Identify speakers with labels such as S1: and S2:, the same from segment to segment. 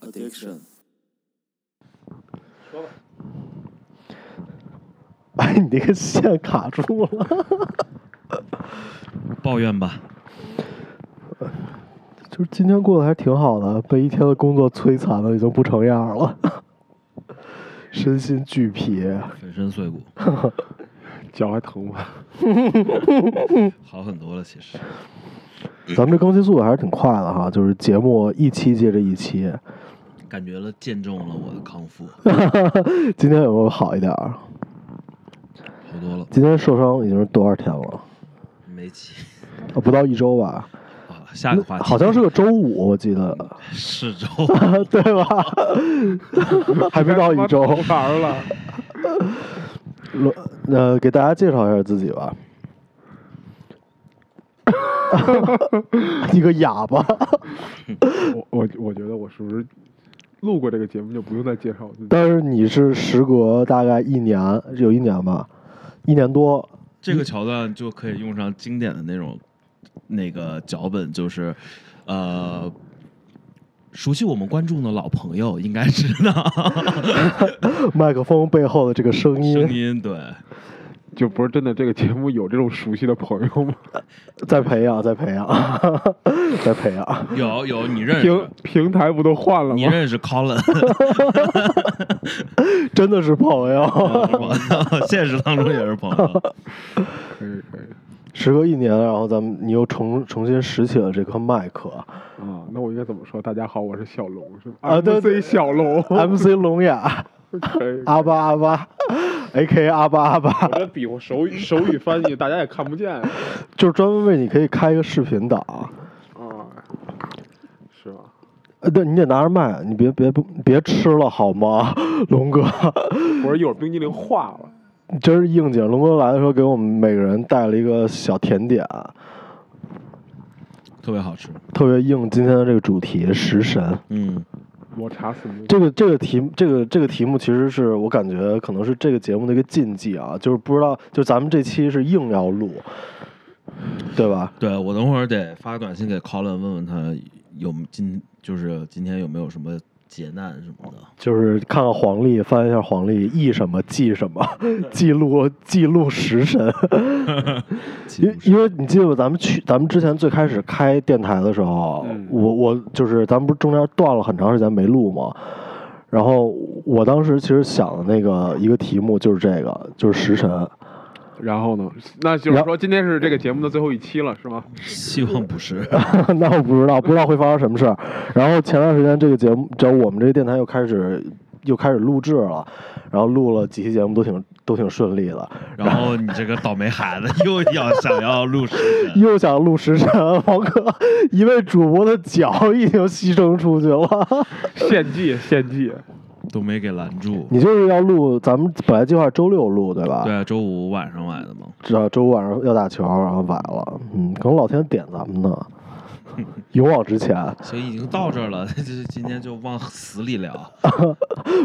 S1: addiction。
S2: 哎，你这个线卡住了，
S3: 抱怨吧，
S2: 就是今天过得还挺好的，被一天的工作摧残的已经不成样了， 身心俱疲。
S3: 粉身碎骨，
S4: 脚还疼吗？
S3: 好很多了。其实嗯
S2: 咱们这更新速度还是挺快的哈，就是节目一期接着一期。
S3: 感觉了，见证了我的康复，
S2: 今天有没有好一点儿？
S3: 好多了，
S2: 今天受伤已经是多少天了？
S3: 没起。
S2: 啊，不到一周吧？
S3: 好，下一个话题
S2: 好像是个周五，我记得，
S3: 是周，
S2: 对吧？还没到一周。
S4: 玩了。
S2: 罗，呃，给大家介绍一下自己吧。一个哑巴，
S4: 我我我觉得我是不是录过这个节目就不用再介绍我自己？
S2: 但是你是时隔大概一年，有一年吧，一年多，
S3: 这个桥段就可以用上经典的那种那个脚本，就是呃。熟悉我们观众的老朋友应该知道
S2: 麦克风背后的这个声音
S3: 声音，对，
S4: 就不是真的这个节目有这种熟悉的朋友吗？
S2: 在培养，在培养，在培养。
S3: 有有你认识
S4: 平，平台不都换了
S3: 你
S4: 吗？
S3: 认识 Colin，
S2: 真的是朋友。
S3: 现实当中也是朋友，
S4: 可以可以
S2: 时隔一年，然后咱们你又重重新拾起了这颗麦克
S4: 啊，那我应该怎么说？大家好，我是小龙，是吗？
S2: 啊对
S4: MC
S2: 对啊
S4: 小龙，
S2: ，MC 聋哑，
S4: 可以。
S2: 阿巴阿巴，A.K. 阿巴阿巴，
S4: 我这比划手语手语翻译，大家也看不见啊，
S2: 就是专门为你可以开一个视频啊档。
S4: 啊是吧？
S2: 呃，对，你得拿着麦，你别别不别吃了好吗，龙哥？
S4: 我说一会儿冰激凌化了，
S2: 你真是应景。龙哥来的时候给我们每个人带了一个小甜点，
S3: 特别好吃。
S2: 特别应今天的这个主题——食神。
S3: 嗯，
S4: 抹茶死命。
S2: 这个这个题这个这个题目其实是我感觉可能是这个节目的一个禁忌啊，就是不知道就咱们这期是硬要录，对吧？
S3: 对我等会儿得发个短信给 Colin 问问他有今就是今天有没有什么劫难什么的。
S2: 就是看看黄历，翻一下黄历，忆什么记什么，记录记录食神。因因为你记得咱们去咱们之前最开始开电台的时候，
S4: 嗯
S2: 我我就是咱们不是中间断了很长时间没录吗？然后我当时其实想的那个一个题目就是这个，就是食神。
S4: 然后呢？那就是说今天是这个节目的最后一期了，是吗？
S3: 希望不是，
S2: 那我不知道，不知道会发生什么事儿。然后前段时间这个节目，只要我们这个电台又开始又开始录制了，然后录了几期节目都挺都挺顺利的，
S3: 然后你这个倒霉孩子 又要想要录视频，
S2: 又想录时辰， 王哥一位主播的脚已经牺牲出去了。
S4: 献祭献祭，
S3: 都没给拦住。
S2: 你就是要录，咱们本来计划周六录对吧？
S3: 对，啊，周五晚上买的嘛，
S2: 知道周五晚上要打球，然后崴了，嗯，可能老天点咱们呢。 勇往直前，
S3: 所以已经到这儿了， 就是今天就往死里聊，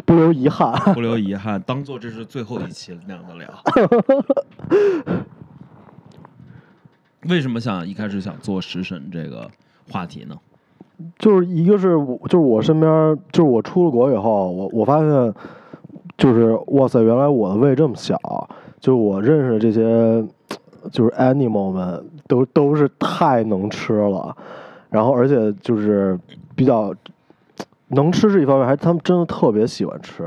S2: 不留遗憾。
S3: 不留遗憾，当做这是最后一期那样的 聊。为什么想一开始想做食神这个话题呢？
S2: 就是一个是我，就是我身边儿，就是我出了国以后，我我发现，就是哇塞，原来我的胃这么小，就是我认识的这些，就是 animal 们都都是太能吃了，然后而且就是比较能吃是一方面，还是他们真的特别喜欢吃。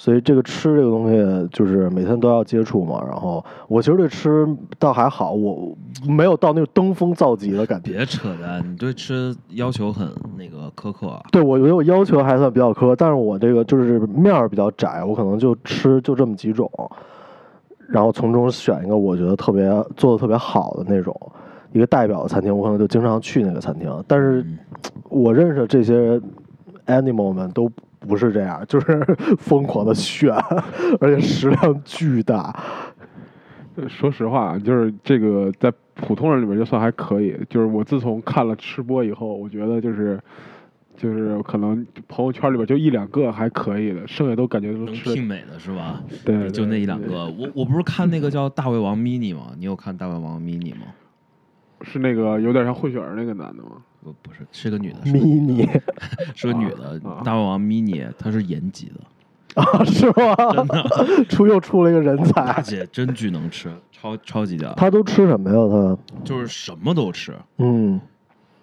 S2: 所以这个吃这个东西就是每天都要接触嘛，然后我其实对吃倒还好，我没有到那种登峰造极的感觉。
S3: 别扯淡，你对吃要求很那个苛刻啊。
S2: 对我觉得我要求还算比较苛，但是我这个就是面儿比较窄，我可能就吃就这么几种，然后从中选一个我觉得特别做的特别好的那种一个代表的餐厅，我可能就经常去那个餐厅。但是
S3: 嗯
S2: 我认识的这些 animal 们都不是这样，就是 疯狂的炫，而且食量巨大。
S4: 呃说实话，就是这个在普通人里面就算还可以。就是我自从看了吃播以后，我觉得就是就是可能朋友圈里边就一两个还可以的，剩下都感觉都
S3: 能
S4: 吃
S3: 媲美的是吧？
S4: 对对
S3: 就那一两个。我我不是看那个叫《大胃王 mini》吗？你有看《大胃王 mini》吗？
S4: 是那个有点像混血儿那个男的吗？
S3: 不不是，是个女的，是个
S2: 迷 你
S3: 是个女的
S4: 啊啊，
S3: 大胃王 mini，她是延吉的，
S2: 啊，是吗？ 出又出了一个人
S3: 大
S2: 才，
S3: 姐真巨能吃，超超级屌，
S2: 他都吃什么呀？他
S3: 就是什么都吃
S2: 嗯，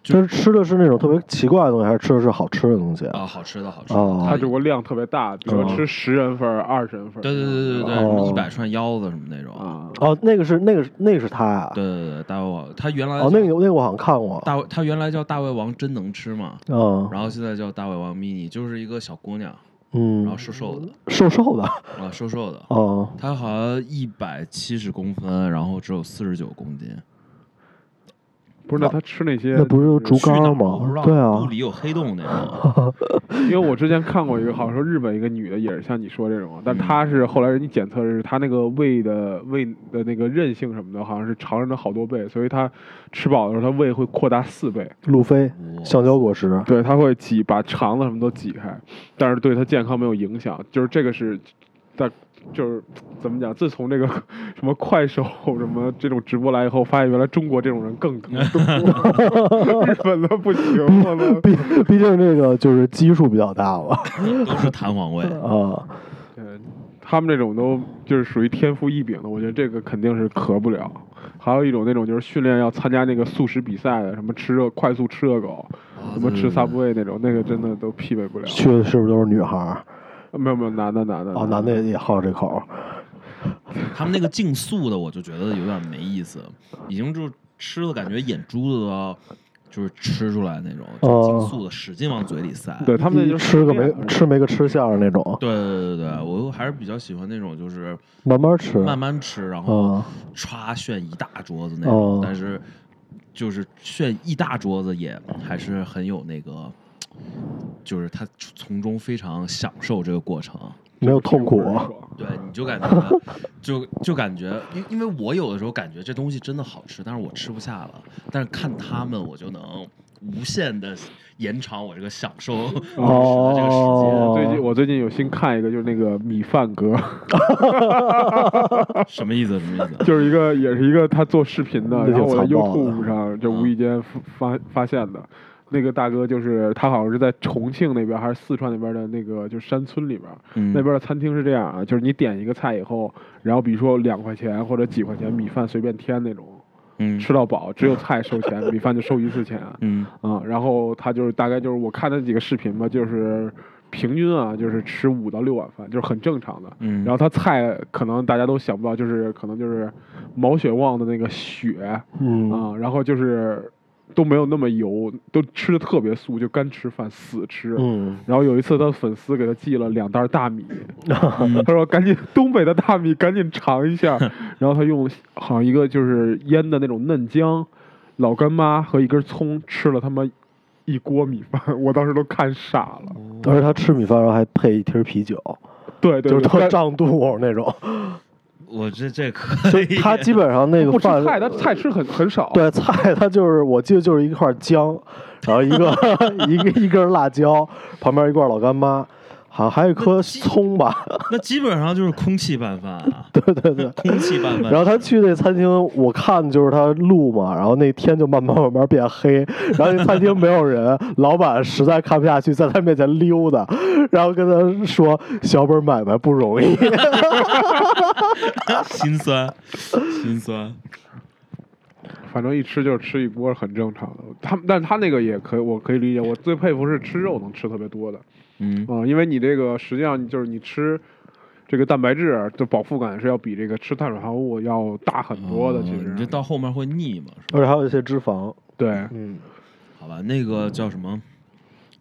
S3: 就
S2: 就是吃的是那种特别奇怪的东西，还是吃的是好吃的东西？
S3: 啊，好吃的好吃
S2: 哦
S3: 的，
S4: 他
S3: 她
S4: 只不过量特别大，比如说吃十人份儿、二十人份儿。
S3: 对对对对对，什
S2: 哦
S3: 么一百串腰子什么那种，
S4: 啊，
S2: 哦，那个是那个是那个是他呀？
S3: 对对对，大胃王，她原来
S2: 哦，那个那个我好像看过。
S3: 大胃她原来叫大胃王真能吃嘛，
S2: 嗯
S3: 然后现在叫大胃王 mini，就是一个小姑娘，然后
S2: 嗯，
S3: 瘦瘦的
S2: 瘦瘦的
S3: 啊，瘦瘦的。
S2: 哦
S3: 她好像一百七十公分，然后只有四十九公斤。
S4: 不是，那他吃那些，
S2: 那不是竹
S3: 去哪
S2: 竿
S3: 儿我不知
S2: 吗？
S3: 道
S2: 对啊
S3: 肚，里有黑洞那 种。啊
S4: 因为我之前看过一个，好像说日本一个女的也是像你说这种，啊但她是后来人家检测是她那个胃的胃的那个韧性什么的，好像是常人的好多倍，所以她吃饱的时候，她胃会扩大四倍，
S2: 路飞、
S3: 嗯
S2: 橡胶果实，
S4: 对，她会挤把肠子什么都挤开，但是对她健康没有影响，就是这个是，在就是怎么讲？自从这个什么快手什么这种直播来以后，发现原来中国这种人更 多，日本的不行，我操！
S2: 毕毕竟这个就是基数比较大嘛。
S3: 都是弹簧 胃。
S2: 啊，
S4: 对，他们这种都就是属于天赋异禀的，我觉得这个肯定是咳不了。还有一种那种就是训练要参加那个素食比赛的，什么吃热快速吃热狗，什么吃 Subway 那种，那个真的都匹配不了。
S2: 去的是不是都是女孩儿？
S4: 没有没有，男的男的
S2: 哦，男的也也好这口儿。
S3: 他们那个竞速的，我就觉得有点没意思，已经就吃的感觉眼珠子都要就是吃出来那种，就
S2: 哦
S3: 竞速的使劲往嘴里塞。
S4: 对他们那就是
S2: 吃个
S4: 练
S2: 没
S4: 的
S2: 吃没个吃相儿那种，
S3: 对对对对，我还是比较喜欢那种就是
S2: 慢慢吃。
S3: 慢慢吃，然后
S4: 哦
S2: 啊
S3: 歘炫一大桌子那种，
S2: 哦
S3: 但是就是炫一大桌子也还是很有那个，就是他从中非常享受这个过程。
S2: 没有痛苦
S4: 这个不是爽
S3: 对，你就感觉，就就感觉，因因为我有的时候感觉这东西真的好吃，但是我吃不下了。但是看他们，我就能无限的延长我这个享受 美食的这个时间。
S2: 哦
S4: 最近我最近有新看一个，就是那个米饭哥，
S3: 什么意思？什么意思？
S4: 就是一个也是一个他做视频的，
S2: 那挺
S4: 然后我在
S2: 残暴的
S4: YouTube 上就无意间发发现的。那个大哥就是他，好像是在重庆那边还是四川那边的那个，就是山村里边，
S3: 嗯
S4: 那边的餐厅是这样啊，就是你点一个菜以后，然后比如说两块钱或者几块钱米饭随便添那种，
S3: 嗯
S4: 吃到饱，只有菜收钱，米饭就收一次钱。
S3: 嗯
S4: 啊、然后他就是大概就是我看那几个视频吧，就是平均啊，就是吃五到六碗饭，就是很正常的。
S3: 嗯
S4: 然后他菜可能大家都想不到，就是可能就是毛血旺的那个血啊、
S2: 嗯，
S4: 然后就是都没有那么油，都吃的特别素，就干吃饭死吃。
S2: 嗯，
S4: 然后有一次，他粉丝给他寄了两袋 大米，他说：“赶紧东北的大米，赶紧尝一 下。”然后他用好像一个就是腌的那种嫩姜、老干妈和一根葱吃了他妈一锅米饭，我当时都看傻了。
S2: 而且他吃米饭然后还配一瓶啤酒，
S4: 对对，
S2: 就是
S4: 对
S2: 特
S4: 但
S2: 胀肚腩那 种。
S3: 我这这可以。
S2: 他基本上那个
S4: 不吃
S2: 饭呃
S4: 菜，他菜吃很很少。
S2: 对菜，他就是我记得就是一块姜，然后一 个一个一根辣椒，旁边一罐老干妈，好像还有一颗葱吧。
S3: 那基本上就是空气拌饭啊，
S2: 对对对。
S3: 空气拌饭。
S2: 然后 他去那餐厅，我看就是他录嘛，然后那天就慢慢慢慢变黑，然后那餐厅没有人，老板实在看不下去，在他面前溜达，然后跟他说小本买卖不容易，
S3: 心酸，心酸。
S4: 反正一吃就是吃一锅，很正常的。他们，但是他那个也可以，我可以理解。我最佩服是吃肉能吃特别多的。
S3: 嗯，
S4: 嗯，因为你这个实际上就是你吃这个蛋白质啊的饱腹感是要比这个吃碳水化合物要大很多的，其
S3: 哦你这
S4: 实。
S3: 到后面会腻嘛？是吧
S2: 而且还有一些脂肪，
S4: 对，
S2: 嗯，
S3: 好吧，那个叫什么？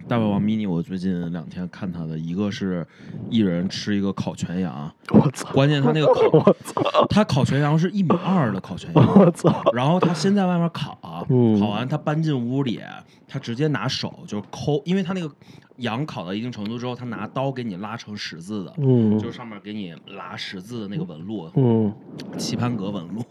S3: 大胃王 mini，我最近两天看他的，一个是一人吃一个烤全羊，
S2: 我操，
S3: 关键他那个烤，
S2: 我操，
S3: 他烤全羊是一米二的烤全 羊，
S2: 我操，
S3: 然后他先在外面烤，
S2: 嗯
S3: 烤完他搬进屋里，他直接拿手就抠，因为他那个羊烤到一定程度之后，他拿刀给你拉成十字的，
S2: 嗯
S3: 就是上面给你拉十字的那个纹路，
S2: 嗯，
S3: 棋盘格纹路，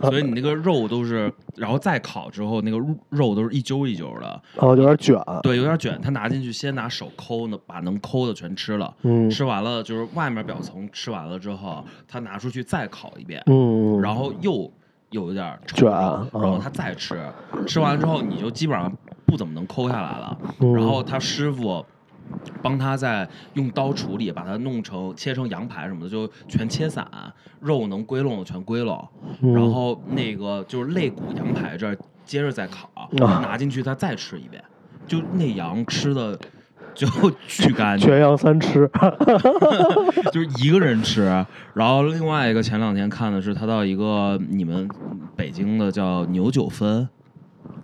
S3: 所以你那个肉都是，然后再烤之后，那个肉肉都是一揪一揪的，
S2: 然哦后有点卷，
S3: 对，有点卷。他拿进去先拿手抠呢，把能抠的全吃了。
S2: 嗯
S3: 吃完了就是外面表层吃完了之后，他拿出去再烤一遍，
S2: 嗯，
S3: 然后又有一点儿
S2: 卷
S3: 然后
S2: 嗯
S3: 他再吃，吃完之后你就基本上不怎么能抠下来了。
S2: 嗯
S3: 然后他师傅帮他再用刀处理，把它弄成切成羊排什么的，就全切散，肉能归拢的全归拢，
S2: 嗯
S3: 然后那个就是肋骨羊排这儿接着再烤，
S2: 啊
S3: 拿进去他再吃一遍，就那羊吃的就巨 干净。
S2: 嗯全羊三吃，
S3: 就是一个人吃。然后另外一个前两天看的是他到一个你们北京的叫牛九分，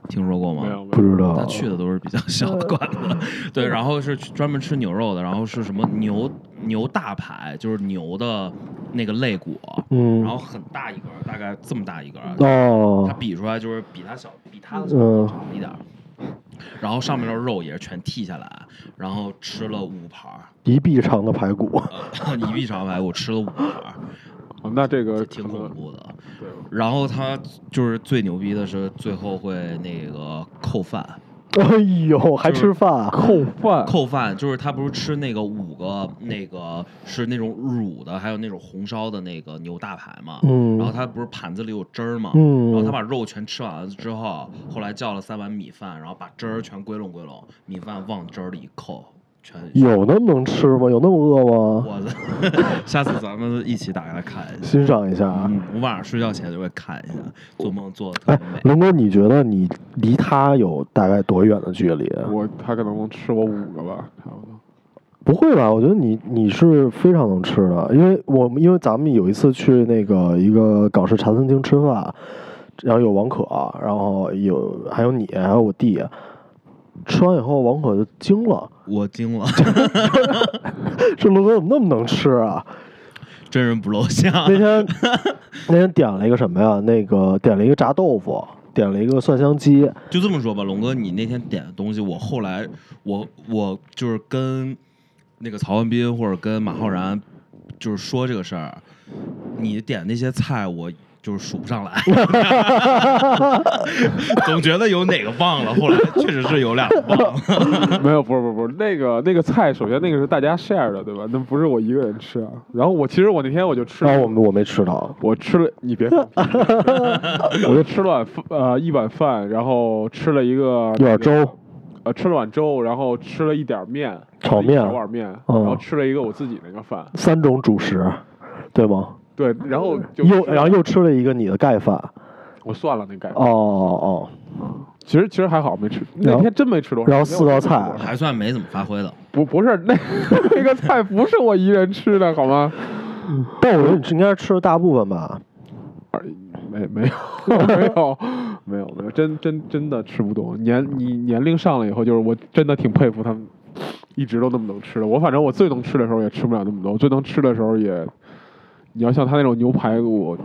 S3: 听说过吗？
S4: 没有没
S2: 不
S4: 有，
S2: 知道
S3: 他去的都是比较小的馆子，对，然后是专门吃牛肉的，然后是什么牛牛大排，就是牛的那个肋骨，
S2: 嗯
S3: 然后很大一根儿，大概这么大一根儿，
S2: 哦
S3: 它，比出来就是比它小，比它的小
S2: 嗯
S3: 长一点儿，然后上面的肉也是全剔下来，然后吃了五盘儿，
S2: 一臂长的排骨，
S3: 呃， 你必尝排，我吃了五盘儿，
S4: 哦那这个
S3: 挺
S4: 可
S3: 恐
S4: 能
S3: 怖的。
S4: 对
S3: 然后他就是最牛逼的是最后会那个扣饭，
S2: 哎呦，还吃饭啊？
S4: 扣饭
S3: 扣饭就是他不是吃那个五个那个是那种卤的，还有那种红烧的那个牛大排嘛。
S2: 嗯
S3: 然后他不是盘子里有汁儿嘛，
S2: 嗯
S3: 然后他把肉全吃完了之后，后来叫了三碗米饭，然后把汁儿全归拢归拢，米饭往汁儿里一扣，全。
S2: 有那么能吃吗？有那么饿吗？
S3: 我的， 下次咱们一起打开看一下。
S2: 欣赏一下啊。
S3: 嗯，我晚上睡觉前就会看一下，做梦做的特别美。
S2: 哎龙哥，你觉得你离他有大概多远的距离？啊
S4: 我他可能吃我五个吧，差不多。
S2: 不会吧？我觉得你你是非常能吃的，因为我因为咱们有一次去那个一个港式茶餐厅吃饭，然后有王可，然后有还有你，还有我弟。吃完以后，王可就惊了，
S3: 我惊了，
S2: 这龙哥怎么那么能吃 啊？
S3: 真人不露相。
S2: 那天那天点了一个什么呀？那个点了一个炸豆腐，点了一个蒜香鸡，
S3: 就这么说吧，龙哥，你那天点的东西，我后来我我就是跟那个曹文斌或者跟马浩然，就是说这个事儿，你点那些菜我。就是数不上来， 总觉得有哪个忘了。后来确实是有俩忘了，
S4: 没有，不是不是不是，那个那个菜，首先那个是大家 share 的，对吧？那不是我一个人吃啊。然后我其实我那天我就吃了，
S2: 然后我们我没吃到，
S4: 我吃了，你别放屁， 我就吃了碗饭呃一碗饭，然后吃了一个
S2: 有点粥，
S4: 呃吃了碗粥，然后吃了一点面，
S2: 炒面
S4: 小碗面，
S2: 嗯
S4: 然后吃了一个我自己那个饭，
S2: 三种主食，对吗？
S4: 对，然后就
S2: 又然后又吃了一个你的盖饭，
S4: 我算了那概
S2: 哦
S4: 念，
S2: 哦
S4: 其实其实还好没吃，
S2: 然
S4: 那
S2: 后
S4: 天真没吃多
S2: 哦，
S4: 少，
S2: 然后
S4: 那天
S2: 四
S4: 我
S2: 道
S4: 真没吃
S2: 菜
S4: 多少，
S3: 还算没怎么发挥的。
S4: 不不是那 那个菜不是我一人吃的好吗？
S2: 但我觉得你应该吃了大部分吧。
S4: 没没有没有没有没有，真真真的吃不动。年你年龄上了以后，就是我真的挺佩服他们，一直都那么能吃的。我反正我最能吃的时候也吃不了那么多，我最能吃的时候也，你要像他那种牛排骨，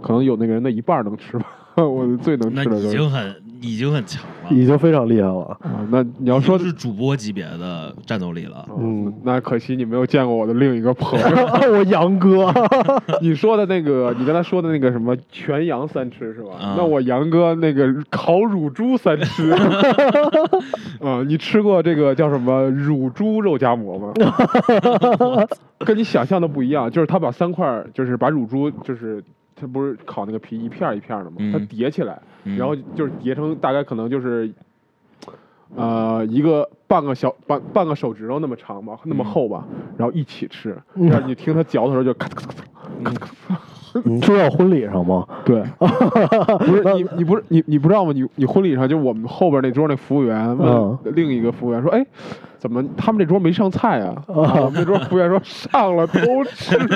S4: 可能有那个人的一半儿能吃吧。我最能
S3: 那
S4: 吃的
S3: 已
S4: 时候
S3: 经很已经很强了，
S2: 已经非常厉害 了。
S4: 啊，那你 要说
S3: 都是主播级别的战斗力了。
S2: 嗯，
S4: 那可惜你没有见过我的另一个朋友。
S2: 啊我杨哥，
S4: 你说的那个，你刚才说的那个什么全羊三吃是吧？
S3: 啊
S4: 那我杨哥那个烤乳猪三吃。 啊，你吃过这个叫什么乳猪肉夹 馍吗？跟你想象的不一样，就是他把三块儿，就是把乳猪，就是他不是烤那个皮一片儿一片儿的吗？
S3: 嗯
S4: 他叠起来，
S3: 嗯
S4: 然后就是叠成大概可能就是，呃，一个半个小半半个手指头那么长吧，那么厚吧，然后一起吃，这样你听它嚼的时候就咔嚓咔嚓咔嚓咔嚓咔嚓。
S2: 你知道婚礼上吗？
S4: 对，不是你你不是你你不知道吗？你你婚礼上就我们后边那桌那服务员问
S2: 嗯
S4: 另一个服务员说，哎，怎么他们这桌没上菜啊？啊我们这桌服务员说上了，都吃了。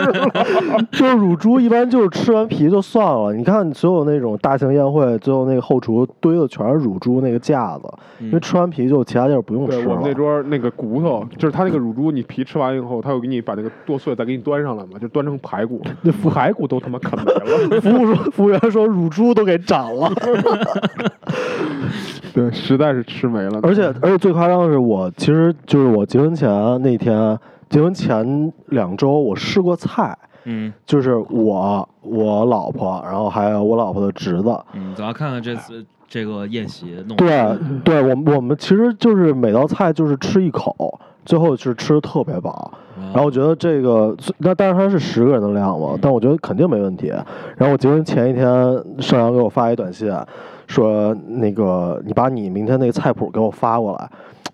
S2: 就是乳猪一般就是吃完皮就算了。你看所有那种大型宴会，最后那个后厨堆的全是乳猪那个架子，因为吃完皮就其他地儿不用吃
S4: 对我
S2: 了
S4: 们。那桌那个骨头，就是他那个乳猪，你皮吃完以后，他会给你把那个剁碎，再给你端上来嘛，就端成排骨，那排骨都他妈啃没了。
S2: 服务说服务员说乳猪都给斩 了，
S4: 对，实在是吃没了。
S2: 而且而且最夸张的是我，其实就是我结婚前那天，结婚前两周我试过菜，
S3: 嗯
S2: 就是我我老婆，然后还有我老婆的侄子，
S3: 嗯，咱要看看这次这个宴席弄
S2: 对啊对，我们我们其实就是每道菜就是吃一口，最后是吃的特别饱。
S3: 嗯
S2: 然
S3: 啊
S2: 后我觉得这个，那但是它是十个人的量嘛，但我觉得肯定没问题。然后我结婚前一天，盛阳给我发一短信，说那个你把你明天那个菜谱给我发过来。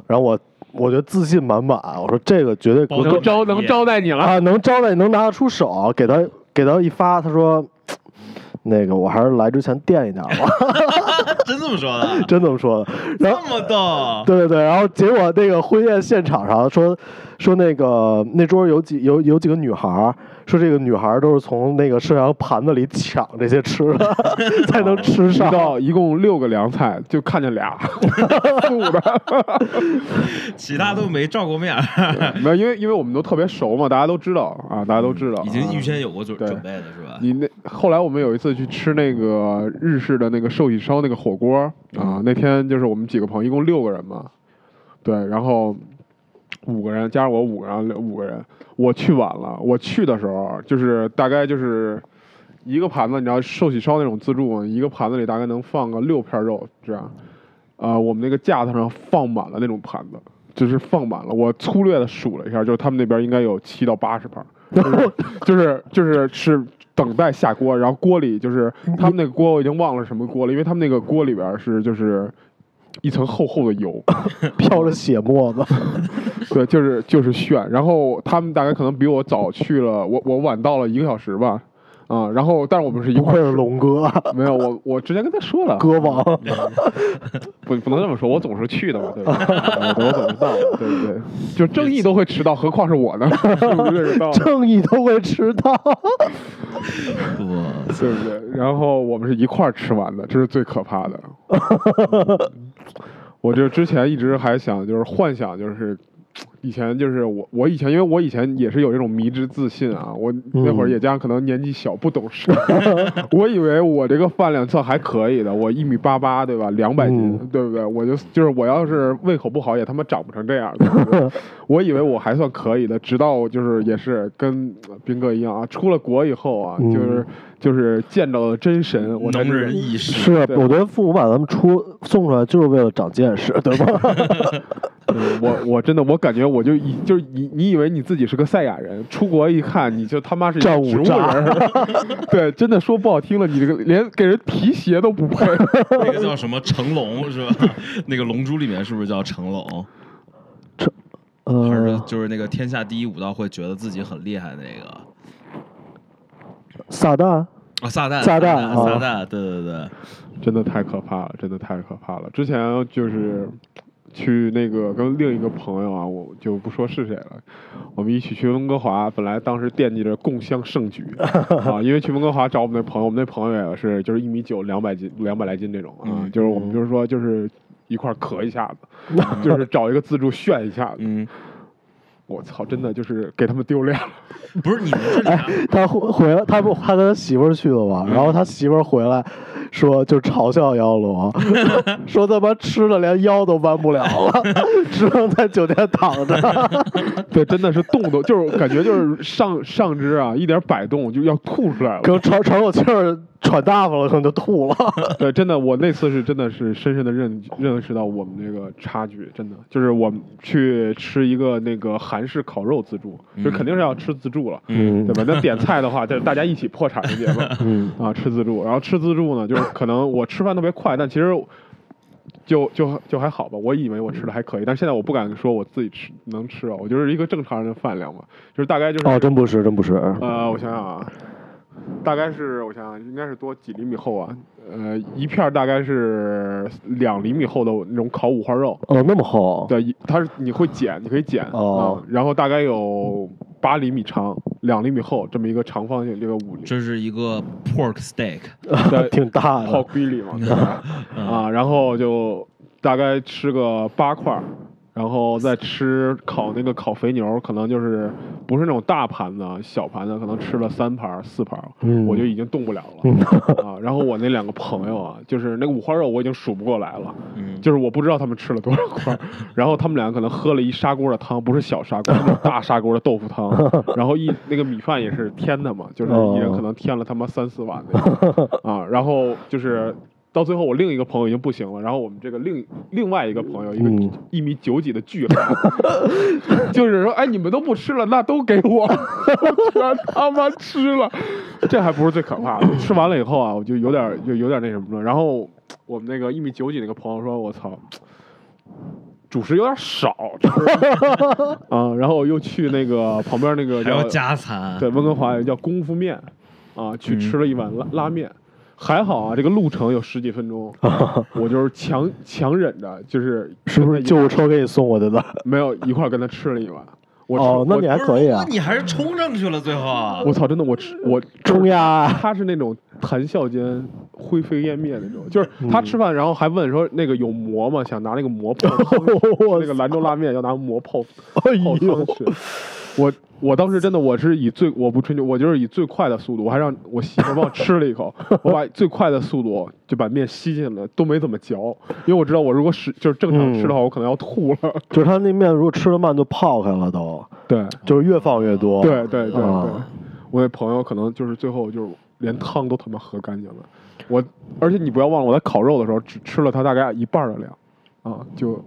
S2: 然后我我觉得自信满满，我说这个绝对
S3: 包
S2: 够
S3: 装
S4: 能招能招待你了，
S2: 啊，能招待能拿得出手，给他给他一发，他说。那个，我还是来之前垫一点吧，
S3: 真这么说的，啊
S2: 真这么说的。然后
S3: 这么逗，
S2: 对对对，然后结果那个婚宴现场上说说那个那桌有几有有几个女孩儿，说这个女孩儿都是从那个摄阳盘子里抢这些吃的 才能吃
S4: 一
S2: 上。
S4: 道一共六个凉菜，就看见 俩，四五的。
S3: 其他都没照过面儿，
S4: 没有，因为因为我们都特别熟嘛，大家都知道啊，大家都知道。
S3: 已经预
S4: 啊
S3: 先有过准
S4: 对
S3: 准备了是吧？
S4: 你那后来我们有一次去吃那个日式的那个寿喜烧那个火锅啊，那天就是我们几个朋友，一共六个人嘛，对，然后五个人加上我五个人，六五个人，我去晚了，我去的时候就是大概就是一个盘子，你知道寿喜烧那种自助嘛，一个盘子里大概能放个六片肉这样，啊、我们那个架子上放满了那种盘子。就是放满了，我粗略的数了一下，就是他们那边应该有七到八十盘， 就是就是是等待下锅，然后锅里就是他们那个锅我已经忘了什么锅了，因为他们那个锅里边是就是一层厚厚的 油，
S2: 飘着血沫子，
S4: 对，就是就是炫。然后他们大概可能比我早去了，我我晚到了一个小时吧，啊、然后但是我们是一
S2: 不
S4: 块
S2: 愧
S4: 儿
S2: 是龙哥，
S4: 没有我我之前跟他说了，
S2: 歌王。
S4: 不不能这么说，我总是去的嘛，对吧？ 啊对我总是到的，对对对，就正义都会迟到，何况是我呢？ 是不是到了？
S2: 正义都会迟到，
S3: 哇
S4: 对不对？然后我们是一块儿吃完的，这是最可怕的。 我就之前一直还想，就是幻想，就是以前就是我我以前，因为我以前也是有这种迷之自信啊，我那会儿也加上可能年纪小不懂事，我以为我这个饭量算还可以的，我一米八八对吧，两百斤、
S2: 嗯
S4: 对不对？我就就是我要是胃口不好也他妈长不成这样，对不对我以为我还算可以的，直到就是也是跟呃斌哥一样啊，出了国以后啊，
S2: 嗯
S4: 就是就是见到了真神，我才
S3: 能
S4: 知
S3: 人异士，
S2: 是
S4: 对
S2: 我觉得父母把咱们出送出来就是为了长见识，对吧？
S4: 嗯我我真的我感觉我就以就是你你以为你自己是个赛亚人，出国一看你就他妈是一个
S2: 战五
S4: 植物
S2: 渣
S4: 人， 对，真的说不好听了，你这个连给人提鞋都不配。
S3: 那个叫什么成龙是吧？那个《龙珠》里面是不是叫成龙？还是
S2: 呃，
S3: 就是那个天下第一武道会觉得自己很厉害那个
S2: 撒旦，
S3: 啊？撒旦，
S2: 撒旦
S3: 旦，撒
S2: 啊
S3: 旦，对对对，
S4: 真的太可怕了，真的太可怕了。之前就是
S3: 嗯
S4: 去那个跟另一个朋友啊，我就不说是谁了，我们一起去温哥华，本来当时惦记着共襄盛 举啊，因为去温哥华找我们那朋友，我们那朋友也是就是一米九，两百斤，两百来斤这种啊，
S3: 嗯
S4: 就是我们就是说就是一块儿咳一下子，就是找一个自助炫一下子。
S3: 嗯，
S4: 我操，真的就是给他们丢脸了。
S3: 不是你们这里啊
S2: 他回回来，他不他跟他媳妇儿去了嘛，然后他媳妇儿回来说就嘲笑妖罗， 说他妈吃的连腰都弯不了了， 只能在酒店躺着。
S4: 对，真的是动都就是感觉就是上上肢啊一点摆动就要吐出来了
S2: 可。能喘喘口气儿，喘大发了，可能就吐了。
S4: 对，真的，我那次是真的是深深的认认识到我们这个差距，真的就是我们去吃一个那个韩式烤肉自助，就肯定是要吃自助了，
S2: 嗯
S4: 对吧？那点菜的话，就是大家一起破产的节目
S2: 嗯
S4: 啊，吃自助。然后吃自助呢，就是可能我吃饭特别快，但其实就就就还好吧。我以为我吃的还可以，但现在我不敢说我自己吃能吃啊，我就是一个正常人的饭量嘛，就是大概就是
S2: 哦，真不是，真不是。
S4: 呃，我想想啊，大概是我想想，应该是多几厘米厚啊，呃，一片儿大概是两厘米厚的那种烤五花肉。
S2: 哦，那么厚。
S4: 对，一它是你会剪，你可以剪啊、
S2: 哦
S4: 然后大概有八厘米长，两厘米厚，这么一个长方形，这个五厘
S3: 这是一个 pork steak，
S4: 对
S2: 挺大的
S4: 泡龟里嘛，对吧啊，然后就大概吃个八块儿，然后再吃烤那个烤肥牛，可能就是不是那种大盘子，小盘子可能吃了三盘儿四盘儿，
S2: 嗯
S4: 我就已经动不了了、啊。然后我那两个朋友啊，就是那个五花肉我已经数不过来了，
S3: 嗯，
S4: 就是我不知道他们吃了多少块儿，然后他们两个可能喝了一砂锅的汤，不是小砂锅，是大砂锅的豆腐汤，然后一那个米饭也是添的嘛，就是一人可能添了他妈三四碗那种啊，然后就是到最后我另一个朋友已经不行了，然后我们这个另另外一个朋友，一个
S2: 嗯
S4: 一米九几的巨汉， 就是说，哎，你们都不吃了，那都给我， 全他妈吃了。这还不是最可怕的，吃完了以后啊，我就有点就有点那什么了。然后我们那个一米九几那个朋友说，我操。主食有点少，就是 啊，然后我又去那个旁边那个
S3: 还
S4: 叫
S3: 要加
S2: 啊
S3: 餐，
S4: 对，温哥华有叫功夫面，啊，去吃了一碗拉拉面，还好啊，这个路程有十几分 钟，我就是强强忍着，就是
S2: 是不
S4: 跟
S2: 是
S4: 他一
S2: 救护
S4: 块
S2: 车给你送过去的？
S4: 没有一块儿跟他吃了一碗，我吃
S2: 哦，那
S4: 我
S2: 你还
S3: 不是
S2: 可以啊
S3: 那，你还是冲上去了，最后啊
S4: 我操，真的我吃我
S2: 冲呀啊！
S4: 他是那种谈笑间灰飞烟灭那种，就是
S2: 嗯
S4: 他吃饭然后还问说那个有馍吗？想拿那个馍 泡汤吃
S2: 我
S4: 那个兰州拉面要拿馍泡
S2: 哎
S4: 泡
S2: 呦
S4: 汤，吃。我我当时真的我是以最我不吹牛，我就是以最快的速度，我还让我媳妇帮我吃了 一口，我把最快的速度就把面吸进了，都没怎么嚼，因为我知道我如果是就是正常吃的话，我可能要吐了。
S2: 就是他那面如果吃的慢就泡开了都，
S4: 对
S2: 就是越放越多。
S4: 对对对对
S2: 啊，
S4: 我那朋友可能就是最后就是连汤都他妈喝干净了。我而且你不要忘了，我在烤肉的时候只吃了他大概一半儿的量，啊，就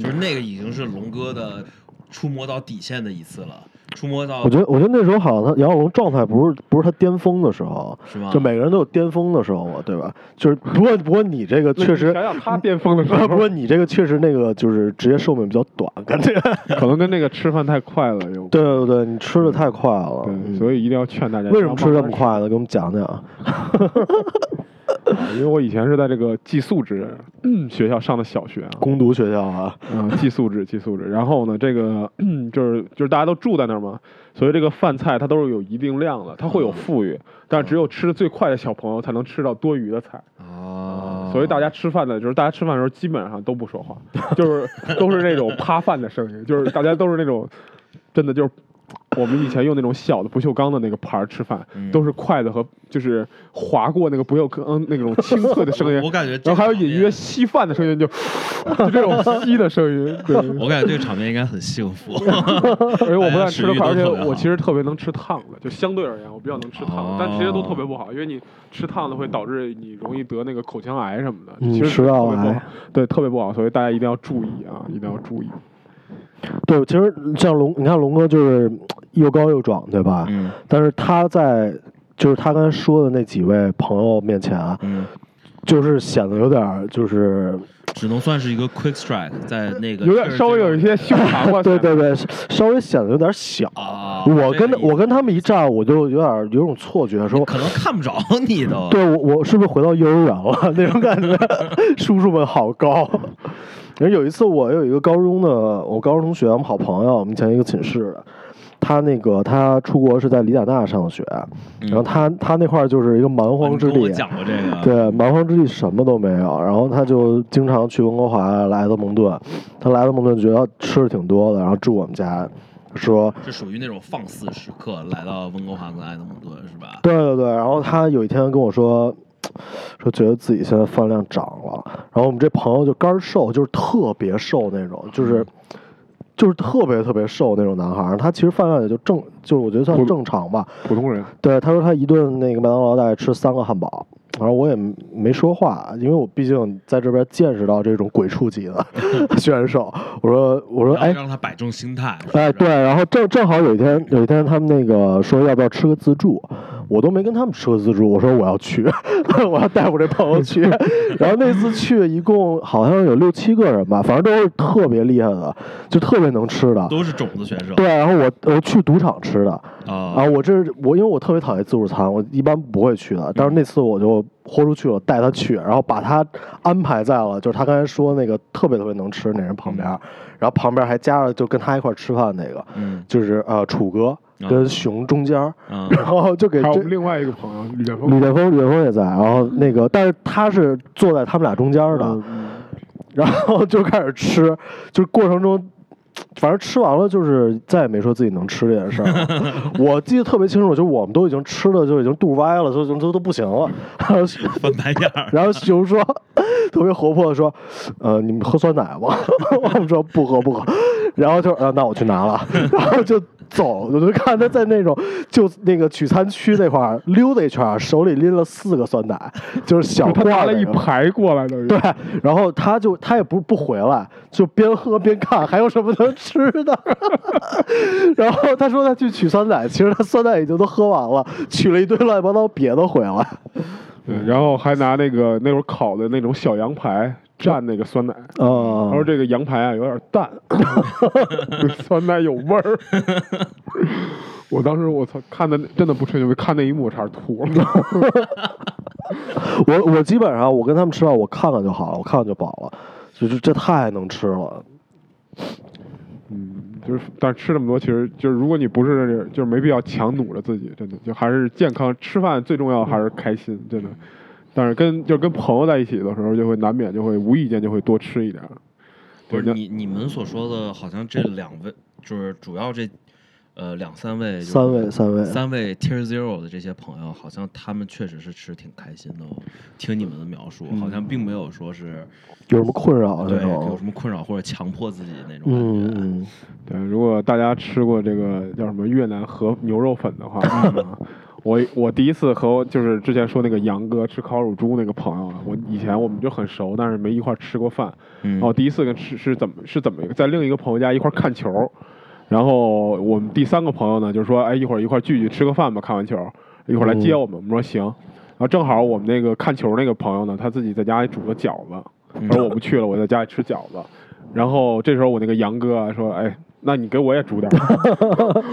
S3: 就
S4: 的
S3: 是那个已经是龙哥的触摸到底线的一次了，触摸到
S2: 我觉得，我觉得那时候好像他杨小龙状态不是不是他巅峰的时候，
S3: 是吗
S2: 就每个人都有巅峰的时候嘛，对吧？就是不过不过你这个
S4: 那
S2: 确
S4: 你
S2: 实
S4: 想，想 他巅峰的时候，
S2: 不过你这个确实那个就是职业寿命比较短，感觉。
S4: 可能跟那个吃饭太快了有关。
S2: 对对对，你吃的太快了。
S4: 对，
S2: 嗯
S4: 所以一定要劝大家。
S2: 为什么吃这
S4: 这
S2: 么？快呢？给我们讲讲。
S4: 因为我以前是在这个寄宿制、嗯学校上的小学啊，
S2: 攻读学校啊，
S4: 嗯，寄宿制，寄宿制。然后呢，这个 就是就是大家都住在那儿嘛，所以这个饭菜它都是有一定量的，它会有
S3: 嗯
S4: 富裕，但是只有吃的最快的小朋友才能吃到多余的菜。
S3: 哦，
S4: 所以大家吃饭的，就是大家吃饭的时候基本上都不说话， 就是都是那种啪饭的声音，就是大家都是那种真的就是。我们以前用那种小的不锈钢的那个盘儿吃饭，
S3: 嗯
S4: 都是筷子和就是划过那个不锈钢嗯那种清脆的声音
S3: ，我感觉这
S4: 然后还有
S3: 个场
S4: 隐
S3: 面
S4: 约吸饭的声音，就 就这种吸的声音。对，
S3: 我感觉这个场面应该很幸福。
S4: 而且我不但吃得快，而
S3: 食欲都特
S4: 且
S3: 别好
S4: 我其实特别能吃烫的，就相对而言我比较能吃烫
S3: 哦
S4: 的，但其实都特别不好，因为你吃烫的会导致你容易得那个口腔癌什么的，
S2: 嗯
S4: 其实
S2: 食道
S4: 特别不好
S2: 癌，
S4: 对，特别不好，所以大家一定要注意啊，一定要注意。
S2: 对，其实像龙，你看龙哥就是又高又壮，对吧？
S3: 嗯
S2: 但是他在就是他刚才说的那几位朋友面前啊，
S3: 嗯，
S2: 就是显得有点儿就是
S3: 只能算是一个 quick strike，在那个
S4: 有点稍微有一些胸膛 吧，
S2: 对对对，稍微显得有点小。
S3: 啊，
S2: 我跟
S3: 这个意思
S2: 我跟他们一站，我就有点儿有种错觉，说
S3: 可能看不着你哦都。
S2: 对我我是不是回到幼儿园了 那种感 觉？叔叔们好高。然后有一次，我有一个高中的我高中同学，我们好朋友，我们以前一个寝室的，他那个他出国是在里贾纳上的学，
S3: 嗯
S2: 然后他他那块儿就是一个蛮
S3: 哦，
S2: 荒
S3: 你
S2: 之
S3: 跟我
S2: 地，
S3: 讲过这个，
S2: 对，蛮荒之地什么都没有，然后他就经常去温哥华、莱德蒙顿，他莱德蒙顿觉得吃的挺多的，然后住我们家，说
S3: 是属于那种放肆时刻来到温哥华跟埃德蒙顿是吧？
S2: 对对对，然后他有一天跟我说，说觉得自己现在饭量涨了，然后我们这朋友就干瘦，就是特别瘦那种，就是。就是特别特别瘦那种男孩儿，他其实饭量也就正，就是我觉得算
S4: 普
S2: 正常吧。
S4: 普通人
S2: 对，他说他一顿那个麦当劳大概吃三个汉堡，然后我也没说话，因为我毕竟在这边见识到这种鬼畜级的选手。我说我说
S3: 然后
S2: 哎
S3: 让他摆正心态。是不是
S2: 哎对，，然后正正好有一天有一天他们那个说要不要吃个自助，我都没跟他们吃个自助，我说我要去， 我要带我这朋友去。然后那次去一共好像有六七个人吧，反正都是特别厉害的，就特别能吃的。
S3: 都是种子选手
S2: 对，然后我我去赌场吃的，啊，
S3: 啊，
S2: 我这是我因为我特别讨厌自助餐，我一般不会去的。但是那次我就豁出去了，带他去，然后把他安排在了就是他刚才说那个特别特别能吃那人旁边，然后旁边还加了就跟他一块儿吃饭那个，
S3: 嗯
S2: 就是呃楚哥跟熊中间儿，
S3: 啊，
S2: 然后就给
S4: 还有我
S2: 这
S4: 们另外一个朋友李连峰
S2: 李，建峰，李建峰也在，然后那个但是他是坐在他们俩中间儿的，
S4: 嗯
S2: 然后就开始吃，就是过程中，反正吃完了就是再也没说自己能吃这件事儿 了。我记得特别清楚，就是我们都已经吃的就已经肚歪了，就就都都不行了。 然后
S3: 翻白眼儿，
S2: 然后熊说， 特别活泼的说，呃，你啊们喝酸奶吗？我们说不喝不喝。然后就呃，那我去拿了，然后就走，我就看他在那种就那个取餐区那块儿溜达一圈儿，手里拎了四个酸奶，就是小
S4: 就他拿
S2: 罐
S4: 了
S2: 的
S4: 一
S2: 那种
S4: 排过来，等于
S2: 对，然后他就他也不不回来，就边喝边看还有什么能吃的。 然后他说他去取酸奶，其实他酸奶已经都喝完了，取了一堆乱七八糟别的回来。
S4: 对，然后还拿那个那会儿烤的那种小羊排蘸那个酸奶，
S2: 啊
S4: 他说这个羊排啊有点淡，酸奶有味儿。我当时我操，看的真的不吹牛逼，看那一幕我差点吐了。
S2: 我我基本上我跟他们吃饭，我看看就好了，我看看就饱了，就是这太能吃了。
S4: 嗯， 就是但是吃这么多，其实就是如果你不是就是没必要强弩着自己，真的就还是健康，吃饭最重要还是开心，真的。但是跟就是跟朋友在一起的时候，就会难免就会无意间就会多吃一点儿。
S3: 不是
S4: 对
S3: 你你们所说的，好像这两位就是主要这呃两三位就是
S2: 三位三位，
S3: 三位 Tier Zero 的这些朋友，好像他们确实是吃挺开心的、哦。听你们的描述，好
S2: 嗯
S3: 像并没有说是
S2: 有什么困扰
S3: 对
S2: 那
S3: 有
S2: 种？
S3: 什么困扰或者强迫自己那种
S2: 嗯
S3: 感觉。
S2: 嗯，
S4: 对，如果大家吃过这个叫什么越南和牛肉粉的话，啊我我第一次和我就是之前说那个杨哥吃烤乳猪那个朋友啊，我以前我们就很熟，但是没一块儿吃过饭。
S3: 嗯
S4: 然后哦第一次跟吃是怎么是怎么一个在另一个朋友家一块儿看球，然后我们第三个朋友呢就说，哎，一会儿一块儿聚聚吃个饭吧，看完球一会儿来接我们。我们说行。然后正好我们那个看球那个朋友呢，他自己在家里煮了饺子，他说我不去了，我在家里吃饺子。然后这时候我那个杨哥啊说，哎，那你给我也煮点儿。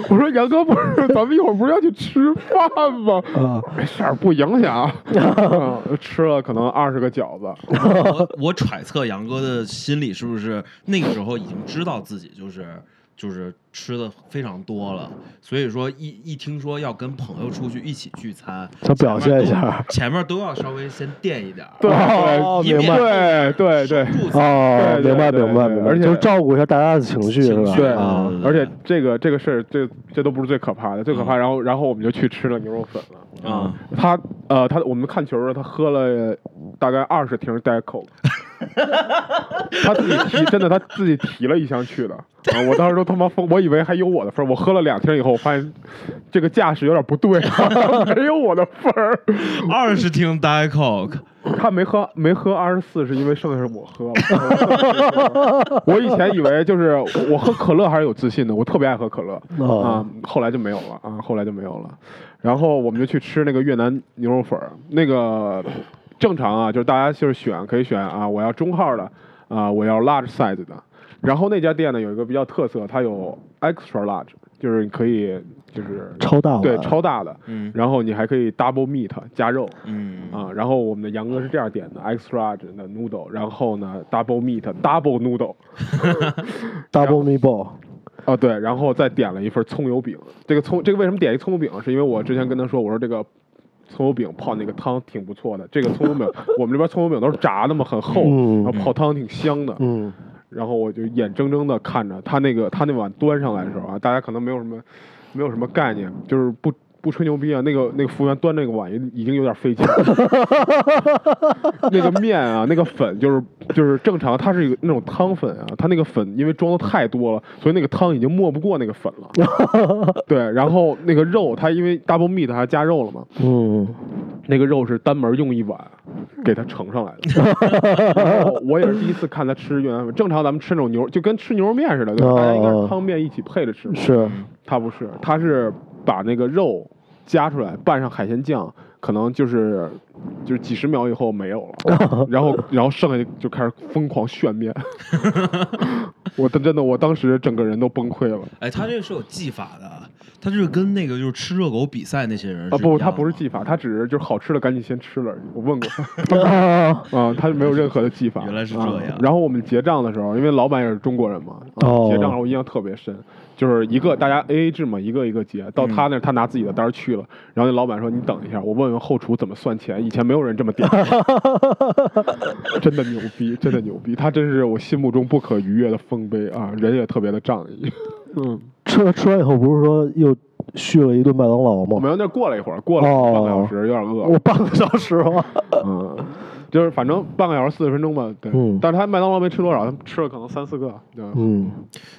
S4: 我说杨哥不是，咱们一会儿不是要去吃饭吗？
S2: 啊
S4: 没事儿，不影响。嗯吃了可能二十个饺子，
S3: 我 我揣测杨哥的心里是不是那个时候已经知道自己就是就是吃的非常多了，所以说一一听说要跟朋友出去一起聚餐，
S2: 他表现一下
S3: 前面都，前面都要稍微先垫一点 儿，
S4: 对
S2: 哦
S4: 对
S2: 明白
S4: 对对对
S3: 守住自己
S2: 哦，
S4: 对对
S2: 明白
S4: 对
S2: 明白
S4: 对
S2: 明白，
S4: 而且
S2: 就是照顾一下大家的情绪是吧？
S3: 情绪
S4: 对
S2: 啊，
S4: 而且这个这个事儿，这这都不是最可怕的，最可怕，然后然后我们就去吃了牛肉粉了。
S3: 啊，
S4: 他呃，他我们看球的时候，他喝了大概二十瓶 Diet Coke，他自己提，真的他自己提了一箱去的。啊！我当时都他妈疯，我以为还有我的份儿。我喝了两听以后，我发现这个架势有点不对，啊 没有我的份儿。
S3: 二十听 Diet Coke，
S4: 他没喝，没喝二十四，是因为剩下是我喝 了。我以前以为就是我喝可乐还是有自信的，我特别爱喝可乐
S2: 哦
S4: 啊、后来就没有了啊，后来就没有了。然后我们就去吃那个越南牛肉粉儿，那个正常啊，就是大家就是选可以选啊，我要中号的啊，我要 large size 的。然后那家店呢有一个比较特色，它有 extra large，就是你可以就是
S2: 超大碗
S4: 对超大的，
S3: 嗯
S4: 然后你还可以 double meat 加肉，
S3: 嗯
S4: 啊，然后我们的杨哥是这样点的：extra 指的 noodle，然后呢 double meat double noodle，
S2: double meatball
S4: 啊对，然后再点了一份葱油饼。这个葱，这个为什么点一葱油饼？啊是因为我之前跟他说，我说这个葱油饼泡那个汤挺不错的。这个葱油饼， 我们这边葱油饼都是炸的嘛，很厚，
S2: 嗯
S4: 然后泡汤挺香的。
S2: 嗯，
S4: 然后我就眼睁睁的看着他那个他那碗端上来的时候啊，大家可能没有什么没有什么概念，就是不不吹牛逼啊，那个那个服务员端那个碗已已经有点费劲了， 那个面啊，那个粉就是就是正常，它是一个那种汤粉啊，它那个粉因为装的太多了，所以那个汤已经没不过那个粉了， 对，然后那个肉它因为 double meat 还加肉了嘛，
S2: 嗯，
S4: 那个肉是单门用一碗给它盛上来的。 然后我也是第一次看他吃越南粉，正常咱们吃那种牛，就跟吃牛肉面似的，对吧？
S2: 哦
S4: 大家应该是汤面一起配着吃。
S2: 是
S4: 他不是，他是把那个肉夹出来，拌上海鲜酱，可能就是就是几十秒以后没有了，然后然后剩下就就开始疯狂炫面。 我真真的，我当时整个人都崩溃了
S3: 哎，他这个是有技法的，他就是跟那个就是吃热狗比赛那些人
S4: 啊！
S3: 一
S4: 不，
S3: 样
S4: 他不是
S3: 的
S4: 技法，他只是就是好吃的赶紧先吃了而已。我问过他。
S2: 啊，
S4: 啊、他没有任何的技法。
S3: 原来是这样
S4: 啊然后我们结账的时候，因为老板也是中国人嘛，啊
S2: 哦
S4: 结账我印象特别深，就是一个大家 A A 制嘛，一个一个结。到他那儿，他拿自己的单儿去了，然后那老板说：“你等一下，我问问后厨怎么算钱。”以前没有人这么点 过，真的牛逼，真的牛逼，他真是我心目中不可逾越的丰碑啊！人也特别的仗义。嗯，
S2: 吃了吃完以后不是说又续了一顿麦当劳
S4: 我
S2: 吗？
S4: 们那儿过了一会儿，过了半个小时，有点饿了。
S2: 我半个小时吗？
S4: 嗯，就是反正半个小时四十分钟吧，对。
S2: 嗯
S4: 但是他麦当劳没吃多少，他吃了可能三四个，对吧？
S2: 嗯，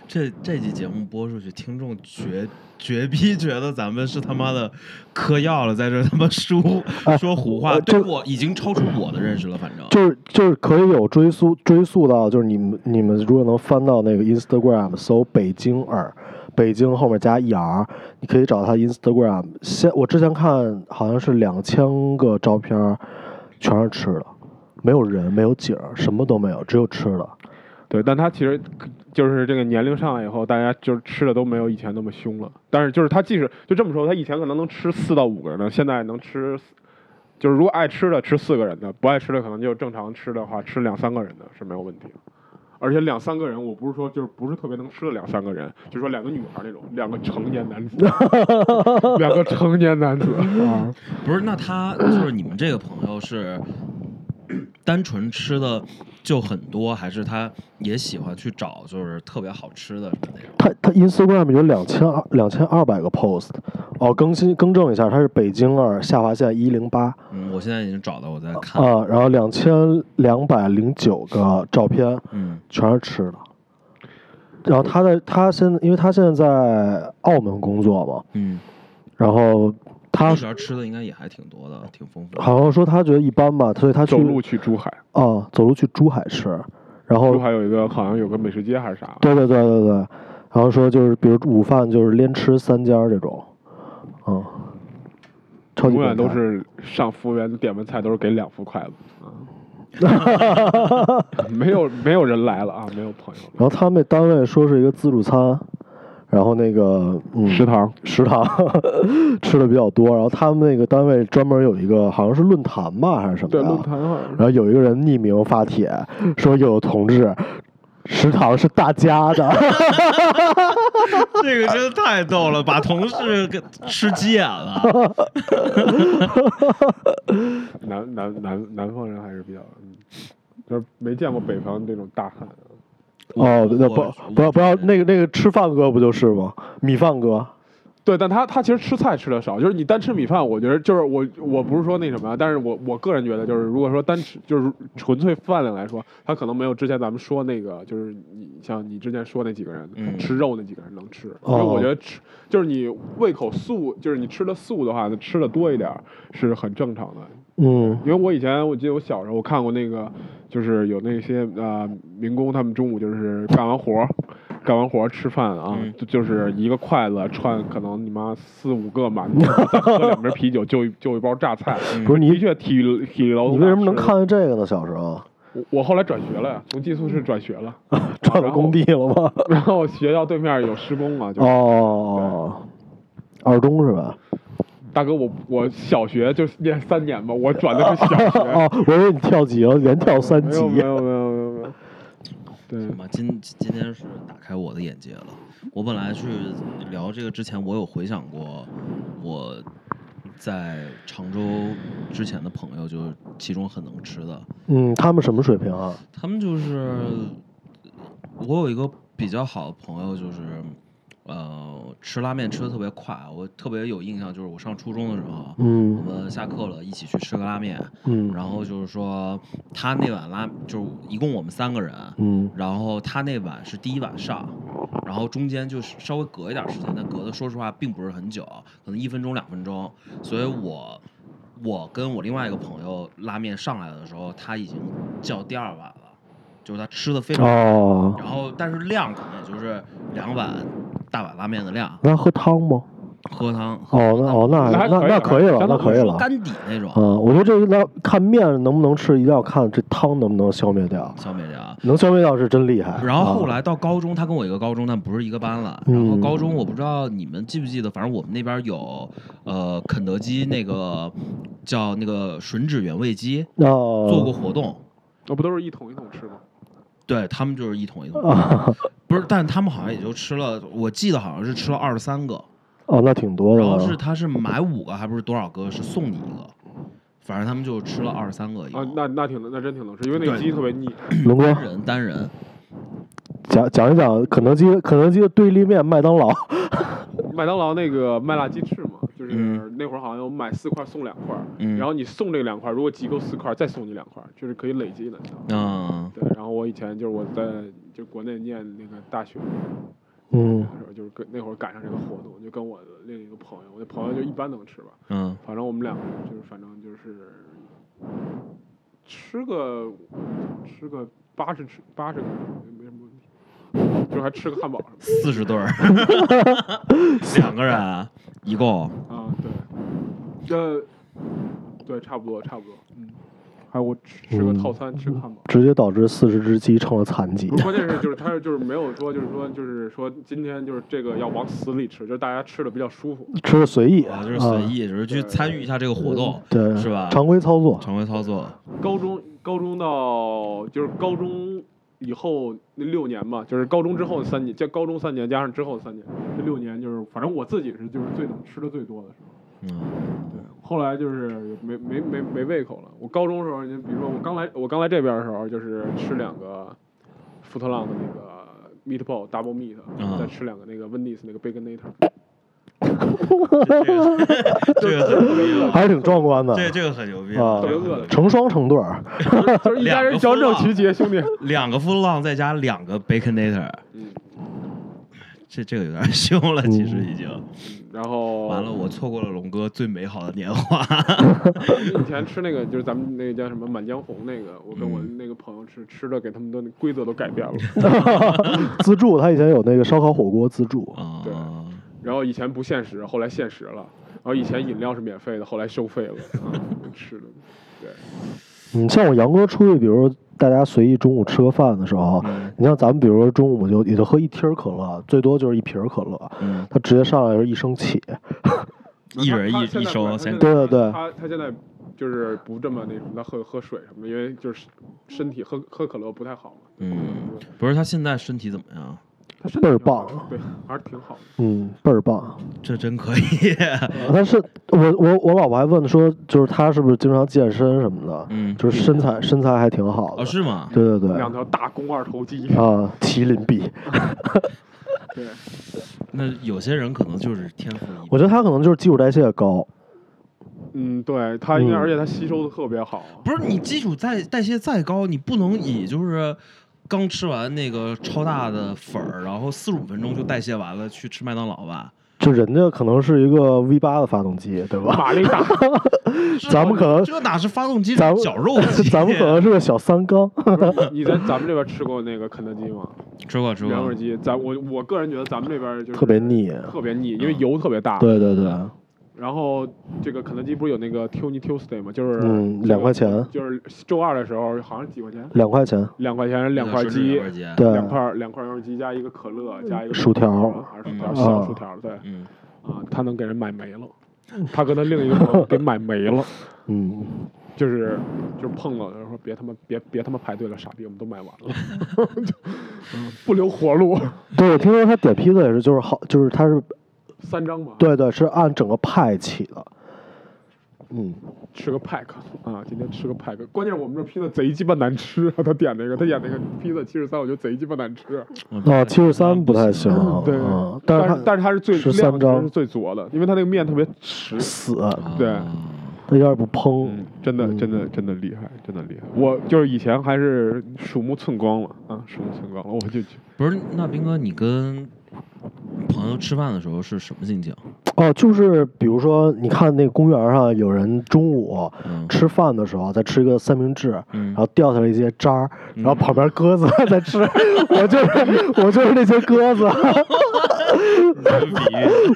S3: 这这期节目播出去，听众绝绝逼觉得咱们是他妈的嗑药了，在这儿他妈说
S2: 哎
S3: 说胡话，
S2: 我
S3: 对
S2: 这
S3: 我已经超出我的认识了，反正
S2: 就是就是可以有追溯追溯到，就是你们你们如果能翻到那个 Instagram 搜北京耳，北京后面加 er，你可以找到他 Instagram。先我之前看好像是两千个照片儿，全是吃的，没有人，没有景儿，什么都没有，只有吃的。
S4: 对，但他其实就是这个年龄上来以后，大家就是吃的都没有以前那么凶了。但是就是他即使就这么说，他以前可能能吃四到五个人的，现在能吃四，就是如果爱吃的吃四个人的，不爱吃的可能就正常吃的话吃两三个人的是没有问题的。而且两三个人，我不是说就是不是特别能吃的两三个人，就说两个女孩那种，两个成年男子，两个成年男子啊，
S3: 不是。那他就是你们这个朋友是单纯吃的就很多，还是他也喜欢去找就是特别好吃的什么那种？
S2: 他他 Instagram 有两千二两千二百个 post，哦，更新更正一下，他是北京二下划线一零八
S3: 嗯，我现在已经找到，我在看。
S2: 啊，然后两千两百零九个照片，
S3: 嗯，
S2: 全是吃的。然后他在他现在，因为他现在在澳门工作嘛，
S3: 嗯，
S2: 然后他
S3: 那边吃的应该也还挺多的，挺丰富的。
S2: 好像说他觉得一般吧，所以他去
S4: 走路去珠海，
S2: 啊、走路去珠海吃，然
S4: 珠
S2: 后
S4: 海有一个好像有个美食街还是啥吧，
S2: 对对对对对，然后说就是比如午饭就是连吃三家这种，嗯，超级
S4: 永远
S2: 变
S4: 都
S2: 态
S4: 是上服务员点完菜都是给两副筷子 啊，没有没有人来了啊，没有朋友
S2: 然后他们那单位说是一个自助餐，然后那个嗯
S4: 了。食堂
S2: 食堂 吃的比较多，然后他们那个单位专门有一个好像是论坛吧还是什么
S4: 对
S2: 呀？
S4: 论坛好像
S2: 然后有一个人匿名发帖说：“有同志，食堂是大家的。
S3: 这个真的太逗了，把同事给吃急眼 了。
S4: 是南南南南方人还是比较，嗯就是没见过北方这种大汉啊。”
S2: 哦，那不
S3: 我
S2: 不要不要，那个那个吃饭哥不就是吗？米饭哥，
S4: 对，但他他其实吃菜吃的少，就是你单吃米饭，我觉得就是我我不是说那什么啊，但是我我个人觉得就是如果说单吃就是纯粹饭量来说，他可能没有之前咱们说那个就是你像你之前说那几个人、
S3: 嗯
S4: 吃肉那几个人能吃，
S2: 哦
S4: 因为我觉得吃就是你胃口素，就是你吃的素的话，那吃的多一点儿是很正常的，
S2: 嗯
S4: 因为我以前我记得我小时候我看过那个，就是有那些呃民工他们中午就是干完活儿，干完活儿吃饭啊，
S3: 嗯
S4: 就就是一个筷子串可能你妈四五个馒头，再喝两瓶啤酒就一就一包榨菜。
S2: 不是你
S4: 的确体育体育劳动。
S2: 你为什么能？看见这个呢？小时候
S4: 我我后来转学了呀，从寄宿室转学了，
S2: 啊转到工地了吗？
S4: 然后学校对面有施工嘛，就
S2: 哦
S4: 是
S2: 哦，二中是吧？
S4: 大哥我我小学就念三年嘛，我转的是小 学，
S2: 哦，我以为你跳级了，连跳三
S4: 没
S2: 级
S4: 有。没有没有没有没有，对。
S2: 嗯
S3: 妈，今今天是打开我的眼界了。我本来去聊这个之前，我有回想过我在常州之前的朋友，就是其中很能吃的，
S2: 嗯，他们什么水平啊？
S3: 他们就是我有一个比较好的朋友，就是呃吃拉面吃的特别快，我特别有印象，就是我上初中的时候，我
S2: 嗯
S3: 们下课了一起去吃个拉面，
S2: 嗯
S3: 然后就是说他那碗拉就是一共我们三个人，
S2: 嗯
S3: 然后他那碗是第一碗上，然后中间就是稍微隔一点时间，但隔的说实话并不是很久，可能一分钟两分钟。所以我我跟我另外一个朋友拉面上来的时候，他已经叫第二碗了，就是他吃的非常，
S2: 哦，
S3: 然后但是量可能也就是两碗大碗拉面的量，
S2: 那喝汤吗？
S3: 喝汤喝
S2: 哦，那哦那还
S4: 那还
S2: 那
S4: 可
S2: 可
S4: 以
S2: 以
S4: 了
S2: 了，那可以了。
S3: 干底那种，
S2: 嗯，我觉得这个要看面能不能吃，一定要看这汤能不能消灭掉，
S3: 小美啊。
S2: 能消灭掉是真厉害。
S3: 然后后
S2: 啊，
S3: 来到高中，他跟我一个高中，但不是一个班了。
S2: 嗯
S3: 然后高中我不知道你们记不记得，反正我们那边有呃肯德基那个叫那个吮指原味鸡
S2: 哦，
S3: 做过活动，
S4: 那哦不都是一桶一桶吃吗？
S3: 对他们就是一桶一桶，
S2: 啊，
S3: 不是，但他们好像也就吃了，我记得好像是吃了二十三个，
S2: 哦，那挺多的
S3: 然
S2: 了。
S3: 后是他是买五个还不是多少个，是送你一个，反正他们就吃了二十三个一
S4: 啊
S3: 共，
S4: 那那挺能，那真挺能吃，因为那个
S3: 对
S4: 鸡特别腻。
S2: 龙哥
S3: 单人单人，
S2: 讲讲一讲肯德基，肯德基的对立面麦当劳。
S4: 麦当劳那个麦辣鸡翅嘛，就是
S3: 嗯
S4: 那会儿好像有买四块送两块，
S3: 嗯
S4: 然后你送这两块，如果集够四块，再送你两块，就是可以累积的。你知道吗
S3: 嗯
S4: 对，然后我以前就是我在就国内念那个大学
S2: 嗯
S4: 的时候，就是跟那会儿赶上这个活动，就跟我的另一个朋友，我那朋友就一般能吃吧，
S3: 嗯
S4: 反正我们两个人就是反正就是吃个吃个八十吃八十个没什么问题，就是还吃个汉堡什么
S3: 四十对 儿，两个人啊一共，
S4: 的啊，对，呃，对，差不多差不多，嗯，还有我吃嗯吃个套餐，吃个汉堡。
S2: 直接导致四十只鸡成了残疾
S3: 哦
S4: 不。是，关键是就是他是就是没有说就是说就是说今天就是这个要往死里吃，就是大家吃的比较舒服。
S2: 吃的随意，
S3: 啊，就是随
S2: 啊
S3: 意，就是去参与一下这个活动，
S2: 对，
S3: 是吧？
S2: 常规操作，
S3: 常规操作，
S4: 高中高中到就是高中以后那六年嘛，就是高中之后的三年，加高中三年加上之后的三年，这六年就是反正我自己是就是最能吃的最多的时候。
S3: 嗯
S4: 对，后来就是没没没没胃口了。我高中的时候，你比如说我刚来我刚来这边的时候，就是吃两个福特浪的那个 meatball double meat，、
S3: 嗯
S4: 再吃两个那个 Wendy's 那个 baconator。
S3: 这个这个很牛逼 了，
S2: 还是挺壮观的
S3: 这这个很牛逼
S2: 啊
S4: 特别饿的，
S2: 成双成对儿，
S4: 就是一家人整整齐齐，兄 弟。
S3: 两个风浪再加两个 baconator，
S4: 嗯，
S3: 这这个有点 凶了，其实已经
S4: 然后
S3: 完了，我错过了龙哥最美好的年华。
S4: 以前吃那个就是咱们那个叫什么《满江红》那个，我跟我
S3: 嗯
S4: 那个朋友吃，吃的给他们的规则都改变了。
S2: 自助，他以前有那个烧烤火锅自助，
S3: 啊
S4: 对然后以前不限时，后来限时了。然后以前饮料是免费的，后来收费了。啊，吃的，对，
S2: 嗯，像我杨哥出去，比如大家随意中午吃个饭的时候，
S4: 嗯
S2: 你像咱们，比如说中午就也就喝一听儿可乐，最多就是一瓶儿可乐，
S3: 嗯，
S2: 他直接上来就是一升起，
S3: 一人一
S4: 他
S3: 一收
S4: 他
S3: 先
S4: 现在
S2: 对对对
S4: 他他现在就是不这么那什么，他喝喝水什么的，因为就是身体喝喝可乐不太好嘛。
S3: 嗯，不是他现在身体怎么样？
S4: 他身体
S2: 倍儿
S4: 挺好
S2: 棒
S4: 的，对，还是挺好的。
S2: 嗯，倍儿棒。
S3: 这真可以，
S2: 但是我我我老婆还问说，就是他是不是经常健身什么的，
S3: 嗯，
S2: 就是身材身材还挺好的，
S3: 哦是吗？
S2: 对对对
S4: 两，条大肱二头肌，
S2: 啊，麒麟臂，
S4: 对，
S3: 那有些人可能就是天赋异禀，
S2: 我觉得他可能就是基础代谢高，
S4: 嗯，对，它应该，
S2: 嗯
S4: 而且它吸收的特别好。
S3: 不是你基础再代谢再高，你不能以就是。刚吃完那个超大的粉儿，然后四十五分钟就代谢完了，去吃麦当劳吧。
S2: 就人家可能是一个 V 八的发动机，对 吧？
S4: 马 力大，
S3: 这
S2: 咱们可能
S3: 这哪是发动机，
S2: 呃咱
S3: 是
S2: 们
S3: 绞肉机。
S2: 咱们可能是个小三缸，
S4: 不是你在咱们这边吃过那个肯德基吗？
S3: 吃过吃
S4: 原
S3: 过
S4: 味，鸡，咱我我个人觉得咱们这边就是
S2: 特别，腻。
S4: 特别腻，因
S3: 嗯
S4: 为油特别大。。
S2: 对对对，
S4: 然后这个肯德基不是有那个 Tony Tuesday 吗？就是
S2: 嗯两块钱
S4: 就是周二的时候好像几块钱，
S2: 两块钱，
S4: 两块钱两块
S3: 是是
S4: 鸡
S3: 两，块鸡，
S2: 对，嗯
S4: 两块两块油鸡加一个可乐加一个啊
S2: 薯条
S4: 还是薯条
S3: 嗯
S4: 小薯条，对
S3: 嗯，
S4: 啊，他能给人买没了，他跟他另一个朋友给买没了。
S2: 嗯，
S4: 就是就是碰了，然后说别他妈别别他妈排队了，傻逼，我们都买完了， 嗯不留活路。
S2: 对，我听说他点披萨也是，就是好，就是他是，
S4: 三张嘛，，
S2: 对对，是按整个派起的，嗯，
S4: 吃个 pack 啊，今天吃个 pack。关键是我们这披萨贼鸡巴难吃，啊他点那个，他点那个披萨七十三，我觉得贼鸡巴难吃。
S2: 哦，七十三不太行，
S4: 对，
S2: 嗯但是
S4: 但
S2: 他
S4: 但是它是最
S2: 13
S4: 量其实
S2: 张
S4: 是最浊的，因为它那个面特别 实。
S2: 死，
S3: 啊
S4: 对
S2: 他有点不嘭
S4: 嗯，，真的，真的，真的厉害，真的厉害。我就是以前还是鼠目寸光了啊，鼠目寸光了，我就去
S3: 不是，那斌哥，你跟朋友吃饭的时候是什么心情？
S2: 哦，就是比如说，你看那公园上有人中午
S3: 嗯
S2: 吃饭的时候在吃一个三明治，
S3: 嗯
S2: 然后掉下来一些渣儿，然后旁边鸽子在吃， 我就是我就是那些鸽子，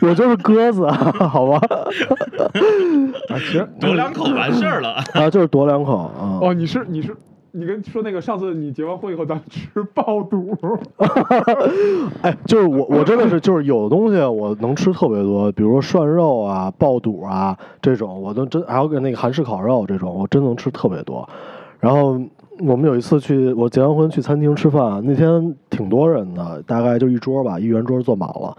S2: 我就是鸽子，好吧？
S4: 啊，其实
S3: 抖两口完事儿了。
S2: 然后就是躲两口啊，
S4: 哦，你是你是你跟说那个上次你结完婚以后咱们吃爆肚，
S2: 哎， 就是我我真的是就是有的东西我能吃特别多，比如说涮肉啊、爆肚啊这种，我都真还有那个韩式烤肉这种，我真能吃特别多。然后我们有一次去我结完婚去餐厅吃饭，那天挺多人的，大概就一桌吧，一圆桌坐满了。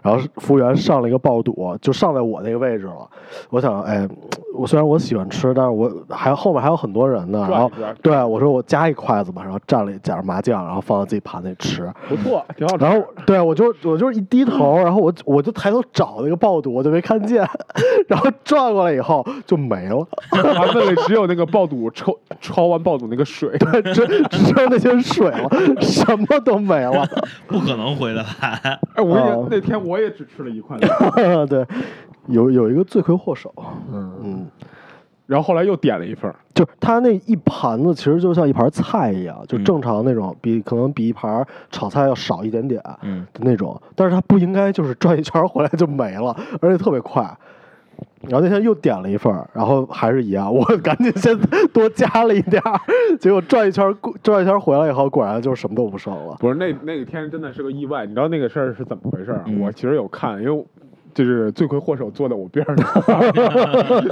S2: 然后服务员上了一个爆肚，就上在我那个位置了。我想，哎，我虽然我喜欢吃，但是我还后面还有很多人呢。然后
S4: 转一转
S2: 对我说我夹一筷子吧，然后蘸了一加上麻酱，然后放到自己盘子里吃。
S4: 不错，挺好吃。
S2: 然后对啊我就我就是一低头，然后我我就抬头找那个爆肚，我就没看见， 然后转过来以后就没了，
S4: 盘子里只有那个爆肚焯焯完爆肚那个水，
S2: 只只剩那些水了，什么都没了。
S3: 不可能回得来。
S4: 哎，我跟你
S2: 啊
S4: 讲，那天我也只吃了一 块，
S2: 对，有有一个罪魁祸首，
S4: 嗯，
S2: 嗯，
S4: 然后后来又点了一份儿，
S2: 就是它那一盘子其实就像一盘菜一样，就正常那种，比可能比一盘炒菜要少一点点的
S3: 嗯，
S2: 那种，但是它不应该就是转一圈回来就没了，而且特别快。然后那天又点了一份儿，然后还是一样，我赶紧先 多加了一点儿，结果转一圈儿过转一圈儿回来以后，果然就什么都不剩了。
S4: 不是那那个天真的是个意外，你知道那个事儿是怎么回事儿啊？
S3: 嗯
S4: 我其实有看，因为就是罪魁祸首坐在我边上，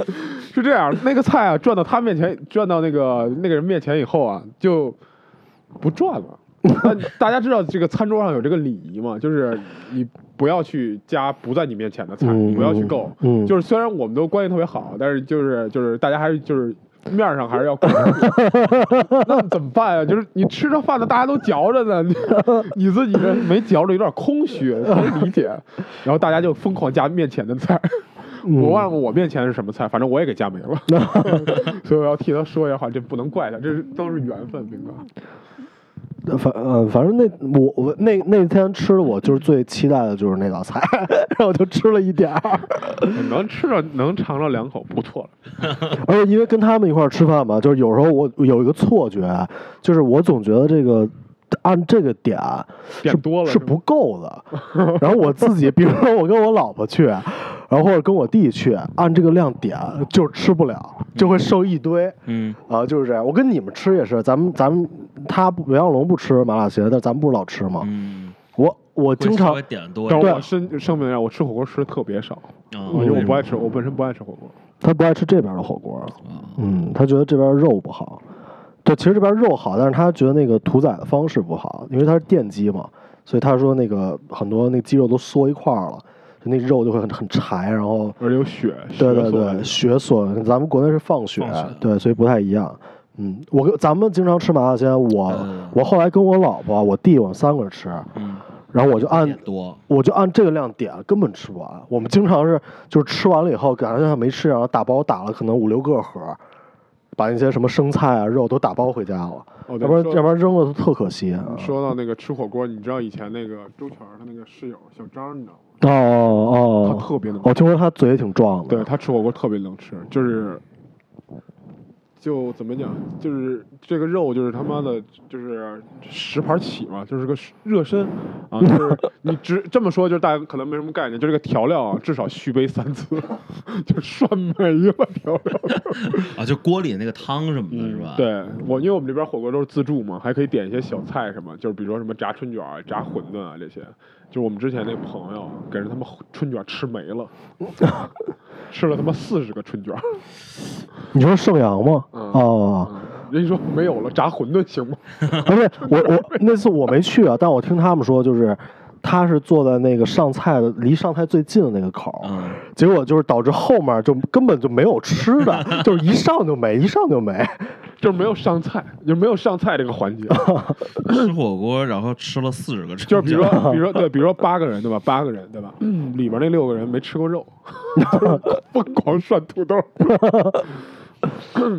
S4: 是这样，那个菜啊转到他面前，转到那个那个人面前以后啊，就不转了。 那大家知道这个餐桌上有这个礼仪嘛？就是你不要去夹不在你面前的菜，
S2: 嗯
S4: 不要去够。
S2: 嗯
S4: 就是虽然我们都关系特别好，但是就是就是大家还是就是面儿上还是要顾 那怎么办呀、啊就是你吃着饭呢，大家都嚼着呢，你你自己这没嚼着，有点空虚，能理解。然后大家就疯狂加面前的菜。 我忘了我面前是什么菜，反正我也给加没了， 所以我要替他说一下话，这不能怪他，这是都是缘分，明哥。
S2: 反呃，反正那我我那那天吃的我就是最期待的就是那道菜， 然后我就吃了一点 儿。
S4: 能吃着能尝着两口，不错了。
S2: 而且因为跟他们一块儿吃饭嘛，就是有时候我有一个错觉，啊就是我总觉得这个按这个点啊
S4: 点多了
S2: 是是
S4: 是吗
S2: 不够的。然后我自己，比如说我跟我老婆去，然后或者跟我弟去，按这个量点就是吃不了，就会剩一堆。
S3: 嗯，
S2: 啊，就是这样。我跟你们吃也是，咱们咱们他不袁小龙不吃麻辣鲜，但咱们不是老吃吗？
S3: 嗯，
S2: 我我
S3: 会
S2: 经
S3: 稍
S2: 常
S3: 微点得多一
S4: 但
S3: 点，
S2: 啊
S3: 啊
S4: 是我声声明一下，我吃火锅吃的特别少，
S3: 嗯
S2: 哎
S4: 因为我不
S3: 爱
S4: 爱吃，我本身不爱吃火锅。
S2: 他不爱吃这边的火锅，嗯，他觉得这边肉不好。对，其实这边肉好，但是他觉得那个屠宰的方式不好，因为它是电击嘛，所以他说那个很多那肌肉都缩一块儿了，就那肉就会很很柴，然后
S4: 而且有血，
S2: 对
S4: 血
S2: 对
S4: 所在
S2: 对，血锁，咱们国内是放血，
S3: 放血
S2: 对，所以不太一样。嗯，我跟咱们经常吃麻辣鲜，我、
S3: 嗯
S2: 我后来跟我老婆、我弟我们三个人吃，
S3: 嗯，
S2: 然后我就按
S3: 点多，
S2: 我就按这个量点，根本吃不完。我们经常是就是吃完了以后，感觉像没吃一样，然后打包打了可能五六个盒，把那些什么生菜啊、肉都打包回家了，
S4: 哦，
S2: 要
S4: 对
S2: 不然
S4: 说
S2: 要不然扔了特可惜。啊
S4: 说到那个吃火锅，你知道以前那个周全儿他那个室友小张，你知道吗？
S2: 哦
S4: 他
S2: 哦，
S4: 特别能
S2: 我听说他嘴也挺壮的。
S4: 对他吃火锅特别能吃，就是就怎么讲，就是这个肉就是他妈的，就是十盘起嘛，就是个热身啊，就是 你只这么说，就是大家可能没什么概念，就这个调料啊，至少续杯三次， 就涮每一个调料。
S3: 啊，就锅里那个汤什么的， 是吧？，
S4: 嗯对我，因为我们这边火锅都是自助嘛，还可以点一些小菜什么，就是比如说什么炸春卷儿、炸馄饨啊这些。就是我们之前那朋友啊给人他妈春卷吃没 了，吃了他妈四十个春卷儿。
S2: 你说盛阳吗？
S4: 嗯
S2: 哦，
S4: 嗯人家说没有了，炸馄饨行吗？
S2: 不是我我那次我没去啊，但我听他们说就是。他是坐在那个上菜的离上菜最近的那个口儿，
S3: 嗯，
S2: 结果就是导致后面就根本就没有吃的， 就是一上就没，一上就没。
S4: 就是没有上菜，就没有上菜这个环节。
S3: 吃火锅，然后吃了四十个，
S4: 哦就是比如说，比如说，对，比如说八个人对吧？八个人对吧？里边那六个人没吃过 肉，就是疯狂涮土豆。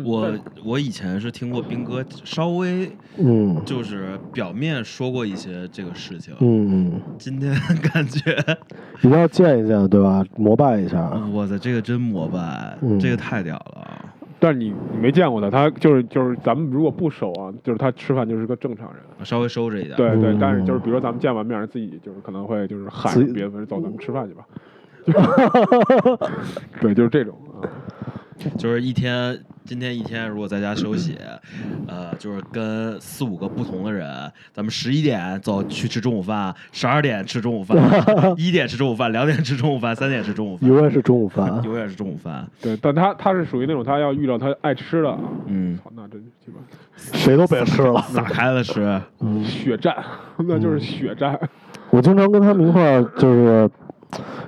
S3: 我我以前是听过兵哥稍微
S2: 嗯
S3: 就是表面说过一些这个事情，
S2: 嗯，
S3: 今天 感 觉，啊
S2: 一定要见一见，对吧？膜拜一下。啊
S3: 哇塞，这个真膜拜，
S2: 嗯
S3: 这个太屌了，啊
S4: 但是你你没见过他，他就是就是咱们如果不熟啊，就是他吃饭就是个正常人。
S3: 稍微收着一点，
S4: 对对
S2: 嗯，
S4: 但是就是比如说咱们见完面，自己就是可能会就是喊
S2: 自己
S4: 别人走，咱们吃饭去 吧。对，就是这种啊。
S3: 就是一天，今天一天，如果在家休息，呃，就是跟四五个不同的人，咱们十一点走去吃中午饭，十二点吃中午 饭，一点吃中午饭，两点吃中午饭，三点吃中午饭，
S2: 一，位是中午饭 啊
S3: 永远是中午饭。
S4: 对，但他他是属于那种他要遇到他爱吃的啊，
S3: 嗯，
S4: 操，那真基本
S2: 谁都别吃了。
S3: 撒开了吃，啊
S2: 嗯
S4: 血战，那就是血战。
S2: 我经常跟他们一块儿，就是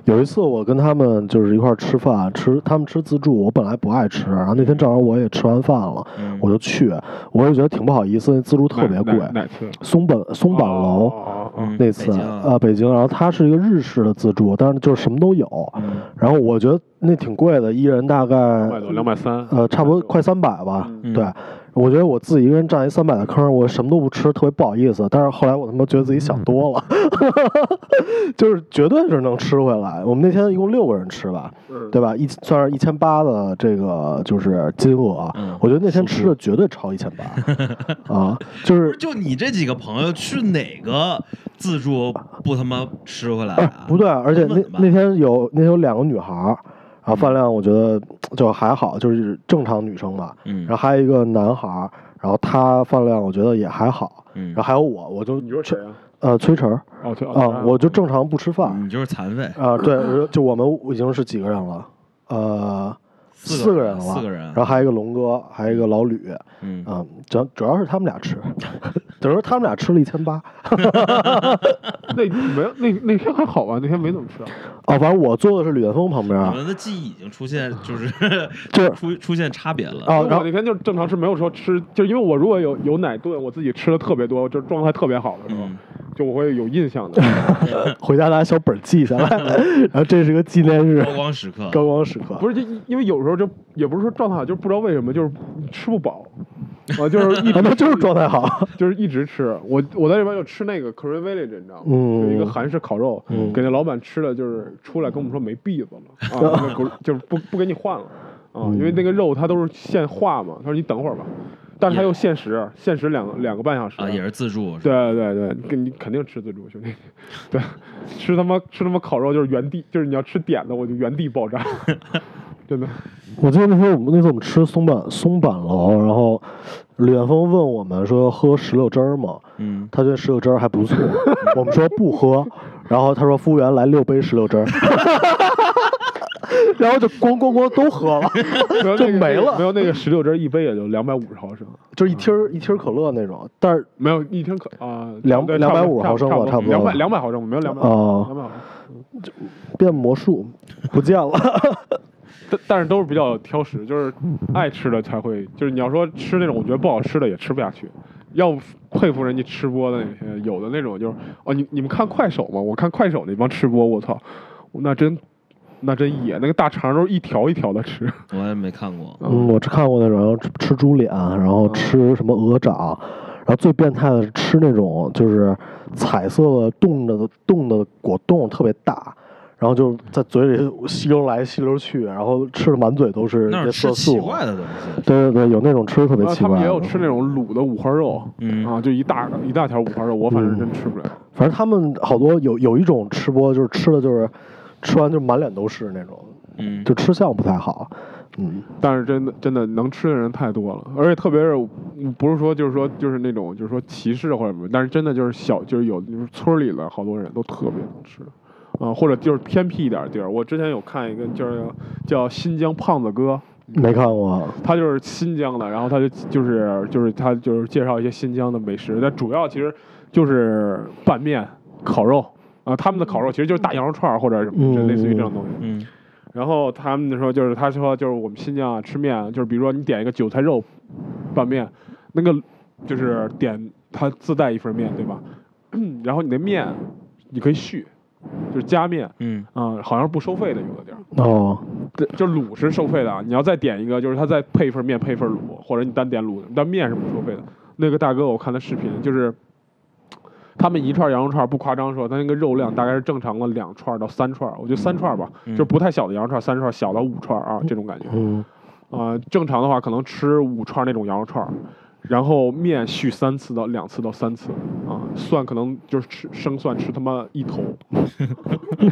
S2: 有一次我跟他们就是一块儿吃饭，吃他们吃自助，我本来不爱吃，然后那天正好我也吃完饭了，
S3: 嗯
S2: 我就去，我也觉得挺不好意思，那自助特别贵，
S4: 哪哪次？
S2: 松本松坂楼。
S4: 哦哦哦
S3: 嗯
S2: 那次
S3: 北京啊
S2: 呃北京，然后它是一个日式的自助，但是就是什么都有。
S3: 嗯
S2: 然后我觉得那挺贵的，一人大概
S4: 两百多，两百三，
S2: 呃差不多快三百吧。
S3: 嗯
S2: 对，我觉得我自己一个人占一三百的坑，我什么都不吃，特别不好意思。但是后来我他妈觉得自己想多 了，就是绝对是能吃回来。我们那天一共六个人吃吧，
S4: 嗯，
S2: 对吧？一算是一千八的这个就是金额啊，
S3: 嗯
S2: 我觉得那天吃的绝对超一千八啊，就是
S3: 不是，就你这几个朋友去哪个自助不他妈吃回来
S2: 哎
S3: 啊？
S2: 不对，而且
S3: 根本
S2: 那那
S3: 吧
S2: 天有那天有两个女孩儿，啊，饭量我觉得就还好，就是正常女生吧。
S3: 嗯，
S2: 然后还有一个男孩儿，然后他饭量我觉得也还好。
S3: 嗯
S2: 然后还有我，我就
S4: 你说谁啊？
S2: 呃崔晨儿
S4: 哦，嗯对
S2: 啊，我就正常不吃饭
S3: 你就是残废，
S2: 啊。对，我就就我们已经是几个人了，呃，四
S3: 四
S2: 个
S3: 个
S2: 人了吧，
S3: 四个人
S2: 然后还有一个龙哥，还有一个老吕，
S3: 嗯，
S2: 嗯，主要主要是他们俩吃， 等于说他们俩吃了一千八。
S4: 那没有那那天还好吧？那天没怎么吃啊，
S2: 哦，反正我坐的是吕元峰旁边儿
S3: 你，们的记忆已经出现就是
S2: 就是
S3: 出出现差别了。
S2: 啊，
S4: 因为
S2: 然
S4: 我
S2: 后
S4: 那天就正常吃，没有说吃，就因为我如果有有奶顿，我自己吃的特别多，就是状态特别好的时候，
S2: 啊
S3: 嗯
S4: 就我会有印象 的。
S2: 回家拿小本儿记下来， 然后这是个纪念日，
S3: 高光时刻，
S2: 高光时刻。
S4: 不
S2: 是，
S4: 是，就因为有时候就也不是说状态好，就是不知道为什么就是吃不饱，啊，就是一直
S2: 哦那就是状态好。
S4: 就是一直吃。我我在这边就吃那个 Korean Village，你知道吗？
S2: 嗯
S4: 就一个韩式烤肉，给那老板吃了，就是出来跟我们说没篦 子了，啊，那个就是不不给你换了啊，
S2: 嗯
S4: 因为那个肉它都是现化嘛，他说你等会儿吧，但是他又限时，限时两个两个半小时
S3: 啊，也是自助，是吧
S4: 对对对，跟你肯定吃自助兄弟， 对，吃他妈吃他妈烤肉就是原地，就是你要吃点的我就原地爆炸，真的。
S2: 我记得那天我们那次我们吃松板松板楼，然后吕彦峰问我们说喝石榴汁儿吗？
S3: 嗯，
S2: 他觉得石榴汁儿还不错，我们说不喝，然后他说服务员来六杯石榴汁儿， 然后就咣咣咣都喝了，
S4: 没有
S2: 就
S4: 那个
S2: 没了
S4: 没有那个石榴汁儿一杯也就两百五十毫升，
S2: 就一听儿一听儿可乐那种，但是
S4: 没有一听可啊，
S2: 两
S4: 对
S2: 250毫升吧差不多
S4: 两百两百毫升没有两百
S2: 哦
S4: 两百毫升，
S2: 变魔术不见了。
S4: 但但是都是比较挑食，就是爱吃的才会，就是你要说吃那种我觉得不好吃的也吃不下去，要佩服人家吃播的那些，有的那种就是哦，你你们看快手吗？我看快手那帮吃播，我操，那真那真野，那个大肠都是一条一条的吃，
S3: 我也没看过，
S2: 嗯，我只看过那种，然后吃吃猪脸，然后
S4: 嗯
S2: 吃什么鹅掌，然后最变态的是吃那种就是彩色的冻着的冻的果冻特别大，然后就在嘴里吸溜来吸溜去，然后吃的满嘴都是
S3: 那
S2: 那
S3: 是
S2: 色
S3: 吃奇
S2: 素。啊
S3: 怪的东西，
S2: 对对对，有那种吃的特别
S4: 然后
S2: 奇
S4: 啊他
S2: 怪
S4: 们
S2: 的。
S4: 也有吃那种卤的五花肉，
S3: 嗯
S4: 啊，就一大一大条五花肉，我
S2: 嗯
S4: 反正真吃不了。
S2: 反正他们好多有有一种吃播就是吃的就是吃完就满脸都是那种，
S3: 嗯，
S2: 就吃相不太好。嗯，
S4: 但是真的真的能吃的人太多了，而且特别是嗯不是说就是说就是那种就是说歧视或者什么，但是真的就是小就是有就是村里的好多人都特别能吃，啊、或者就是偏僻一点的地儿。我之前有看一个就是叫新疆胖子哥，
S2: 没看过。
S4: 他就是新疆的，然后他就就是就是他就是介绍一些新疆的美食，但主要其实就是拌面、烤肉啊、他们的烤肉其实就是大羊肉串儿或者什么，就类似于这种东西。
S3: 嗯
S4: 然后他们说就是他说就是我们新疆啊吃面啊，就是比如说你点一个韭菜肉拌面，那个就是点他自带一份面对吧？ 然后你的面你可以续，就是加面。
S3: 嗯
S4: 啊、好像是不收费的，有的地儿，
S2: 哦，
S4: 对，就卤是收费的啊。你要再点一个，就是他再配一份面，配一份卤，或者你单点卤，但面是不收费的。那个大哥，我看他视频，就是他们一串羊肉串，不夸张说，他那个肉量大概是正常的两串到三串，我觉得三串吧，
S3: 嗯
S4: 就是不太小的羊肉串，三串小到五串啊，这种感觉。
S2: 嗯，
S4: 呃，正常的话可能吃五串那种羊肉串，然后面续三次到两次到三次啊，蒜可能就是吃生蒜吃他妈 一头，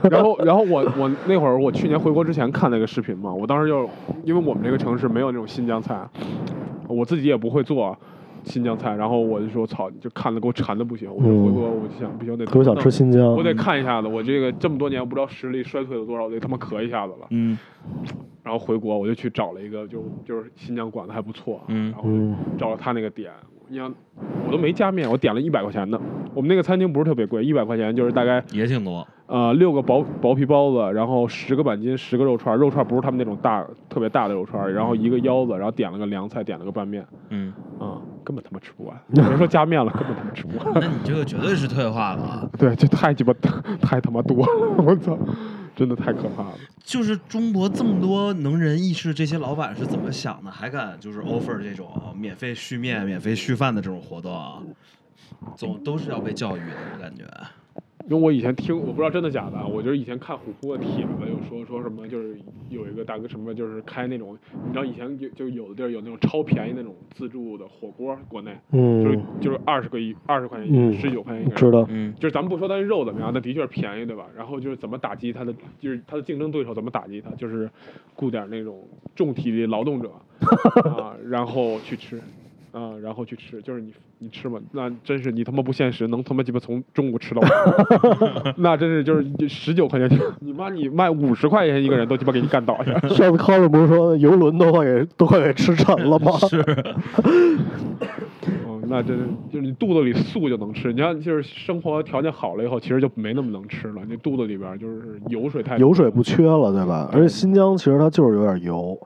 S4: 然后然后我我那会儿我去年回国之前看那个视频嘛，我当时就因为我们这个城市没有那种新疆菜，我自己也不会做。新疆菜，然后我就说操，就看的给我馋的不行，我就回国，我就想不行，得
S2: 嗯都想吃新疆嗯
S4: 我。得看一下子，我这个这么多年，我不知道实力衰退了多少，我得他妈咳一下子了。
S3: 嗯
S4: 然后回国我就去找了一个，就就是新疆馆子还不错，啊
S3: 嗯
S4: 然后我就找了他那个点，你像我都没加面，我点了一百块钱的，我们那个餐厅不是特别贵，一百块钱就是大概
S3: 也挺多，
S4: 呃六个薄薄皮包子，然后十个板筋，十个肉串，肉串不是他们那种大特别大的肉串，然后一个腰子，然后点了个凉菜，点了个拌面，
S3: 嗯，
S4: 啊、根本他妈吃 不完，别说加面了，根本他妈吃不完。
S3: 那你这个绝对是退化了。
S4: 对， 这太鸡巴太他妈多了，我操，真的太可怕了。
S3: 就是中国这么多能人异士，这些老板是怎么想的，还敢就是 offer 这种免费续面、免费续饭的这种活动啊？总都是要被教育的，我感觉。
S4: 因为我以前听，我不知道真的假的啊，我就是以前看虎扑的帖子，有说说什么，就是有一个大哥什么，就是开那种，你知道以前就就有的地儿有那种超便宜那种自助的火锅，国内就是
S2: 嗯，
S4: 就是二十个一二十块钱一
S2: 嗯
S4: 个，十九块钱一个
S2: 知
S4: 人。
S2: 道，
S3: 嗯
S4: 就是咱们不说它肉怎么样，那的确是便宜，对吧？然后就是怎么打击它的，就是它的竞争对手怎么打击它，就是雇点那种重体力劳 动者啊，然后去吃。啊、然后去吃，就是你你吃嘛，那真是你他妈不现实，能他妈鸡巴从中午吃到晚 上，那真是就是十九块钱，你妈你卖五十块钱一个人都鸡巴给你干倒下，
S2: 上次康乐不是说游轮都快给都快给吃沉了吗？
S4: 嗯，那真是就是你肚子里素就能吃，你看就是生活条件好了以后，其实就没那么能吃了，你肚子里边就是油水太多
S2: 油水不缺了，对吧？而且新疆其实它就是有点油，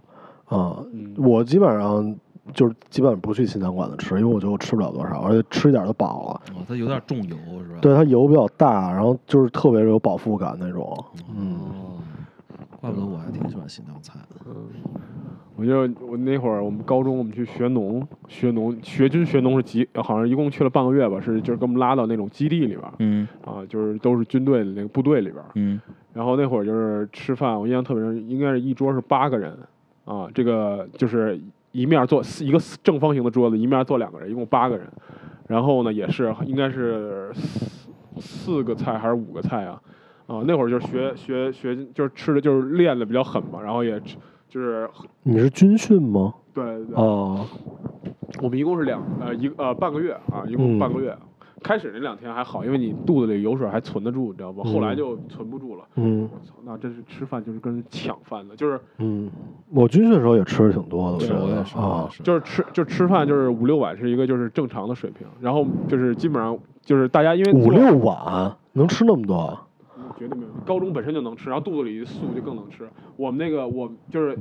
S2: 啊、
S4: 嗯
S2: 我基本上就是基本上不去新疆馆子吃，因为我觉得我吃不了多少，而且吃一点就饱了。
S3: 哦，它有点重油是吧？哦
S2: 对，它油比较大，然后就是特别有饱腹感那种。
S3: 哦，怪不得我还挺喜欢新疆菜的。
S4: 我就我那会儿我们高中我们去学农，学农学军学农是集，好像一共去了半个月吧，是就是给我们拉到那种基地里边儿
S3: 嗯
S4: 啊，就是都是军队的那个部队里边儿。
S3: 嗯
S4: 然后那会儿就是吃饭，我印象特别深，应该是一桌是八个人啊，这个就是一面坐四一个四正方形的桌子，一面坐两个人，一共八个人。然后呢，也是应该是四四个菜还是五个菜啊？啊，那会儿就是学学学，就是吃的就是练的比较狠嘛，然后也吃就是
S2: 你是军训吗？
S4: 对对对。
S2: 哦，
S4: 我们一共是两呃一个呃半个月啊，一共
S2: 嗯
S4: 半个月。开始那两天还好，因为你肚子里油水还存得住，你知道吗？
S2: 嗯
S4: 后来就存不住了。
S2: 嗯
S4: 我操，那真是吃饭就是跟人抢饭的，就是
S2: 嗯，我军训的时候也吃的挺多的，我觉
S3: 是我
S2: 得
S3: 也是，我
S2: 啊
S3: 也，是。
S4: 就是吃就吃饭就是五六碗是一个就是正常的水平，然后就是基本上就是大家因为
S2: 五
S4: 做
S2: 六碗能吃那么多？
S4: 绝对没有，高中本身就能吃，然后肚子里素就更能吃。我们那个我就是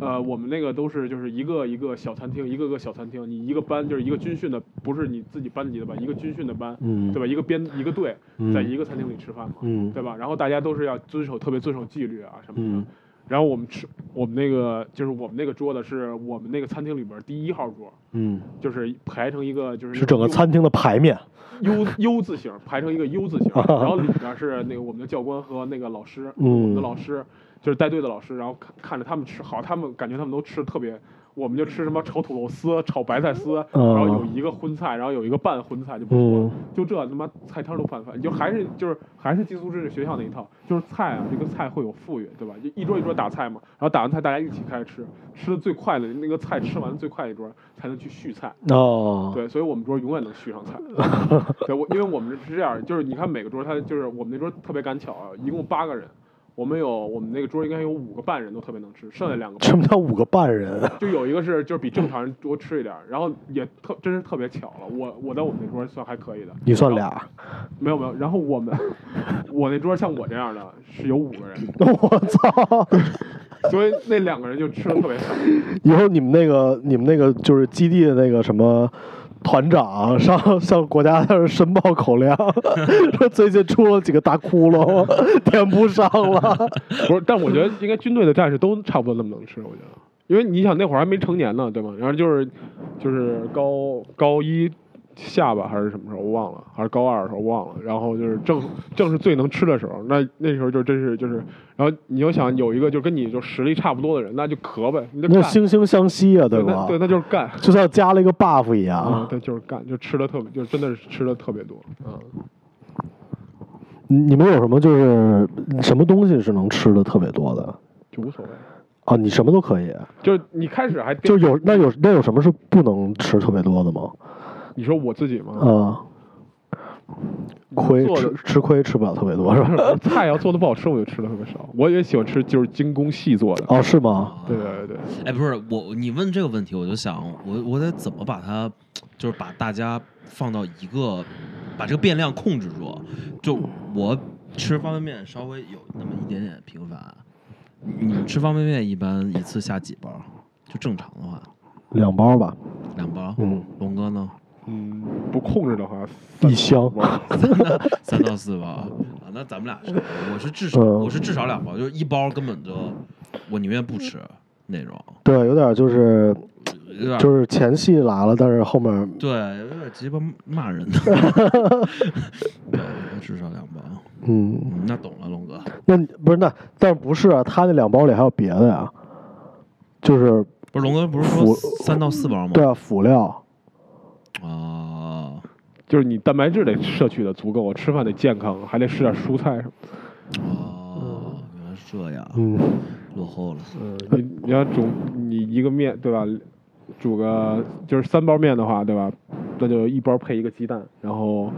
S4: 呃我们那个都是就是一个一个小餐厅，一个个小餐厅，你一个班就是一个军训的，不是你自己班级的班，一个军训的班，
S2: 嗯，
S4: 对吧？一个编一个队在
S2: 嗯
S4: 一个餐厅里吃饭嘛，
S2: 嗯
S4: 对吧？然后大家都是要遵守特别遵守纪律啊什么
S2: 嗯
S4: 的。然后我们吃我们那个就是我们那个桌子是我们那个餐厅里边第一号桌，
S2: 嗯，
S4: 就是排成一个就是那
S2: 是整个
S4: 种 U-
S2: 餐厅的牌面。
S4: U U 字形，排成一个 U 字形，
S2: 啊
S4: 然后里边是那个我们的教官和那个老师，我们的
S2: 嗯
S4: 老师就是带队的老师，然后看看着他们吃，好，他们感觉他们都吃得特别。我们就吃什么炒土豆丝、炒白菜丝，然后有一个荤菜，然后有一个半荤菜就不错了。
S2: 嗯
S4: 就这他妈菜摊儿都不敢翻，你就还是就是还是寄宿制学校那一套，就是菜啊，这个菜会有富裕，对吧？就一桌一桌打菜嘛，然后打完菜大家一起开始吃，吃的最快的那个菜吃完最快一桌才能去续菜，
S2: 哦，
S4: 对，所以我们桌永远能 续上菜。对，我因为我们是这样，就是你看每个桌它就是我们那桌特别赶巧啊，一共八个人，我们有我们那个桌应该有五个半人都特别能吃，剩下两个
S2: 什么叫五个半人？
S4: 就有一个是就是比正常人多吃一点儿，然后也特真是特别巧了，我我在我们那桌算还可以的，
S2: 你算
S4: 然后
S2: 俩？
S4: 没有没有，然后 我们我那桌像我这样的是有五个人，
S2: 我操！
S4: 所以那两个人就吃的特别少。
S2: 以后你们那个你们那个就是基地的那个什么团长上向国家申报口粮， 说最近出了几个大窟窿，填不上 了。
S4: 不是，但我觉得应该军队的战士都差不多那么能吃，我觉得，因为你想那会儿还没成年呢，对吧？然后就是就是高高一下吧，还是什么时候我忘了，还是高二的时候我忘了。然后就是正正是最能吃的时候，那那时候就真是就是，然后你就想有一个就跟你就实力差不多的人，那就咳呗，你就
S2: 那
S4: 干，
S2: 惺惺相惜啊，
S4: 对
S2: 吧
S4: 那？对，那就是干。
S2: 就像加了一个 buff 一
S4: 啊，
S2: 样。
S4: 对，就是干，就吃的特别，就真的是吃的特别多。嗯，
S2: 你你们有什么就是什么东西是能吃的特别多的
S4: 就无所谓。
S2: 啊？你什么都可以，
S4: 就是你开始还
S2: 就有那有那有什么是不能吃特别多的吗？嗯呃
S4: 你说我自己吗？
S2: 啊，亏
S4: 做的
S2: 吃吃亏吃不了特别 多是吧？
S4: 菜要做的不好吃，我就吃的特别少。我也喜欢吃就是精工细做的。
S2: 哦，是吗？
S4: 对啊对对，
S3: 哎，不是我，你问这个问题，我就想，我我得怎么把它，就是把大家放到一个，把这个变量控制住。就我吃方便面稍微有那么一点点频繁，你们吃方便面一般一次下几包？就正常的话，
S2: 两包吧，
S3: 两包。
S2: 嗯，
S3: 龙哥 呢？
S4: 嗯，不控制的话，
S2: 一箱。
S3: 三到三到四包啊，那咱们俩是，我是至少
S2: 嗯
S3: 我是至少两包，就是一包根本就我宁愿不吃那种，
S2: 对，有点就是
S3: 有点
S2: 就是前戏来了，但是后面
S3: 对，有点鸡巴骂人 的。对，至少两包。
S2: 嗯，
S3: 嗯，那懂了，龙哥。
S2: 那你不是那，但不是啊，他那两包里还有别的呀，就是
S3: 不是龙哥不是说
S2: 我
S3: 三到四包吗？
S2: 对啊，辅料
S3: 啊，
S4: 就是你蛋白质得摄取的足够，吃饭得健康，还得吃点蔬菜什么的。
S3: 哦，原来是这样，
S2: 嗯，
S3: 落后了。
S4: 你你要煮你一个面对吧，煮个就是三包面的话对吧，那就一包配一个鸡蛋，然后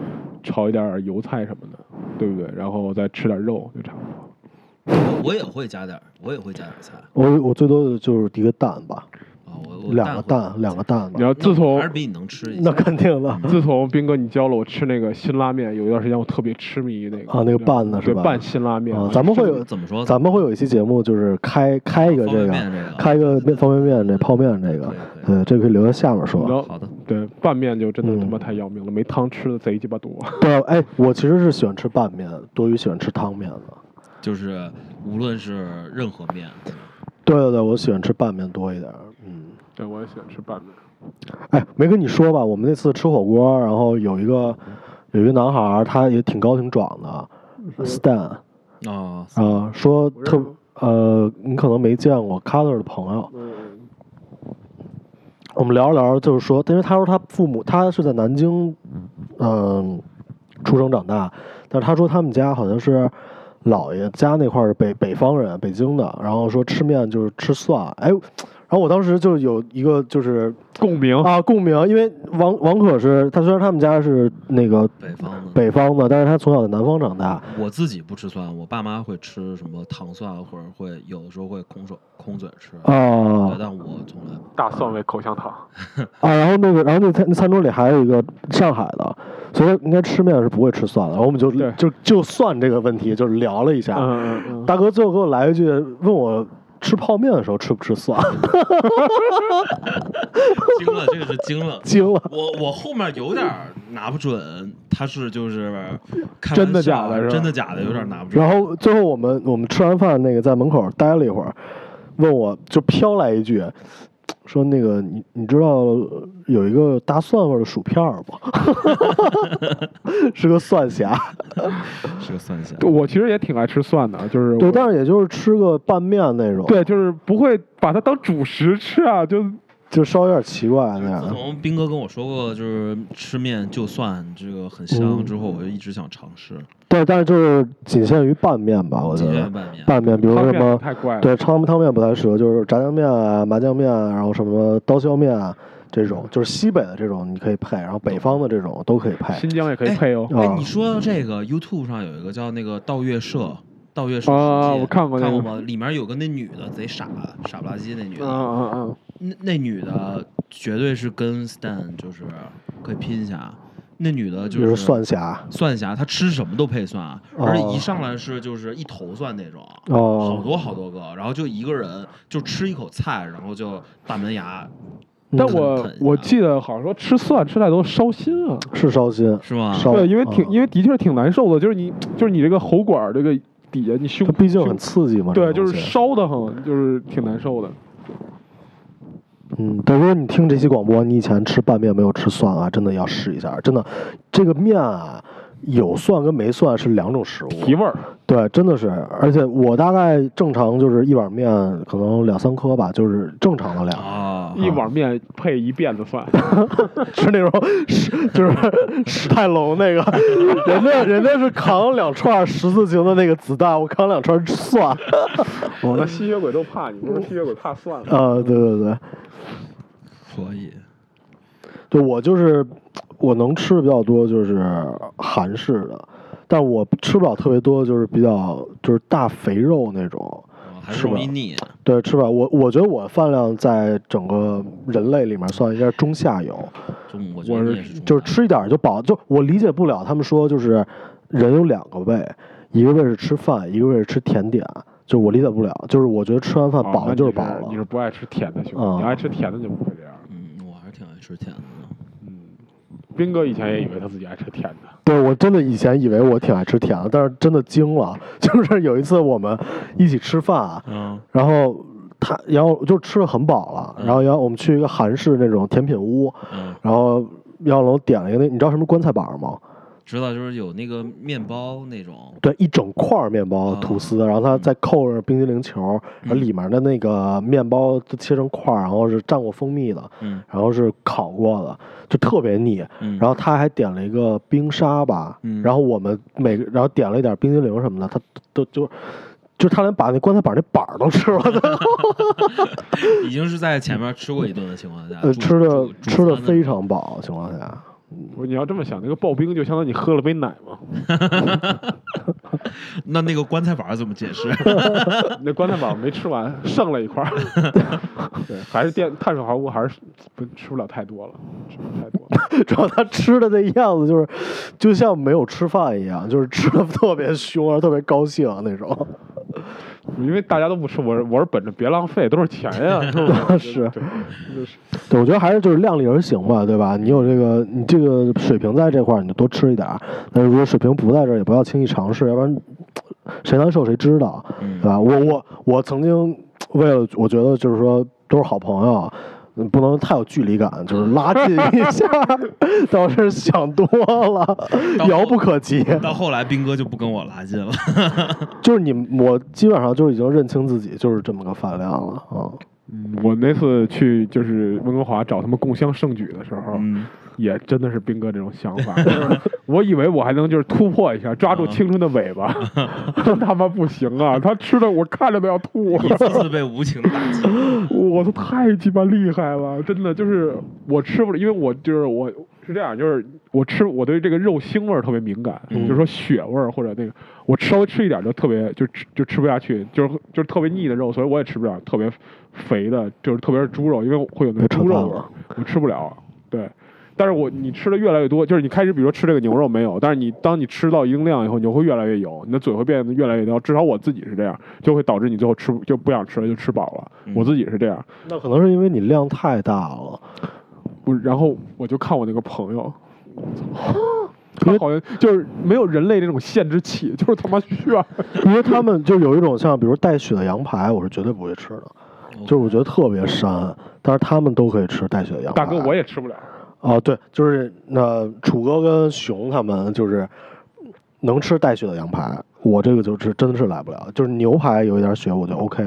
S4: 炒一点油菜什么的，对不对？然后再吃点肉就差不多。
S2: 嗯
S3: 我我也会加点儿，我也会加点儿菜啊。
S2: 我我最多的就是一个蛋吧，
S3: 我我
S2: 两
S3: 会
S2: 个蛋，两个蛋吧
S4: 你，要嗯自
S3: 那
S4: 从
S3: 还是比你能吃一
S2: 那
S3: 些。
S2: 肯定的。
S4: 自从斌哥你教了我吃那个辛拉面，有一段时间我特别痴迷那个
S2: 啊那个拌的是吧
S4: 对，拌辛拉面
S2: 啊，。咱们会有
S3: 怎么说？
S2: 咱们会有一期节目，就是开开一个这
S3: 方
S2: 个
S3: 便面这个，
S2: 开一个面方便面这泡面这个
S3: 对，啊对
S2: 对，这可以留在下面说。
S4: 然
S3: 好
S4: 后
S3: 的，
S4: 对拌面就真的他妈
S2: 嗯
S4: 太要命了，没汤吃的贼鸡巴多。
S2: 对，哎，我其实是喜欢吃拌面，多于喜欢吃汤面的。
S3: 就是无论是任何面，
S2: 对对对，我喜欢吃拌面多一点。嗯，
S4: 对，我也喜欢吃拌面。
S2: 哎，没跟你说吧，我们那次吃火锅，然后有一个有一个男孩儿，他也挺高挺壮
S3: 嗯
S2: 的，Stan
S3: 啊，
S2: 啊，说特
S4: 认识
S2: 呃，你可能没见过 Color 的朋友，
S4: 嗯，
S2: 我们聊着聊着就是说，因为他说他父母他是在南京，嗯、出生长大，但是他说他们家好像是姥爷家那块儿是北北方人，北京的，然后说吃面就是吃蒜，哎，然后我当时就有一个就是
S4: 共鸣。
S2: 啊共鸣，因为王王可是他虽然他们家是那个
S3: 北方的。
S2: 北方的，但是他从小在南方长大，
S3: 我自己不吃蒜，我爸妈会吃什么糖蒜，或者会有的时候会空手空嘴吃。对，
S2: 啊
S3: 但我从来不
S4: 大蒜味口香糖，
S2: 啊，然后那个然后那餐那餐桌里还有一个上海的。所以应该吃面是不会吃蒜的，然后我们就
S4: 对
S2: 就就蒜这个问题就是聊了一下，
S4: 嗯嗯
S2: 大哥最后给我来一句，问我吃泡面的时候吃不吃蒜，。
S3: 惊了，这个是惊了
S2: 惊了。
S3: 我我后面有点儿拿不准，他是就是开玩笑
S4: 真的假的是吧
S3: 真的假的，有点拿不准。
S2: 然后最后我们我们吃完饭，那个在门口待了一会儿，问我就飘来一句，说那个你你知道有一个大蒜味儿的薯片儿吗？ 是个蒜 侠，
S3: 是个蒜香，
S4: 嗯，我其实也挺爱吃蒜的，就是
S2: 对，
S4: 我
S2: 但是也就是吃个拌面那种，，
S4: 对，就是不会把它当主食吃啊，就
S2: 就稍微有点奇怪那
S4: 啊
S3: 自
S2: 样。
S3: 从斌哥跟我说过，就是吃面就蒜这个很香
S2: 嗯
S3: 之后，我就一直想尝试
S2: 对，但是就是仅限于拌面吧，我觉
S3: 解决
S2: 得
S3: 拌面。
S2: 拌面，比如
S4: 汤
S2: 说什
S4: 面
S2: 么
S4: 不太怪了。
S2: 对，汤汤面不太适合，就是炸酱面啊、麻酱面啊，然后什么刀削面啊这种，就是西北的这种你可以配，然后北方的这种都可以配。
S4: 新疆也可以配哦。
S2: 啊
S3: 哎，你说到这个 YouTube 上有一个叫那个盗月社，盗月社
S4: 啊
S3: 世界
S4: 我看过那
S3: 看
S4: 个
S3: 过吗？里面有个那女的贼傻，傻不拉几那女的，
S4: 嗯嗯
S3: 那那女的绝对是跟 Stan 就是可以拼一下。啊那女的
S2: 比
S3: 就
S2: 如
S3: 是
S2: 蒜侠
S3: 蒜侠，她吃什么都配蒜，啊
S2: 哦
S3: 而且一上来是就是一头蒜那种，
S2: 哦
S3: 好多好多个，然后就一个人就吃一口菜，然后就大门牙，
S4: 嗯。但
S3: 嗯
S4: 我
S3: 啃一下
S4: 我记得好像说吃蒜吃太多烧心啊。
S2: 是烧心，
S3: 是吗？
S2: 烧
S4: 对，因为挺
S2: 啊
S4: 因为的确是挺难受的，就是你就是你这个喉管儿这个底下，你胸
S2: 它毕竟很
S4: 胸
S2: 刺激嘛。
S4: 对，
S2: 这
S4: 就
S2: 东西
S4: 是烧的很，就是挺难受的。
S2: 嗯，对。如果你听这期广播，你以前吃拌面没有吃蒜啊，真的要试一下，真的，这个面啊。有蒜跟没蒜是两种食物，
S4: 提味儿，
S2: 对，真的是，而且我大概正常就是一碗面可能两三颗吧，就是正常的量，
S3: 啊，
S4: 一碗面配一辫子蒜，
S2: 吃那种史就是史泰龙那个，人家人家是扛两串十字形的那个子弹，我扛两串蒜。
S4: 我那吸血鬼都怕你，不是吸血鬼怕蒜
S2: 呃，对对对，
S3: 可以，
S2: 就我就是我能吃的比较多就是韩式的，但我吃不了特别多，就是比较就是大肥肉那种。
S3: 啊还是容易腻。
S2: 对，吃不了。我我觉得我饭量在整个人类里面算应该是中下游，
S3: 中午我觉得
S4: 我
S3: 你
S4: 是
S3: 也是中午
S2: 就是
S3: 饭
S2: 吃一点儿就饱。就我理解不了他们说就是人有两个胃，一个胃是吃饭，一个胃是吃甜点，就我理解不了。就是我觉得吃完饭
S4: 哦
S2: 饱
S4: 那
S2: 了
S4: 你
S2: 就是饱了。
S4: 你是不爱吃甜的兄弟，
S2: 嗯
S4: 你爱吃甜的就不会这样。
S3: 嗯，我还是挺爱吃甜的。
S4: 嗯，斌哥以前也以为他自己爱吃甜的。
S2: 对，我真的以前以为我挺爱吃甜的，但是真的惊了。 就是有一次我们一起吃饭，
S3: 嗯
S2: 然后他，然后就吃的很饱了，然后然后我们去一个韩式那种甜品屋，
S3: 嗯，
S2: 然后耀龙点了一个那，你知道什么棺材板吗？
S3: 知道就是有那个面包那种，
S2: 对，一整块面包
S3: 啊
S2: 吐司，然后它再扣着冰激凌球，然后
S3: 嗯
S2: 里面的那个面包都切成块儿，然后是蘸过蜂蜜的，
S3: 嗯
S2: 然后是烤过的，就特别腻。
S3: 嗯，
S2: 然后他还点了一个冰沙吧，
S3: 嗯
S2: 然后我们每个然后点了一点冰激凌什么的，他都就就他连把那棺材板那板儿都 吃了，
S3: 啊已经是在前面吃过一顿的情况下，
S2: 呃，
S3: 住
S2: 吃
S3: 住
S2: 的
S3: 住
S2: 吃的
S3: 餐
S2: 非常饱情况下，
S4: 我说你要这么想，那个刨冰就相当于你喝了杯奶嘛。
S3: 那那个棺材板儿怎么解释？
S4: 那棺材板没吃完，剩了一 块儿。对，还是电碳水化合物还是不吃不了太多了，吃不了太多了。
S2: 主要他吃的那样子就是就像没有吃饭一样，就是吃的特别凶，啊而特别高兴那种。？
S4: 因为大家都不吃，我是我是本着别浪费，都是钱 呀，是吧
S2: 是
S4: 对，就是
S2: 对，我觉得还是就是量力而行吧，对吧？你有这个你这个水平在这块儿，你就多吃一点儿。但是如果水平不在这儿，也不要轻易尝试，要不然谁难受谁知道。
S3: 嗯
S2: 对吧？我我我曾经为了，我觉得就是说都是好朋友，嗯不能太有距离感，就是拉近一下， 倒是想多了
S3: 到，
S2: 遥不可及。
S3: 到后来斌哥就不跟我拉近了，
S2: 就是你，我基本上就是已经认清自己就是这么个饭量了啊。
S4: 嗯，我那次去就是温哥华找他们共襄盛举的时候，
S3: 嗯，
S4: 也真的是斌哥这种想法。 就是我以为我还能就是突破一下，抓住青春的尾 巴，真他妈不行啊！他吃的我看着都要吐。
S3: 一次次被无情打 击。
S4: 我操，太鸡巴厉害了！真的就是我吃不了，因为我就是我是这样，就是我吃我对这个肉腥味儿特别敏感，
S3: 嗯
S4: 就是说血味儿或者那个我稍微吃一点就特别就吃就吃不下去，就是就是特别腻的肉，所以我也吃不了特别肥的，就是特别是猪肉，因为会有那个
S2: 太可
S4: 猪
S2: 怕
S4: 肉味儿
S2: 了，
S4: 我吃不了。对，但是我你吃的越来越多，就是你开始比如说吃这个牛肉没有，但是你当你吃到一定量以后，你就会越来越油，你的嘴会变得越来越油，至少我自己是这样，就会导致你最后吃就不想吃了，就吃饱了。
S3: 嗯
S4: 我自己是这样，
S2: 那可能是因为你量太大了，
S4: 我然后我就看我那个朋友， 他好像就是没有人类那种限制器，就是他妈炫。
S2: 因为他们就有一种像比如带血的羊排，我是绝对不会吃的，就是我觉得特别膻，但是他们都可以吃带血的羊排。
S4: 大哥，我也吃不了。
S2: 哦，对，就是那楚哥跟熊他们就是能吃带血的羊排，我这个就是真的是来不了，就是牛排有一点血我就 OK，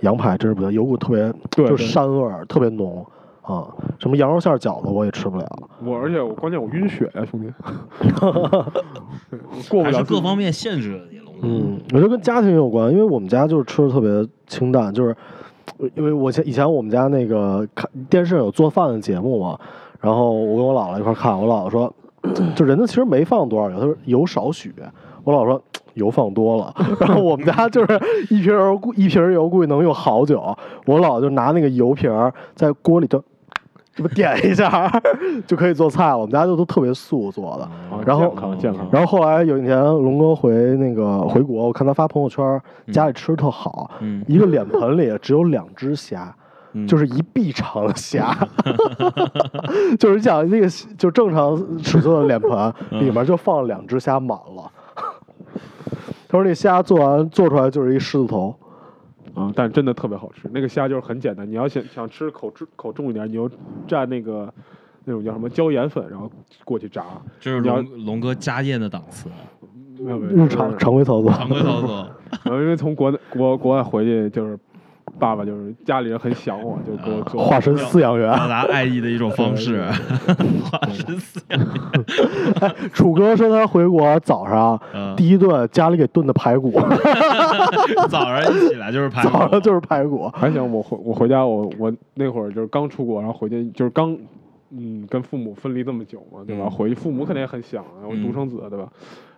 S2: 羊排真是不行，有股特别
S4: 对
S2: 就
S4: 对
S2: 膻味儿特别浓啊、什么羊肉馅儿饺子我也吃不了，
S4: 我而且我关键我晕血呀、兄弟，我过不
S3: 还是
S4: 了
S3: 各方面限制了你龙哥。
S2: 嗯，我觉得跟家庭有关，因为我们家就是吃的特别清淡，就是因为我前以前我们家那个看电视有做饭的节目嘛，然后我跟我姥姥一块儿看，我姥姥说， 就人家其实没放多少油，她说油少许，我姥姥说。 油放多了，然后我们家就是一瓶油故一瓶油估计能用好久，我姥就拿那个油瓶儿在锅里 就这么点一下 就可以做菜了。我们家就都特别素做的，
S4: 啊
S2: 然后
S4: 健康健康，
S2: 然后后来有一年，龙哥回那个回国，我看他发朋友圈，家里吃得特好，
S3: 嗯
S2: 一个脸盆里只有两只虾，
S3: 嗯
S2: 就是一臂长的 虾， 就是讲那个就正常尺寸的脸盆
S4: 嗯
S2: 里面就放两只虾满了。他说那虾做完做出来就是一狮子头，
S4: 啊，但是真的特别好吃。那个虾就是很简单，你要想想吃口重口重一点，你就蘸那个那种叫什么椒盐粉，然后过去炸。
S3: 就是龙龙哥家宴的档次，
S4: 没有没有
S2: 嗯日常常规操作。
S3: 常规操作。
S4: 嗯然后因为从国内国国外回去，就是爸爸就是家里人很想我，就给我做
S2: 化身饲养员，
S3: 表达爱意的一种方 式，化身饲养。
S2: 楚哥说他回国早上
S3: 嗯
S2: 第一顿家里给炖的排骨，
S3: 早上一起来就是排
S2: 早
S3: 骨
S2: 上，就是排骨，
S4: 还想我回我回家我我那会儿就是刚出国，然后回去就是刚嗯跟父母分离这么久嘛，对吧？
S3: 嗯
S4: 回去父母肯定也很想啊，我独生子，对吧？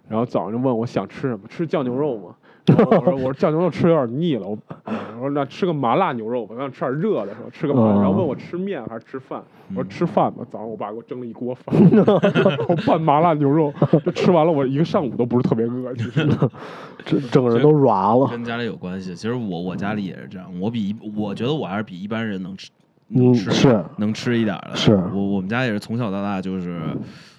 S4: 然后早上就问我想吃什么，吃酱牛 肉吗？然后我说我说酱牛肉吃有点腻了，我啊我说那吃个麻辣牛肉吧，我想吃点热的，是吧？吃个麻辣。
S2: 嗯
S4: 然后问我吃面还是吃饭，我说
S3: 嗯
S4: 吃饭吧。早上我爸给我蒸了一锅饭， 我拌麻辣牛肉，就吃完了，我一个上午都不是特别饿，其 实
S2: 整整个人都软了。
S3: 跟家里有关系。其实我我家里也是这样，我比一我觉得我还是比一般人能吃，能
S2: 嗯，
S3: 吃、
S2: 是
S3: 能吃一点儿的。
S2: 是
S3: 我我们家也是从小到大就是，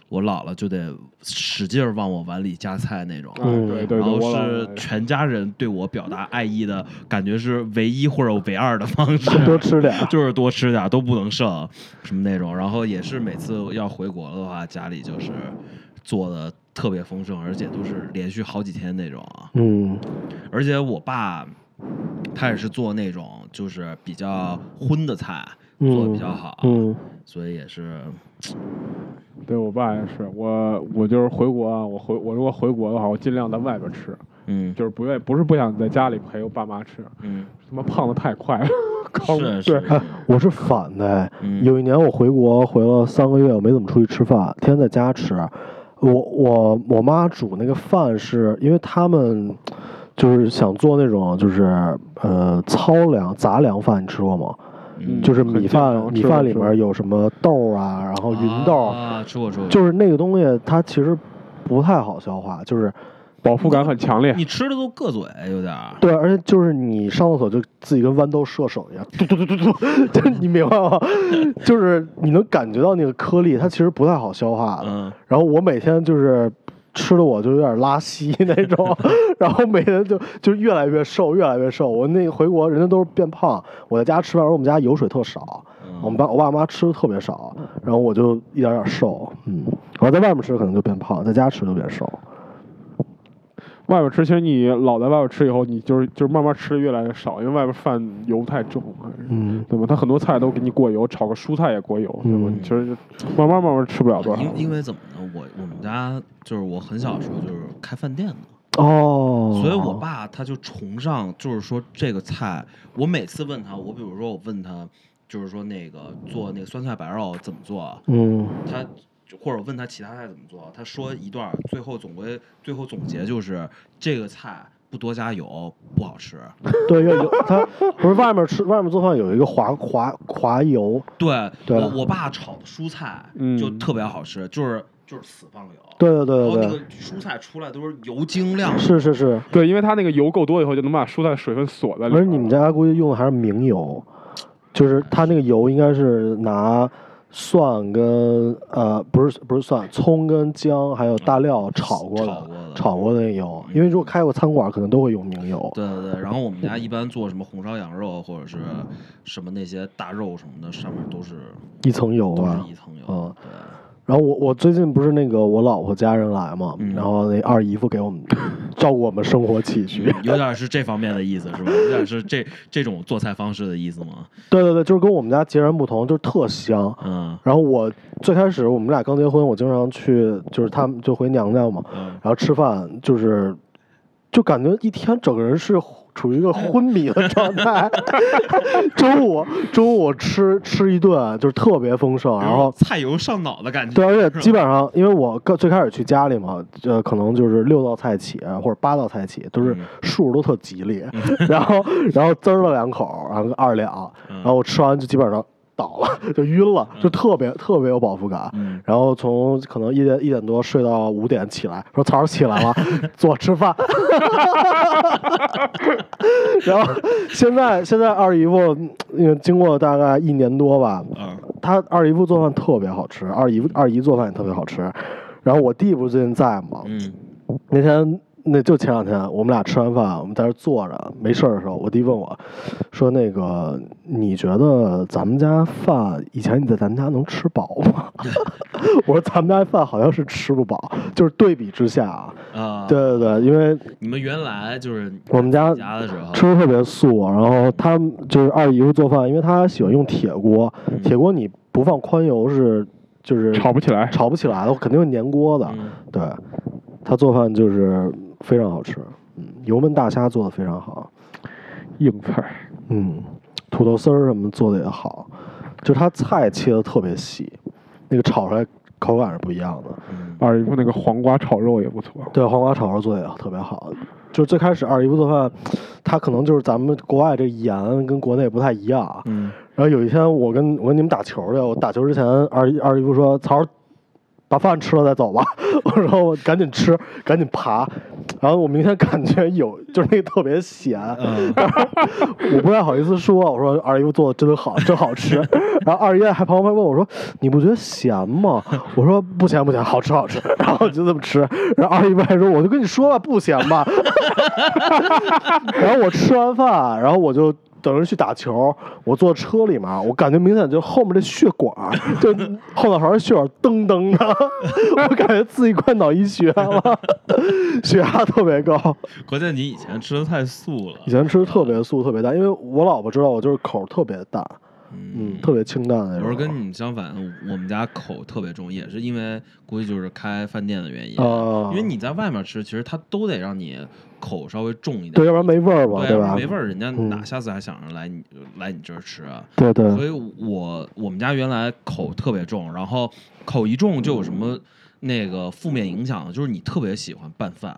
S3: 我姥姥就得使劲儿往我碗里夹菜那种。
S4: 哎对对对，
S3: 然后
S4: 我老
S3: 是全家人对我表达爱意的感觉是唯一或者唯二的方式，
S2: 多吃点儿。
S3: 就是多吃点儿，都不能剩什么那种。然后也是每次要回国的话，家里就是做的特别丰盛，而且都是连续好几天那种啊。
S2: 嗯
S3: 而且我爸他也是做那种就是比较荤的菜，做的比较好，
S2: 嗯
S3: 所以也是
S4: 对我爸也是，我我就是回国啊，我回我如果回国的话，我尽量在外边吃，
S3: 嗯
S4: 就是不愿不是不想在家里陪我爸妈吃，
S3: 嗯，
S4: 他妈胖的太 快了，高
S3: 是
S4: 对
S3: 是，是
S2: 我是反的哎。
S3: 嗯
S2: 哦有一年我回国回了三个月，我没怎么出去吃饭，天天在家吃。我我我妈煮那个饭是因为他们就是想做那种就是呃糙粮杂粮饭，你吃过吗？
S3: 嗯
S2: 就是
S4: 很
S2: 米
S4: 健
S2: 饭
S4: 康
S2: 米
S4: 吃过
S2: 饭里
S4: 吃过
S2: 面有什么豆啊，然后芸豆，
S3: 啊，吃过吃过，
S2: 就是那个东西它其实不太好消化，就是
S4: 饱腹感很强烈。
S3: 你吃的都硌嘴，啊有点儿。
S2: 对，而且就是你上厕所就自己跟豌豆射手一样，嘟嘟嘟嘟嘟，就你明白吗？ 就是你能感觉到那个颗粒，它其实不太好消化的。
S3: 嗯，
S2: 然后我每天就是吃的我就有点拉稀 那 种，然后每天就就越来越瘦，越来越瘦。我那回国人家都是变胖，我在家吃饭，而我们家油水特少，
S3: 嗯
S2: 我们爸我爸妈吃的特别少，然后我就一点点瘦。嗯，我在外面吃可能就变胖，在家吃就变瘦。
S4: 外边吃，其实你老在外边吃以后，你就是就是慢慢吃的越来越少，因为外边饭油太重了，
S2: 嗯，
S4: 对吧？它很多菜都给你过油，炒个蔬菜也过油，对吧？
S2: 嗯
S4: 你其实就慢慢慢慢吃不了多少。
S3: 因因为怎么呢？我我们家就是我很小的时候就是开饭店的，
S2: 哦，
S3: 嗯所以我爸他就崇尚，就是说这个菜，我每次问他，我比如说我问他，就是说那个做那个酸菜白肉怎么做，啊
S2: 嗯。
S3: 他或者我问他其他菜怎么做，他说一段儿，最后总归最后总结就是这个菜不多加油不好吃。
S2: 对，要有它不是外面吃，外面做饭有一个滑滑滑油，
S3: 对，
S2: 对
S3: 我我爸炒的蔬菜
S4: 嗯
S3: 就特别好吃，就是就是死放油，
S2: 对对对
S3: 然后
S2: 对
S3: 那
S2: 对
S3: 个，蔬菜出来都是油精量。
S2: 是是是，
S4: 对，因为它那个油够多以后，就能把蔬菜的水分锁在里
S2: 而
S4: 边。
S2: 你们家估计用的还是明油，就是它那个油应该是拿蒜跟呃不是不是蒜，葱跟姜还有大料炒过
S3: 炒
S2: 的
S3: 过的，嗯
S2: 炒过的那油，因为如果开过餐馆，可能都会用明油。
S3: 对对对，然后我们家一般做什么红烧羊肉或者是什么那些大肉什么的，上面都是
S2: 一层油
S3: 都
S2: 啊
S3: 是一，层油。
S2: 嗯
S3: 对，
S2: 然后我我最近不是那个我老婆家人来嘛，
S3: 嗯
S2: 然后那二姨夫给我们 照顾我们生活起居，
S3: 嗯有点是这方面的意思是吧？有点是这这种做菜方式的意思吗？
S2: 对对对，就是跟我们家截然不同，就是特香。
S3: 嗯
S2: 然后我最开始我们俩刚结婚，我经常去，就是他们就回娘家嘛，
S3: 嗯，
S2: 然后吃饭，就是就感觉一天整个人是处于一个昏迷的状态。中午中午我吃吃一顿，就是特别丰盛，然后
S3: 菜油上脑的感觉。
S2: 对，啊而且基
S3: 本
S2: 本上因为我刚最开始去家里嘛，呃，可能就是六道菜起或者八道菜起，都是
S3: 嗯
S2: 数都特吉利， 然后然后滋儿了两口，然后二两，
S3: 嗯
S2: 然后我吃完就基本上倒了， 就晕了，就特别特别有饱腹感。
S3: 嗯
S2: 然后从可能一点一点多睡到五点起来，说早上起 来了，坐吃饭。 然后现在现在二姨夫，嗯，经过大概一年多吧，
S3: 嗯
S2: 他二姨夫做饭特别好吃，二姨夫二姨做饭也特别好吃。然后我弟不是最近在嘛，
S3: 嗯
S2: 那天那就前两天，我们俩吃完饭，我们在这坐着没事儿的时候，我弟问我，说那个你觉得咱们家饭以前你在咱们家能吃饱吗？ 我说咱们家饭好像是吃不饱，就是对比之下啊，
S3: 啊，
S2: 对对对，因为
S3: 你们原来就是
S2: 我们家
S3: 自己家的时候，
S2: 吃的特别素，然后他们就是二姨夫做饭，因为他喜欢用铁锅，铁锅你不放宽油是就是
S4: 嗯炒不起来，
S2: 炒不起来的，肯定会粘锅的。
S3: 嗯
S2: 对，他做饭就是非常好吃，嗯，油焖大虾做的非常好，
S4: 硬菜。
S2: 嗯，土豆丝儿什么做的也好，就是他菜切的特别细，那个炒出来口感是不一样的。
S3: 嗯
S4: 二姨啊夫那个黄瓜炒肉也不错，
S2: 对，黄瓜炒肉做的也特别好。就是最开始二姨夫做饭，他可能就是咱们国外这个盐跟国内不太一样。啊
S3: 嗯，
S2: 然后有一天我跟我跟你们打球去，我打球之前二姨二姨夫说：“曹儿，把饭吃了再走吧。” 我说：“我赶紧吃，赶紧爬。”然后我明显感觉有就是那个特别咸，
S3: 嗯
S2: 我不太好意思说，我说二姨夫做的真好，真好吃。 然后二姨还旁边问我说：“你不觉得咸吗？”我说：“不咸不咸，好吃好吃。” 然后我就这么吃。然后二姨夫还说：“我就跟你说吧，不咸吧。” 然后我吃完饭，然后我就。等人去打球，我坐车里嘛，我感觉明显就后面这血管儿，就后脑勺这血管儿噔噔的， 我感觉自己快脑溢血了， 血压特别高。
S3: 关键你以前吃的太素了
S2: 以，前吃特别素，特别淡，因为我老婆知道我就是口儿特别淡，嗯，特别清淡的那
S3: 我
S2: 种。
S3: 是跟你们相反，我们家口特别重，也是因为估计就是开饭店的原因，
S2: 啊，
S3: 因为你在外面吃，其实它都得让你口稍微重一点，
S2: 对，要不然没味儿嘛，
S3: 对要不然
S2: 吧？
S3: 没味儿，人家
S2: 嗯
S3: 哪下次还想着来你来你这儿吃啊？
S2: 对对，
S3: 所以我我们家原来口特别重，然后口一重就有什么那个负面影响，就是你特别喜欢拌饭。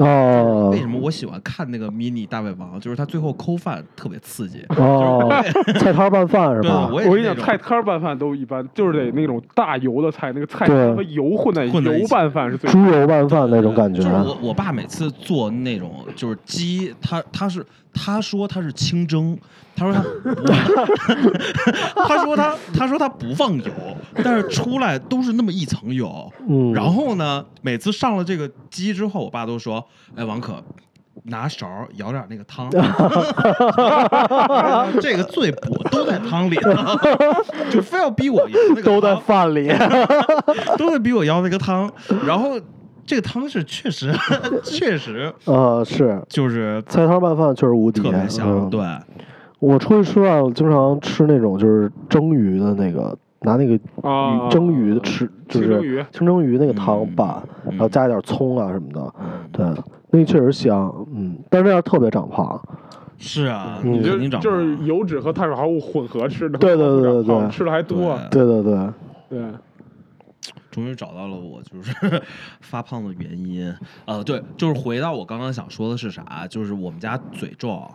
S2: 哦
S3: 为什么我喜欢看那个 mini 大胃王？就是他最后抠饭特别刺激。
S2: 哦， 菜摊儿拌饭是
S3: 对，
S2: 吧？
S3: 我也
S4: 我跟
S3: 是那
S4: 你讲，
S3: 种嗯
S4: 菜摊儿拌饭都一般，就是得那种大油的菜，那个菜
S2: 对
S4: 和油混在
S3: 混在一起
S4: 油拌饭是最。
S2: 猪油拌饭那种感觉
S3: 就，
S2: 啊
S3: 是我我爸每次做那种就是鸡，他他是他说他是清蒸，他说他我 他说他他说他不放油，但是出来都是那么一层油。
S2: 嗯，
S3: 然后呢，每次上了这个鸡之后，我爸都说：“哎，王可。”拿勺舀点那个 汤，这个最补，都在汤里呢， 就非要逼我舀那个
S2: 都在
S3: 汤
S2: 饭里，
S3: 都会逼我要那个汤，然后这个汤是确实 确实
S2: 呃，是
S3: 就是
S2: 菜摊儿拌饭确实无敌，
S3: 特别香，
S2: 嗯
S3: 对，
S2: 我出去吃饭，我经常吃那种就是蒸鱼的那个，拿那个
S4: 啊
S2: 鱼蒸鱼吃，就
S4: 清蒸
S2: 是
S4: 鱼
S2: 清蒸鱼那个汤拌，
S3: 嗯
S2: 然后加一点葱啊什么的，
S3: 嗯
S2: 对，那个确实香，嗯，但是那样特别长胖，
S3: 嗯是啊，
S2: 嗯
S3: 你
S4: 就
S3: 肯
S4: 是
S3: 定长
S4: 就
S3: 胖
S4: 是油脂和碳水化合物混合吃的，
S2: 对对对对对
S4: 好吃的还多。
S3: 对
S2: 对对对，
S4: 对，
S3: 终于找到了我就是 发胖的原因。呃，对，就是回到我刚刚想说的是啥，就是我们家嘴重，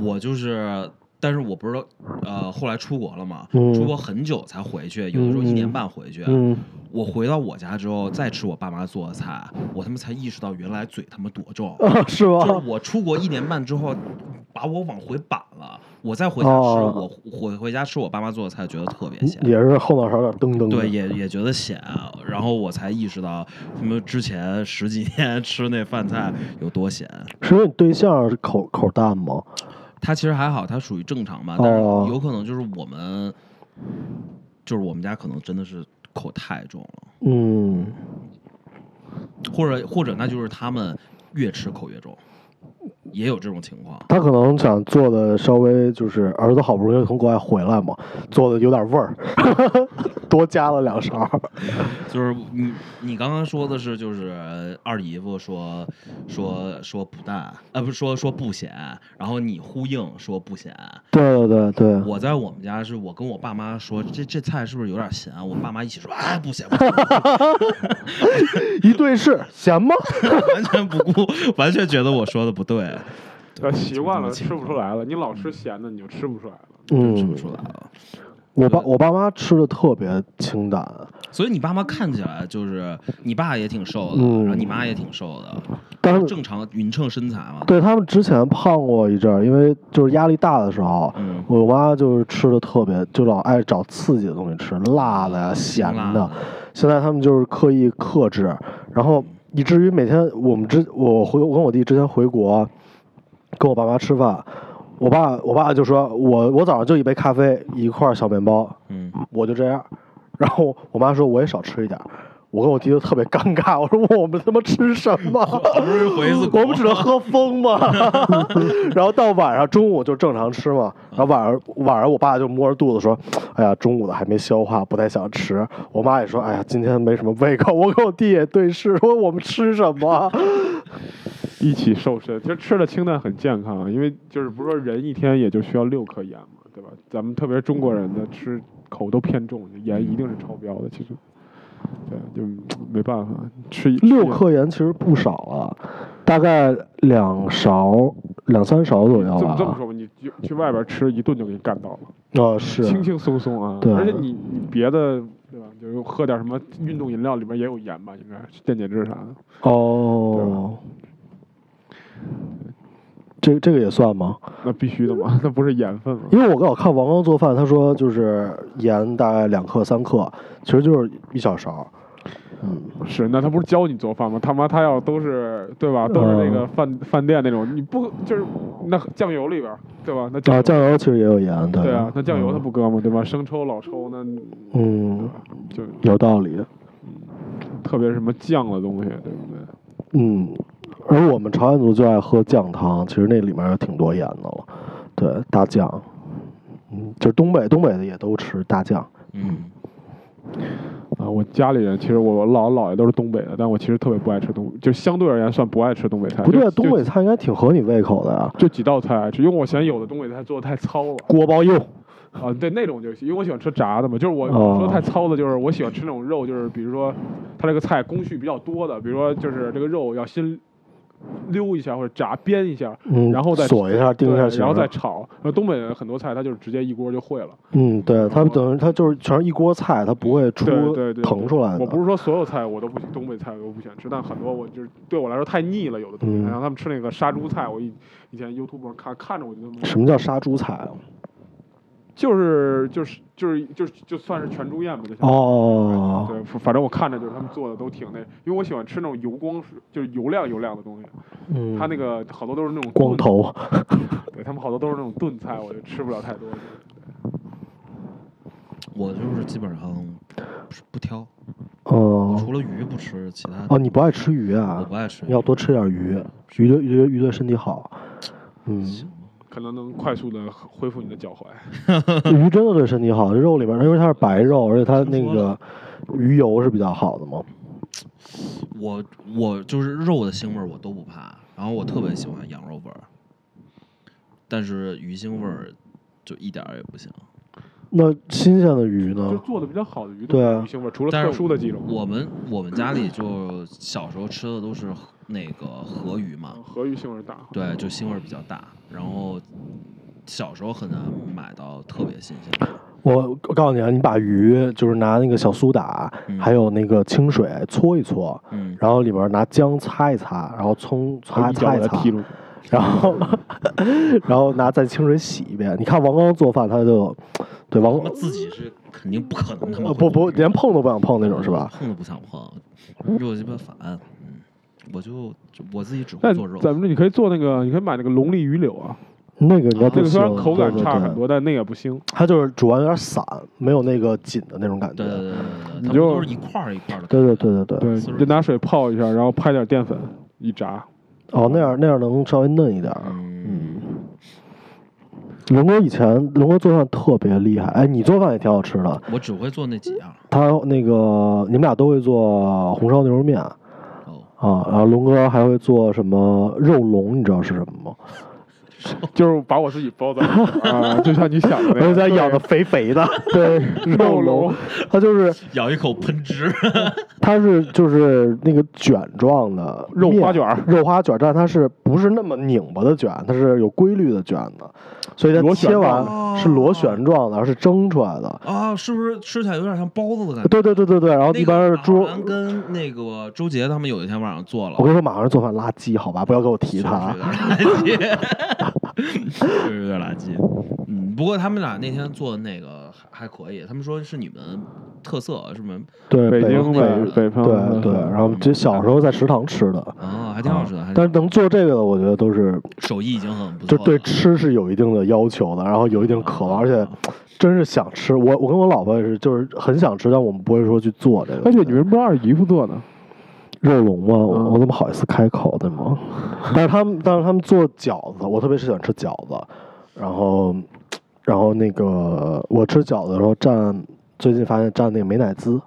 S3: 我就是。但是我不知道，呃，后来出国了嘛，
S2: 嗯
S3: 出国很久才回去，有的时候一年半回去。
S2: 嗯，
S3: 我回到我家之后，再吃我爸妈做的菜，我他妈才意识到原来嘴他妈多重。
S2: 啊 是
S3: 就
S2: 吗？
S3: 是我出国一年半之后，把我往回扳了。我再回家吃，
S2: 哦嗯
S3: 我回回家吃我爸妈做的菜，觉得特别咸。
S2: 也是后脑勺有点噔噔的，
S3: 对，也也觉得咸，啊然后我才意识到什么之前十几年吃那饭菜有多咸。
S2: 是因为你对象是口口淡吗？
S3: 它其实还好，它属于正常吧，但是
S2: 哦
S3: 有可能就是我们，就是我们家可能真的是口太重了，
S2: 嗯，
S3: 或者或者那就是他们越吃口越重，也有这种情况。
S2: 他可能想做的稍微就是儿子好不容易从国外回来嘛，做的有点味儿， 多加了两勺，
S3: 就是你你刚刚说的是，就是呃二姨夫说说说不淡，呃，不是说说不咸，然后你呼应说不咸。
S2: 对对对对。
S3: 我在我们家是我跟我爸妈说，这这菜是不是有点咸啊？我爸妈一起说，哎，不咸，不咸
S2: 一对视，咸吗？
S3: 完全不顾，完全觉得我说的不对，
S4: 呃，习惯了
S3: 就这
S4: 吃
S3: 么嗯
S4: 不出来了。你老吃咸的，你就吃不出来了。
S3: 真吃不
S2: 嗯，
S3: 出来了。
S2: 我爸我爸妈吃的特别清淡，
S3: 所以你爸妈看起来就是你爸也挺瘦的，
S2: 嗯
S3: 然后你妈也挺瘦的，
S2: 但是
S3: 正常匀称身材嘛。
S2: 嗯对他们之前胖过一阵儿，因为就是压力大的时候，
S3: 嗯，
S2: 我妈就是吃的特别，就老爱找刺激的东西吃，辣的呀、咸
S3: 辣
S2: 的。现在他们就是刻意克制，然后以至于每天我们之我回我跟我弟之前回国，跟我爸妈吃饭，我爸我爸就说我我早上就一杯咖啡一块儿小面包，
S3: 嗯，
S2: 我就这样。然后我妈说我也少吃一点儿，我跟我弟就特别尴尬，我说我们他妈吃什么？
S3: 好不容易回一次国
S2: 我们只能喝疯嘛。然后到晚上中午就正常吃嘛，然后晚上晚上我爸就摸着肚子说：“哎呀，中午的还没消化，不太想吃。”我妈也说：“哎呀，今天没什么胃口。”我跟我弟也对视，说我们吃什么？
S4: 一起瘦身，其实吃的清淡很健啊康，因为就是不是说人一天也就需要六克盐嘛，对吧？咱们特别中国人的吃口都偏重，盐一定是超标的。其实，对，就没办法吃吃
S2: 六
S4: 盐
S2: 克盐其实不少了，大概两勺、两三勺左右
S4: 这么这么
S2: 吧。
S4: 说吧，你就去外边吃一顿就给你干到了，
S2: 啊，是，
S4: 轻轻松松啊。
S2: 对
S4: 而且你你别的对吧，就是喝点什么运动饮料，里面也有盐吧，应该是电解质啥的。
S2: 哦，这这个也算吗？
S4: 那必须的嘛， 那不是盐分吗？
S2: 因为我刚好看王刚做饭，他说就是盐大概两克三克，其实就是一小勺。嗯，
S4: 是，那他不是教你做饭吗？他妈他要都是对吧，都是那个
S2: 嗯
S4: 饭、饭店那种，你不就是那酱油里边儿对吧？那酱油、
S2: 啊，酱油嗯其实也有盐，对
S4: 对
S2: 对
S4: 啊，那酱油他不搁吗？对吧？生抽、老抽那
S2: 嗯，
S4: 就
S2: 有道理。
S4: 特别是什么酱的东西，对不对？
S2: 嗯，而我们朝鲜族就爱喝酱汤，其实那里面有挺多盐的了。对，大酱，嗯，就是东北东北的也都吃大酱。
S3: 嗯，
S4: 啊，我家里人其实我姥姥姥爷都是东北的，但我其实特别不爱吃东，就相对而言算不爱吃东北菜。
S2: 不对
S4: 啊就，
S2: 东北菜应该挺合你胃口的呀。
S4: 就就几道菜爱吃，因为我嫌有的东北菜做的太糙了
S2: 锅包肉，
S4: 啊，对那种就行，因为我喜欢吃炸的嘛，就是我
S2: 哦
S4: 我说太糙的，就是我喜欢吃那种肉，就是比如说它这个菜工序比较多的，比如说就是这个肉要先溜一下或者炸煸一下，
S2: 嗯，
S4: 然后再
S2: 锁一下，定一下
S4: 对
S2: 形儿，
S4: 然后再炒。然后东北人很多菜它就是直接一锅就会了。
S2: 嗯，对，它等于它就是全是一锅菜，它不会出
S4: 对对对，
S2: 腾出来的。
S4: 我不是说所有菜我都不东北菜我都不喜欢吃，但很多我就是对我来说太腻了，有的东西。
S2: 嗯
S4: 然后他们吃那个杀猪菜，我以以前 YouTube 上看看着我觉得
S2: 什么叫杀猪菜啊？
S4: 就是就是就是就是就算是全猪宴吧，就像。
S2: 哦，
S4: 对，反反正我看着就是他们做的都挺那，因为我喜欢吃那种油光，就是油亮油亮的东西。
S2: 嗯，
S4: 他那个好多都是那种
S2: 光
S4: 炖，
S2: 头，
S4: 对他们好多都是那种炖菜，我就吃不了太多。
S3: 我就是基本上不是不挑，我
S2: 哦
S3: 除了鱼不吃，其他
S2: 哦，你不爱吃鱼
S3: 我
S2: 啊
S3: 不？爱吃
S2: 你。要多吃点鱼，鱼对鱼对鱼对身体好。嗯，
S4: 可能能快速的恢复你的脚踝。
S2: 鱼真的对身体好，肉里面因为它是白肉，而且它那
S3: 听说
S2: 个鱼油是比较好的嘛。
S3: 我我就是肉的腥味儿我都不怕，然后我特别喜欢羊肉味儿，但是鱼腥味儿就一点儿也不行。
S2: 那新鲜的鱼
S4: 就
S2: 呢？
S4: 做的比较好的鱼都
S2: 对
S4: 没
S2: 啊
S4: 有鱼腥味儿，除了
S3: 但是
S4: 特殊的几种。
S3: 我们我们家里就小时候吃的都是河那个河鱼嘛，
S4: 河鱼腥味儿大。
S3: 对，就腥味儿比较大，然后小时候很难买到特别新鲜的。
S2: 我告诉你啊，你把鱼就是拿那个小苏打，
S3: 嗯
S2: 还有那个清水搓一搓，
S3: 嗯，
S2: 然后里边拿姜擦一擦，然后葱擦
S4: 一脚
S2: 擦
S4: 把
S2: 一
S4: 它
S2: 擦
S4: 踢，出去。
S2: 然后 然后拿再清水洗一遍。你看王刚做饭，他就对王
S3: 我们自己是肯定不可能他妈会
S2: 呃不不
S3: 弄的
S2: 连碰都不想碰那种是吧？
S3: 碰都不想碰，肉鸡巴烦。嗯，我就就我自己只会
S4: 但
S3: 做肉。
S4: 咱们这你可以做那个，你可以买那个龙利鱼柳啊，
S2: 那个应该
S4: 那
S2: 不
S4: 个虽
S2: 行，
S4: 然口感
S2: 对对
S4: 差
S2: 对
S4: 很多，但那个也不腥。
S2: 它就是主要有点散，没有那个紧的那种感觉
S3: 对。对对对对，它
S4: 你
S3: 们
S4: 就
S3: 都是一块儿一块儿的。
S2: 对对对对对
S4: 对，你就拿水泡一下，然后拍点淀粉一炸。
S2: 哦，那样那样能稍微嫩一点儿。
S3: 嗯，
S2: 龙哥以前龙哥做饭特别厉害，哎，你做饭也挺好吃的。
S3: 我只会做那几样。
S2: 他那个你们俩都会做红烧牛肉面啊，
S3: 哦，
S2: 然后龙哥还会做什么肉龙，你知道是什么吗？
S3: 哦
S4: 就是把我自己包在里 边儿啊，就像你想的那
S2: 而且他
S4: 样，
S2: 咬的
S4: 对
S2: 肥肥 的，对，肉
S4: 肉
S2: 龙
S4: 龙，
S2: 它就是
S3: 咬一口喷汁。
S2: 它是就是那个卷状的
S4: 肉
S2: 面
S4: 花卷儿
S2: 肉花卷儿，但它是不是那么拧巴的卷，它是有规律的卷的，所以它
S4: 螺旋
S2: 切
S4: 状
S3: 的
S2: 完
S3: 哦
S2: 是螺旋状的，而是蒸出来的。
S3: 啊，是不是吃起来有点像包子的感觉？
S2: 对对对对对，然后
S3: 那
S2: 一般
S3: 个
S2: 是
S3: 马
S2: 猪。
S3: 兰跟那个周杰他们有一天晚上做了
S2: 我，跟你说，马上做饭垃圾，好吧，不要给我提他啊。
S3: 确实有点垃圾， 确实有点垃圾。嗯，不过他们俩那天做的那个还还可以，他们说是你们特色，是吗？
S2: 对，
S4: 北
S2: 北
S4: 京的
S2: 北
S4: 北方
S2: 对
S4: 的嗯
S2: 对，然后这小时候在食堂吃的，
S3: 啊，还挺好吃的，还
S2: 但是能做这个的，我觉得都是
S3: 手艺已经很不
S2: 就
S3: 错了。
S2: 对吃是有一定的要求的，然后有一定渴望，而且真是想吃。我我跟我老婆也是，就是很想吃，但我们不会说去做这个。
S4: 而且你为什么不让二姨夫做呢？
S2: 肉龙嘛，我
S4: 嗯
S2: 我怎么好意思开口对吗？ 但是他们，但是他们做饺子，我特别是喜欢吃饺子，然后，然后那个我吃饺子的时候蘸，最近发现蘸那个美乃滋，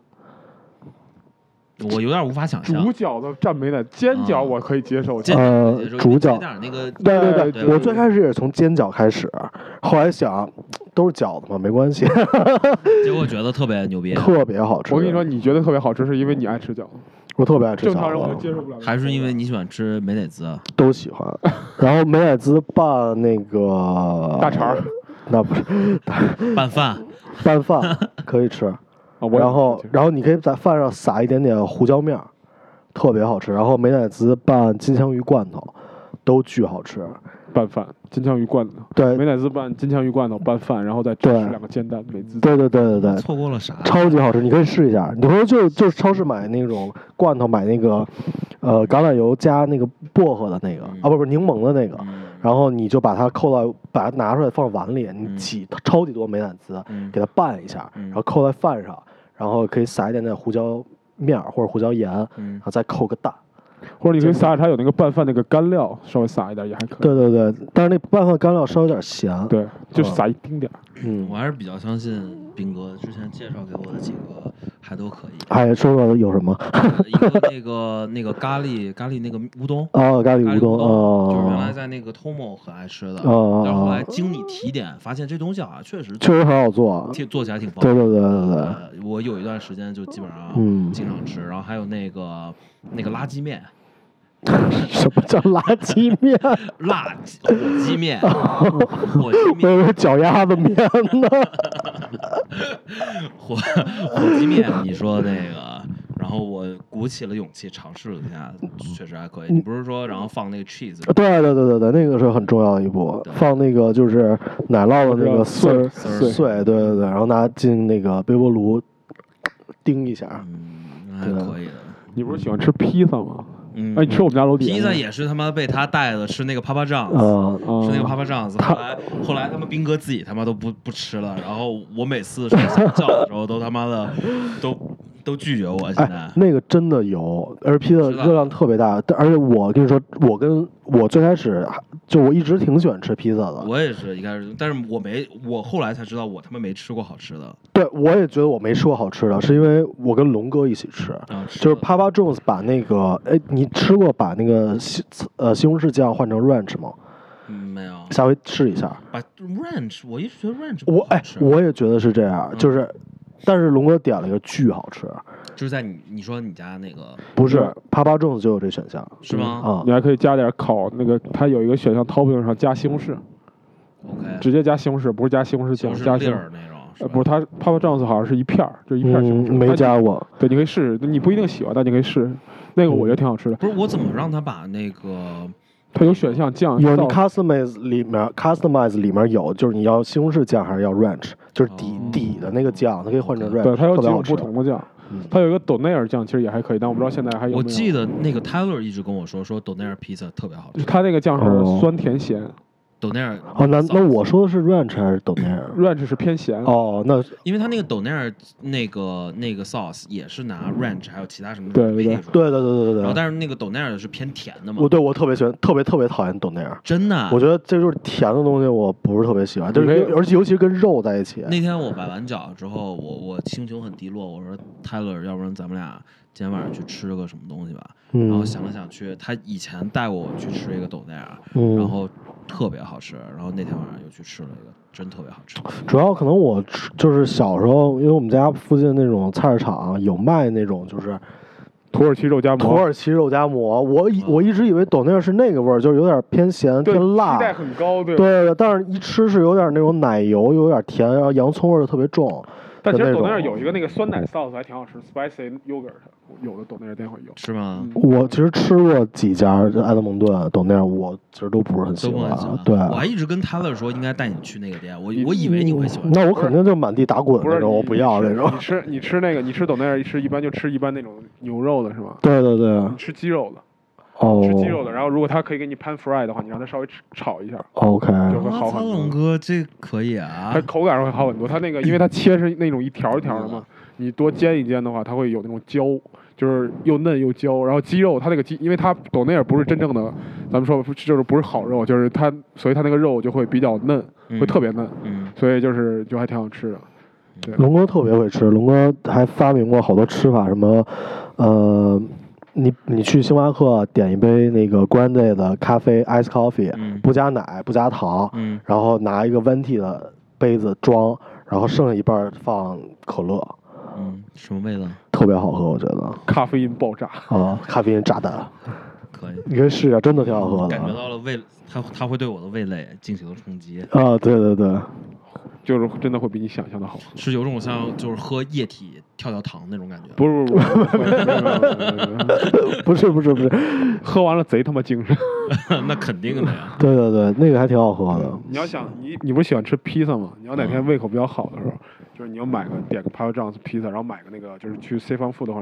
S3: 我有点无法想
S4: 煮
S3: 象。
S4: 饺子蘸美奶，煎饺我可以接受，
S3: 煎
S2: 呃
S3: 也就是
S2: 主角
S3: 有点那个
S2: 对
S4: 对
S2: 对
S4: 对对
S2: 我最开始也是从煎饺开始，后来想都是饺子嘛，没关系，
S3: 结果觉得特别牛逼，
S2: 特别好吃。
S4: 我跟你说，，你觉得特别好吃，是因为你爱吃饺子。
S2: 我特别爱吃
S4: 正常人
S2: 饺子，
S4: 我接受不了。
S3: 还是因为你喜欢吃美乃 滋啊？
S2: 都喜欢。然后梅乃滋拌那个
S4: 大肠儿，啊
S2: 那不是
S3: 拌饭，
S2: 拌饭可以吃，
S4: 啊， 我
S2: 然后然后你可以在饭上撒一点点胡椒面儿，特别好吃。然后美乃滋拌金枪鱼罐头都巨好吃，
S4: 拌饭、金枪鱼罐头、
S2: 对
S4: 美乃滋拌金枪鱼罐头拌饭，然后再蘸
S2: 哎对
S4: 吃两个煎蛋，美滋。
S2: 对对对对对，
S3: 错过了啥？
S2: 超级好吃，你可以试一下。你回头就就超市买那种罐头，买那个呃橄榄油加那个薄荷的那个、
S3: 嗯
S2: 啊，不不是柠檬的那个。
S3: 嗯
S2: 然后你就把它扣到，把它拿出来放碗里，你
S3: 嗯
S2: 挤超级多美乃滋，
S3: 嗯
S2: 给它拌一下，
S3: 嗯
S2: 然后扣在饭上，然后可以撒一点点胡椒面儿或者胡椒盐，
S3: 嗯
S2: 然后再扣个蛋。
S4: 或者你可以撒它有那个拌饭那个干料，稍微撒一点也还可以。
S2: 对对对，但是那拌饭干料稍微有点咸。，
S4: 对，就撒一丁点儿。
S2: 嗯
S3: 我，还是比较相信斌哥之前介绍给我的几个还都可以，
S2: 哎，说说有什么？
S3: 呃一个那个 那个咖喱咖喱那个乌冬。
S2: 哦，咖
S3: 咖
S2: 喱
S3: 喱
S2: 乌冬
S3: 乌冬就是原来
S2: 哦，
S3: 在那个 Tomo 很爱吃的，
S2: 哦
S3: 但是后来经你提点，发现这东西好像确实
S2: 确实很好做。
S3: 挺做起来挺棒。
S2: 对对对对对，
S3: 呃，我有一段时间就基本上
S2: 嗯
S3: 经常吃，然后还有那个那个垃圾面，
S2: 什么叫垃圾面？
S3: 辣鸡火鸡 面，火鸡
S2: 我
S3: 面，
S2: 以为脚丫子面呢。
S3: 火火鸡面，你说的那个，然后我鼓起了勇气尝试了一下，确实还可以。你不是说然后放那个 cheese，
S2: 对对对对对，那个是很重要的一步，放那个就是奶酪的那个
S4: 碎
S2: 碎
S4: 碎
S2: 碎，对对对，然后拿进那个微波炉叮一下。
S3: 嗯，那还可以的。
S4: 你不是喜欢吃披萨吗？
S3: 嗯，
S4: 哎，你吃我们家楼底下
S3: 披萨也是他妈被他带的吃那个 Papa John's。
S2: 嗯，
S4: 嗯
S3: 吃那个 Papa John's，后来后来他们斌哥自己他妈都不不吃了，然后我每次睡想觉的时候都他妈的都都拒绝我。现在
S2: 哎，那个真的有，而披萨
S3: 知道
S2: 热量特别大，但而且我跟你说，我跟我最开始就我一直挺喜欢吃披萨的，
S3: 我也是一开始，但是我没我后来才知道我他妈没吃过好吃的，
S2: 对我也觉得我没吃过好吃的，是因为我跟龙哥一起吃，
S3: 然后吃
S2: 就是
S3: 了
S2: Papa John's 把那个，哎，你吃过把那个西呃西红柿酱换成 ranch 吗？
S3: 嗯没有。
S2: 下回试一下。
S3: 把 ranch，我一直觉得 ranch 不
S2: 我
S3: 好
S2: 哎
S3: 吃，
S2: 我也觉得是这嗯样，就是，但是龙哥点了一个巨好吃，
S3: 就是在你你说你家那个
S2: 不是 Papa John's 就有这选项
S3: 是吗、
S2: 啊
S4: 你。还可以加点烤那个，它有一个选项 topping 上加西红柿，
S3: o k
S4: 直接加西红柿，不是加西红柿酱，
S3: 就是
S4: 加西
S3: 粒
S4: 红柿
S3: 儿。那种，是
S4: 呃，
S3: 吧
S4: 不是，它 Papa John's 好像是一片儿，就一片儿西红柿。
S2: 嗯，没
S4: 它
S2: 加过。
S4: 对，你可以试试，你不一定喜欢，但你可以试试。那个我觉得挺好吃的，
S3: 不是我怎么让他把那个
S4: 它有选项酱
S2: 有你
S4: 造
S2: customize 里面 customize 里面有，就是你要西红柿酱还是要 ranch，就是底、
S3: 哦
S2: 底的那个酱，它可以换成 ranch，
S4: 对，它有
S2: 特
S4: 几
S2: 别好
S4: 种
S2: 吃
S4: 不。同的酱
S2: 嗯，
S4: 它有一个斗内尔酱，其实也还可以，但我不知道现在还有没有。
S3: 我记得那个 Tyler 一直跟我说，说 Donair pizza 特别好吃。
S4: 它那个酱
S2: 哦
S4: 是酸甜咸
S3: ，Donair
S2: 哦，那那我说的是 ranch 还是 d o n a r
S4: ，ranch 是偏咸。
S2: 哦，那
S3: 因为他那个 Donair 那个那个 sauce 也是拿 ranch 还有其他什么
S4: 对对对
S3: 配出来的
S2: 对对对对
S3: 然后
S2: 对对，
S3: 但是那个 Donair 是偏甜的嘛
S2: 我，对我特别喜欢，特别特别讨厌 d o n a r
S3: 真的啊。
S2: 我觉得这就是甜的东西，我不是特别喜欢，就
S4: 你可以
S2: 是尤而且尤其是跟肉在一起。
S3: 那天我崴完脚之后，我我心情很低落，我说 Tyler，要不然咱们俩今天晚上去吃个什么东西吧？然后
S2: 嗯
S3: 想来想去，他以前带过我去吃一个豆奈尔，啊然
S2: 嗯，
S3: 后特别好吃，然后那天晚上又去吃了一个，真特别好吃。
S2: 主要可能我吃就是小时候，因为我们家附近那种菜市场啊有卖那种就是
S4: 土耳其肉夹馍，
S2: 土耳其肉夹馍，我以
S3: 啊
S2: 我一直以为抖那是那个味儿，就是有点偏咸
S4: 嗯对
S2: 偏辣
S4: 期，待很高，对
S2: 对。对，但是一吃是有点那种奶油，有点甜，然后洋葱味儿特别重。
S4: 但其
S2: 就
S4: 实
S2: 那
S4: 斗
S2: 种
S4: 内尔有一个那个酸奶 sauce 还挺好吃，spicy yogurt，有的斗内尔店会有。
S3: 是吗？
S4: 嗯
S2: 我其实吃过几家就埃德蒙顿啊抖那，我其实都不是很喜
S3: 都不
S2: 欢啊
S3: 很喜欢。啊
S2: 对，嗯
S3: 我还一直跟 Tyler 说应该带你去那个店，我我以为你会喜欢。
S2: 那我肯定就满地打滚
S4: 不
S2: 那
S4: 是
S2: 种，
S4: 你
S2: 我不要那种
S4: 你。吃你吃那个，你吃斗内尔一吃一般就吃一般那种牛肉的是吗？
S2: 对对对，
S4: 你吃鸡肉的，
S2: 哦
S4: 吃鸡肉的，然后如果它可以给你 pan fry 的话，你让它稍微吃炒一下，
S2: ，OK，
S4: 就会好
S3: 哇，
S4: 很
S3: 苍
S4: 多。
S3: 龙哥这可以啊
S4: 它！口感上会好很多。它那个，因为它切是那种一条一条的嘛，你多煎一煎的话，它会有那种焦，就是又嫩又焦。然后鸡肉，它那个鸡，因为它斗内尔不是真正的，咱们说就是不是好肉，就是它，所以它那个肉就会比较嫩，会特别嫩，
S3: 嗯，
S4: 所以就是就还挺好吃的。
S2: 龙哥特别会吃，龙哥还发明过好多吃法，什么，呃，你你去星巴克点一杯那个 grande 的咖啡 ice coffee，
S3: 嗯
S2: 不加奶不加糖，
S3: 嗯
S2: 然后拿一个 venti 的杯子装，然后剩下一半儿放可乐，
S3: 嗯，什么味道？
S2: 特别好喝，我觉得
S4: 咖啡因爆炸。
S3: 哦
S2: 啊，咖啡因炸弹，
S3: 可以，
S2: 你可以试一下，真的挺好喝的
S3: 感觉到了味，它它会对我的味蕾进行冲击，
S2: 啊！对对对，
S4: 就是真的会比你想象的好喝。
S3: 是有种像就是喝液体跳跳糖那种感觉。
S4: 不是不是不是不是不是
S2: 不
S4: 不是，
S2: 是不是不是，
S4: 喝完了贼他妈精神。
S3: 那肯定的呀。
S2: 对对对，那个还挺好喝
S3: 嗯
S2: 的。
S4: 你要想你你不是喜嗯欢吃披萨吗？你要哪天胃口比较好的时候，就是你要买个点个 p a r j a n s 披萨，然后买个那个就是去 C 方 food 的话，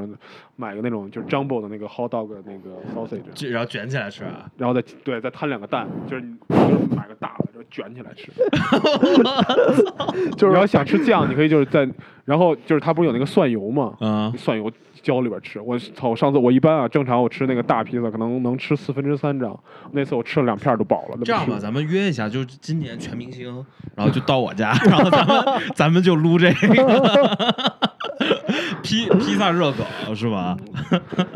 S4: 买个那种就是 jumbo 的那个 hot dog 的那个 sausage，
S3: 就然后卷起来吃啊！
S4: 然后再对再摊两个蛋，就是你就是买个大的，就是卷起来 吃。
S2: 就是
S4: 你要想吃酱，你可以就是在然后就是它不是有那个蒜油吗？
S3: 啊，
S4: 蒜油浇里边吃。我操！上次我一般啊，正常我吃那个大披萨，可能能吃四分之三张。那次我吃了两片儿都饱了。那 不
S3: 这样吧，
S4: 吃
S3: 咱们约一下，就是今年全明星，然后就到我家，然后咱 们咱们就撸这个 披披萨热狗是吧？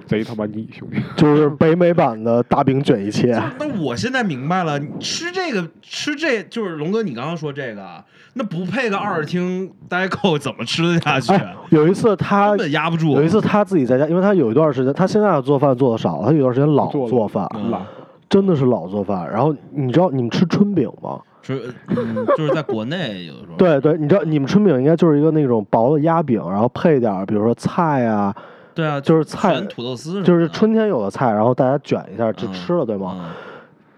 S4: 贼他妈腻，兄弟！
S2: 就是北美版的大饼卷一切，
S3: 那我现在明白了，你吃这个吃这就是龙哥，你刚刚说这个，啊那不配个二听 deco 怎么吃得下去？啊
S2: 哎，有一次他
S3: 根本压不住。
S2: 有一次他自己在家，因为他有一段时间，他现在做饭做的少了，他有一段时间老
S4: 做了
S2: 做饭，
S3: 嗯
S4: 懒
S2: 真的是老做饭。然后你知道你们吃春饼吗？
S3: 是，嗯，就是在国内有的时候，
S2: 对对，你知道你们春饼应该就是一个那种薄的压饼，然后配点儿比如说菜啊，
S3: 对啊，
S2: 就是菜
S3: 卷土豆丝什么
S4: 嗯
S3: 的，
S2: 就是春天有的菜，然后大家卷一下就吃了，对吗？
S3: 嗯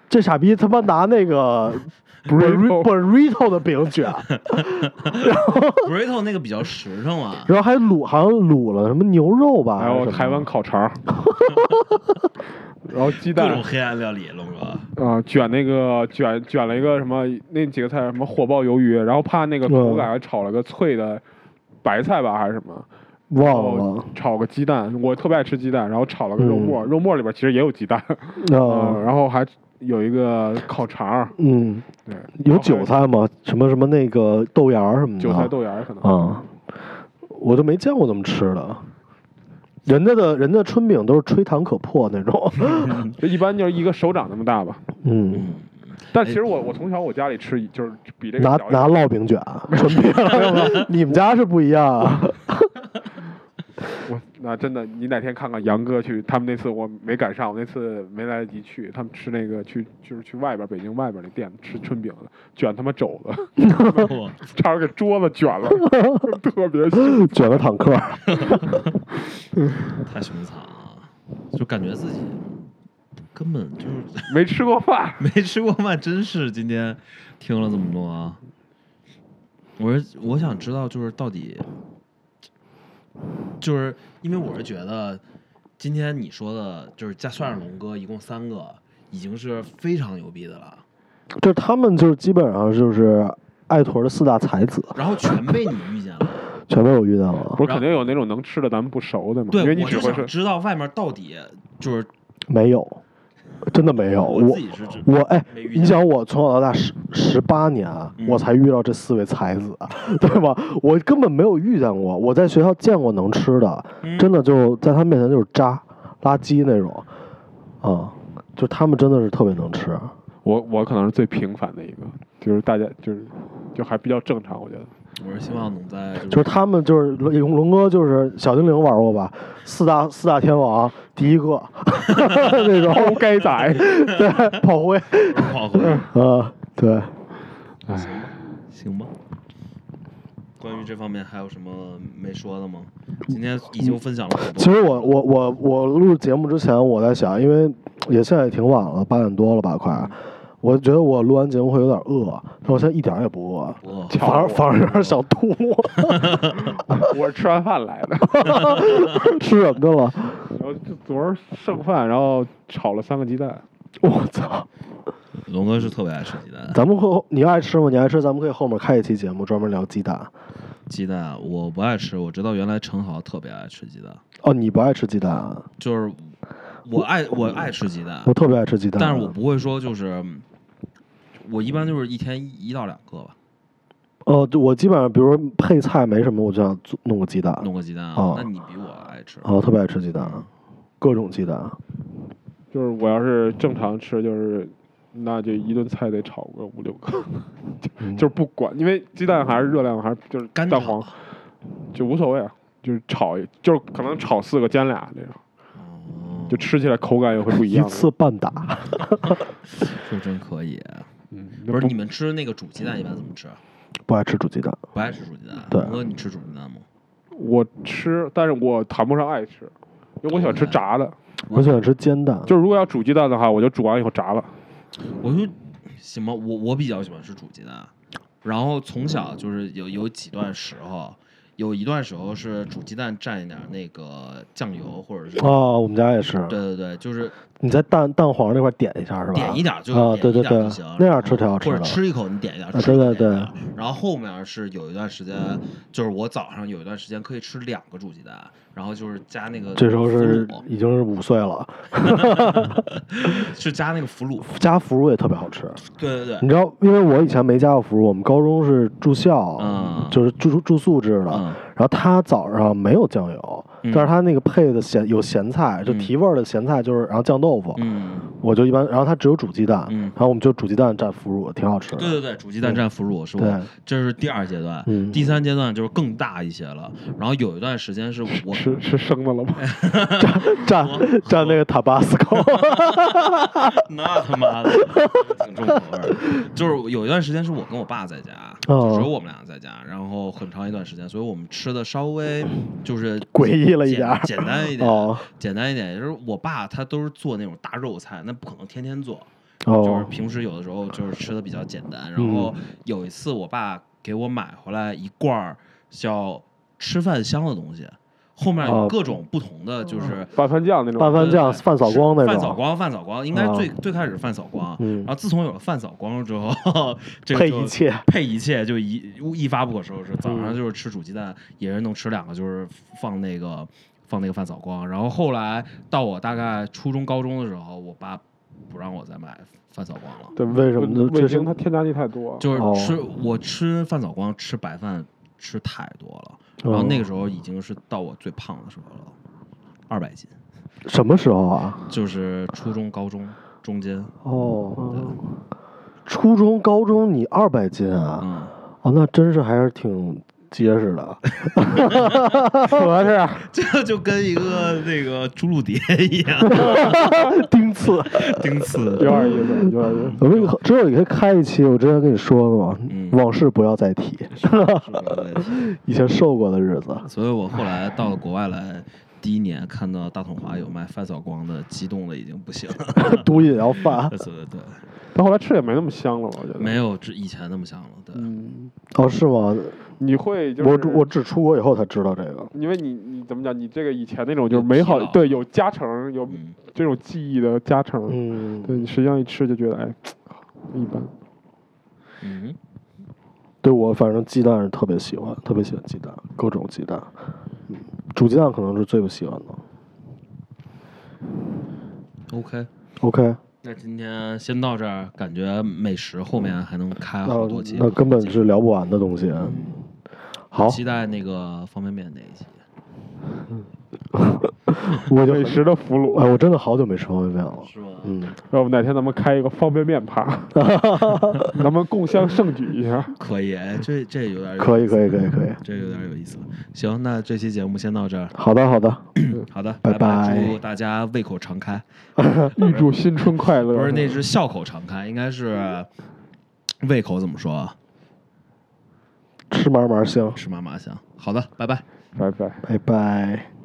S2: 这傻逼他妈拿那个
S4: Burrito
S2: burrito 的饼 卷，
S3: burrito 那个比较实诚啊嘛，
S2: 然后还卤好像卤了什么牛肉吧，
S4: 还
S2: 还是
S4: 有
S2: 啊什么
S4: 哎台湾烤 肠儿，然后鸡
S3: 各
S4: 蛋
S3: 种黑暗料理，龙 哥。
S4: 啊、卷那个卷卷了一个什么那几个菜什么火爆鱿鱼，然后怕那个
S2: 嗯
S4: 口感，还炒了个脆的白菜吧还是什么，然
S2: 忘
S4: 后
S2: 了，
S4: 炒个鸡蛋，我特别爱吃鸡蛋，然后炒了个肉末，肉末里边其实也有鸡蛋，
S2: 嗯
S4: 嗯，然后还有一个烤肠儿，
S2: 嗯，
S4: 对，
S2: 有韭菜吗？什么什么那个豆芽儿什么的，
S4: 韭菜豆芽儿可能。
S2: 啊、我都没见过这么吃的。人家的人家春饼都是吹弹可破那 种，
S4: 就一般就是一个手掌那么大吧，
S2: 嗯，
S4: 但其实我我从小我家里吃就是比这个
S2: 拿
S4: 小一点
S2: 拿烙饼卷春饼， 你们家是不一样啊。
S4: 我那真的，你哪天看看杨哥去，他们那次我没赶上，我那次没来得及去，他们吃那个去就是去外边北京外边那店吃春饼的，卷他妈肘子，
S3: 我
S4: 差点给桌子卷了， 特别凶
S2: 卷个坦克，
S3: 太凶残了，就感觉自己根本就是
S4: 没吃过饭
S3: ，没吃过饭，真是今天听了这么多啊。
S4: 嗯
S3: 我是我想知道，就是到底，就是因为我是觉得，今天你说的，就是加算上
S4: 嗯
S3: 龙哥，一共三个，已经是非常牛逼的了。
S2: 就是他们就是基本上就是爱屯的四大才子，
S3: 然后全被你遇见了。
S2: 全被我遇见了，
S4: 不是肯定有那种能吃的咱们不熟的嘛，因
S3: 对，
S4: 为你
S3: 我
S4: 只
S3: 就
S4: 会
S3: 想
S4: 是
S3: 知道外面到底就是
S2: 没有，真的没有。
S3: 我
S2: 我
S3: 自己是知
S2: 我哎
S3: 没遇，见
S2: 你想我从小到大十十八年啊，
S3: 嗯
S2: 我才遇到这四位才子，啊对吧？我根本没有遇见过，我在学校见过能吃的，
S3: 嗯
S2: 真的就在他面前就是渣垃圾那种，啊、就他们真的是特别能吃。
S3: 嗯
S4: 我我可能是最平凡的一个，就是大家就是就还比较正常，我觉得。
S3: 我是希望能在
S2: 就是他们就是龙龙哥就是小精灵玩过吧？四大四大天王第一个 那 种
S4: 偷该宰，
S2: 对炮灰，
S3: 跑回
S4: 嗯
S3: 来，
S2: 呃对，
S4: 哎，
S3: 行吧？关于这方面还有什么没说的吗？今天
S4: 嗯
S3: 已经分享了很多。
S2: 其实我我我我录节目之前我在想，因为也现在也挺晚了，八点多了吧快，我觉得我录完节目会有点饿，但我现在一点儿也不饿。
S3: 我
S2: 反而反而有点想吐，
S4: 我是吃完饭来的。
S2: 吃什么去了？
S4: 然后就昨儿剩饭，然后炒了三个鸡蛋。
S2: 我操！
S3: 龙哥是特别爱吃鸡蛋，
S2: 咱们后你爱吃吗？你爱吃，咱们可以后面开一期节目专门聊鸡蛋。
S3: 鸡蛋我不爱吃，我知道原来陈豪特别爱吃鸡蛋，
S2: 哦，你不爱吃鸡蛋啊？
S3: 就是我爱我爱吃鸡蛋
S2: 我，特别爱吃鸡蛋，啊
S3: 但是我不会说就是，我一般就是一天一到两个吧，
S2: 呃，就我基本上比如说配菜没什么，我就想做弄个鸡蛋，
S3: 弄个鸡蛋啊
S2: 哦。
S3: 那你比我爱吃，
S2: 啊，我特别爱吃鸡蛋，各种鸡蛋，啊
S4: 就是我要是正常吃，就是那就一顿菜得炒个五六个，
S2: 嗯
S4: 就是不管，因为鸡蛋还是热量还是就是
S3: 干
S4: 蛋黄，就无所谓啊，就是炒一就是可能炒四个煎俩这样，
S3: 哦，
S4: 就吃起来口感也会不一
S2: 一
S4: 样。
S2: 次半打，
S3: 这真可以。
S4: 嗯，那
S3: 不是你们吃那个煮鸡蛋一般怎么吃？啊
S2: 不爱吃煮鸡蛋。
S3: 不爱吃煮鸡蛋。
S2: 对
S3: 哥，你吃煮鸡蛋吗？
S4: 我吃，但是我谈不上爱吃，因为我喜欢吃炸的。
S2: 我喜欢吃煎蛋，
S4: 就是如果要煮鸡蛋的话，我就煮完以后炸了。
S3: 我就行吧，我我比较喜欢吃煮鸡蛋，然后从小就是有有几段时候，有一段时候是煮鸡蛋蘸一点那个酱油或者是。
S2: 哦，我们家也是。
S3: 对对对，就是
S2: 你在蛋蛋黄那块点一下是吧？
S3: 点一点儿就
S2: 啊
S3: 点
S2: 对
S3: 一
S2: 对
S3: 点儿就
S2: 对
S3: 行，嗯
S2: 那样吃挺好吃
S3: 或
S2: 的
S3: 者吃一口你点一点儿，
S2: 啊
S3: 吃一口
S2: 对对
S3: 点一点儿然后后面是有一段时间，就是我早上有一段时间可以吃两个煮鸡蛋，然后就是加那个
S2: 这时候是
S3: 腐乳
S2: 已经是五岁了，
S3: 是加那个腐乳，
S2: 加腐乳也特别好吃。
S3: 对对对，
S2: 你知道，因为我以前没加过腐乳，我们高中是住校，
S3: 嗯
S2: 就是住住宿制的。
S3: 嗯
S2: 然后他早上没有酱油，
S3: 嗯
S2: 但是他那个配的咸有咸菜，就
S3: 嗯
S2: 提味儿的咸菜，就是然后酱豆腐，
S3: 嗯，
S2: 我就一般。然后他只有煮鸡蛋，
S3: 嗯
S2: 然后我们就煮鸡蛋蘸腐乳，挺好吃的。
S3: 对对对，煮鸡蛋蘸腐乳是
S2: 嗯对
S3: 我，这是第二阶段，
S2: 嗯
S3: 第三阶段就是更大一些了，然后有一段时间是 我。
S4: 吃吃生的了吗？
S2: 蘸蘸那个塔巴斯科，
S3: 那他妈的挺重口味儿的。就是有一段时间是我跟我爸在家，
S2: 哦
S3: 就只有我们俩在家，然后很长一段时间，所以我们吃的稍微 就是
S2: 诡异了一点儿
S3: 简简单一点，
S2: 哦
S3: 简单一点。也就是我爸他都是做那种大肉菜，那不可能天天做，就是
S2: 哦，嗯
S3: 平时有的时候就是吃的比较简单。然后有一次我爸给我买回来一罐儿叫吃饭香的东西。后面有
S2: 哦
S3: 各种不同的，就是
S4: 拌饭酱那种
S2: 拌饭酱、
S3: 对对对
S2: 饭扫光那种，
S3: 饭扫光，饭扫光，应该
S2: 啊
S3: 最最开始是饭扫光，啊
S2: 嗯
S3: 然后自从有了饭扫光之后，这个
S2: 配
S3: 就
S2: 一切嗯
S3: 配一切就一一发不可收拾。早上就是吃煮鸡蛋，也是能吃两个，就是放那个放那个饭扫光。然后后来到我大概初中高中的时候，我爸不让我再买饭扫光了，
S4: 对，
S2: 为什么呢这
S4: 味
S2: 是
S4: 精它添加剂太多。
S2: 哦
S3: 就是吃、我吃饭扫光吃白饭吃太多了，
S2: 嗯
S3: 然后那个时候已经是到我最胖的时候了，二百斤，
S2: 什么时候啊？
S3: 就是初中高中中间，
S2: 哦，初中、高中你二百斤啊？
S3: 嗯。
S2: 哦，那真是还是挺结实的。
S4: 合 适， 啊
S3: 这就跟一个那个猪肚蝶一样，
S2: 丁次，
S3: 钉刺。
S4: 有点意思，有点意思。
S2: 我跟你之后你可以开一期，我之前跟你说了嘛，
S3: 嗯
S2: 往事不要再提，
S3: 是的问题
S2: 以前受过的日子。
S3: 所以我后来到了国外来，第一年看到大统华有卖饭扫光的，激动的已经不行了。
S4: 嗯
S2: 毒瘾要犯
S3: 对对对，
S4: 但后来吃也没那么香了，我觉得。
S3: 没有之以前那么香了。对，
S4: 嗯，
S2: 哦，是吗？
S4: 你会就是
S2: 我只我只出国以后才知道这个。
S4: 因为你你怎么讲？你这个以前那种就
S3: 有
S4: 是美好
S3: 疲劳，
S4: 对，有加成，有
S3: 嗯，
S4: 这种记忆的加成。
S2: 嗯，
S4: 对你实际上一吃就觉得哎，一般。
S3: 嗯，
S2: 对我反正鸡蛋是特别喜欢，特别喜欢鸡蛋，各种鸡蛋。嗯，煮鸡蛋可能是最不喜欢的。
S3: OK。
S2: OK，
S3: 那今天先到这儿，感觉美食后面还能开啊好
S2: 那
S3: 多嗯期，
S2: 那根本是聊不完的东西。啊好，
S3: 期待那个方便面那一期。
S2: 我就
S4: 美食的俘虏。
S2: 哎，我真的好久没吃方便面了。
S3: 是吗？
S2: 嗯，
S4: 要不哪天咱们开一个方便面趴，咱们共襄盛举一下。
S3: 可以，哎这这有点
S2: 可以，
S3: 以，
S2: 可以，可以，可以。
S3: 这有点有意思了。行，那这期节目先到这儿。
S2: 好的，好的。
S3: 好的，
S2: 拜
S3: 拜
S2: 拜
S3: 祝大家胃口常开，
S4: 预祝新春快乐！
S3: 不是那是笑口常开，应该是胃口怎么说啊？
S2: 吃嘛嘛香，哎
S3: 吃嘛嘛香。好的，拜拜。
S4: 拜拜。
S2: 拜拜。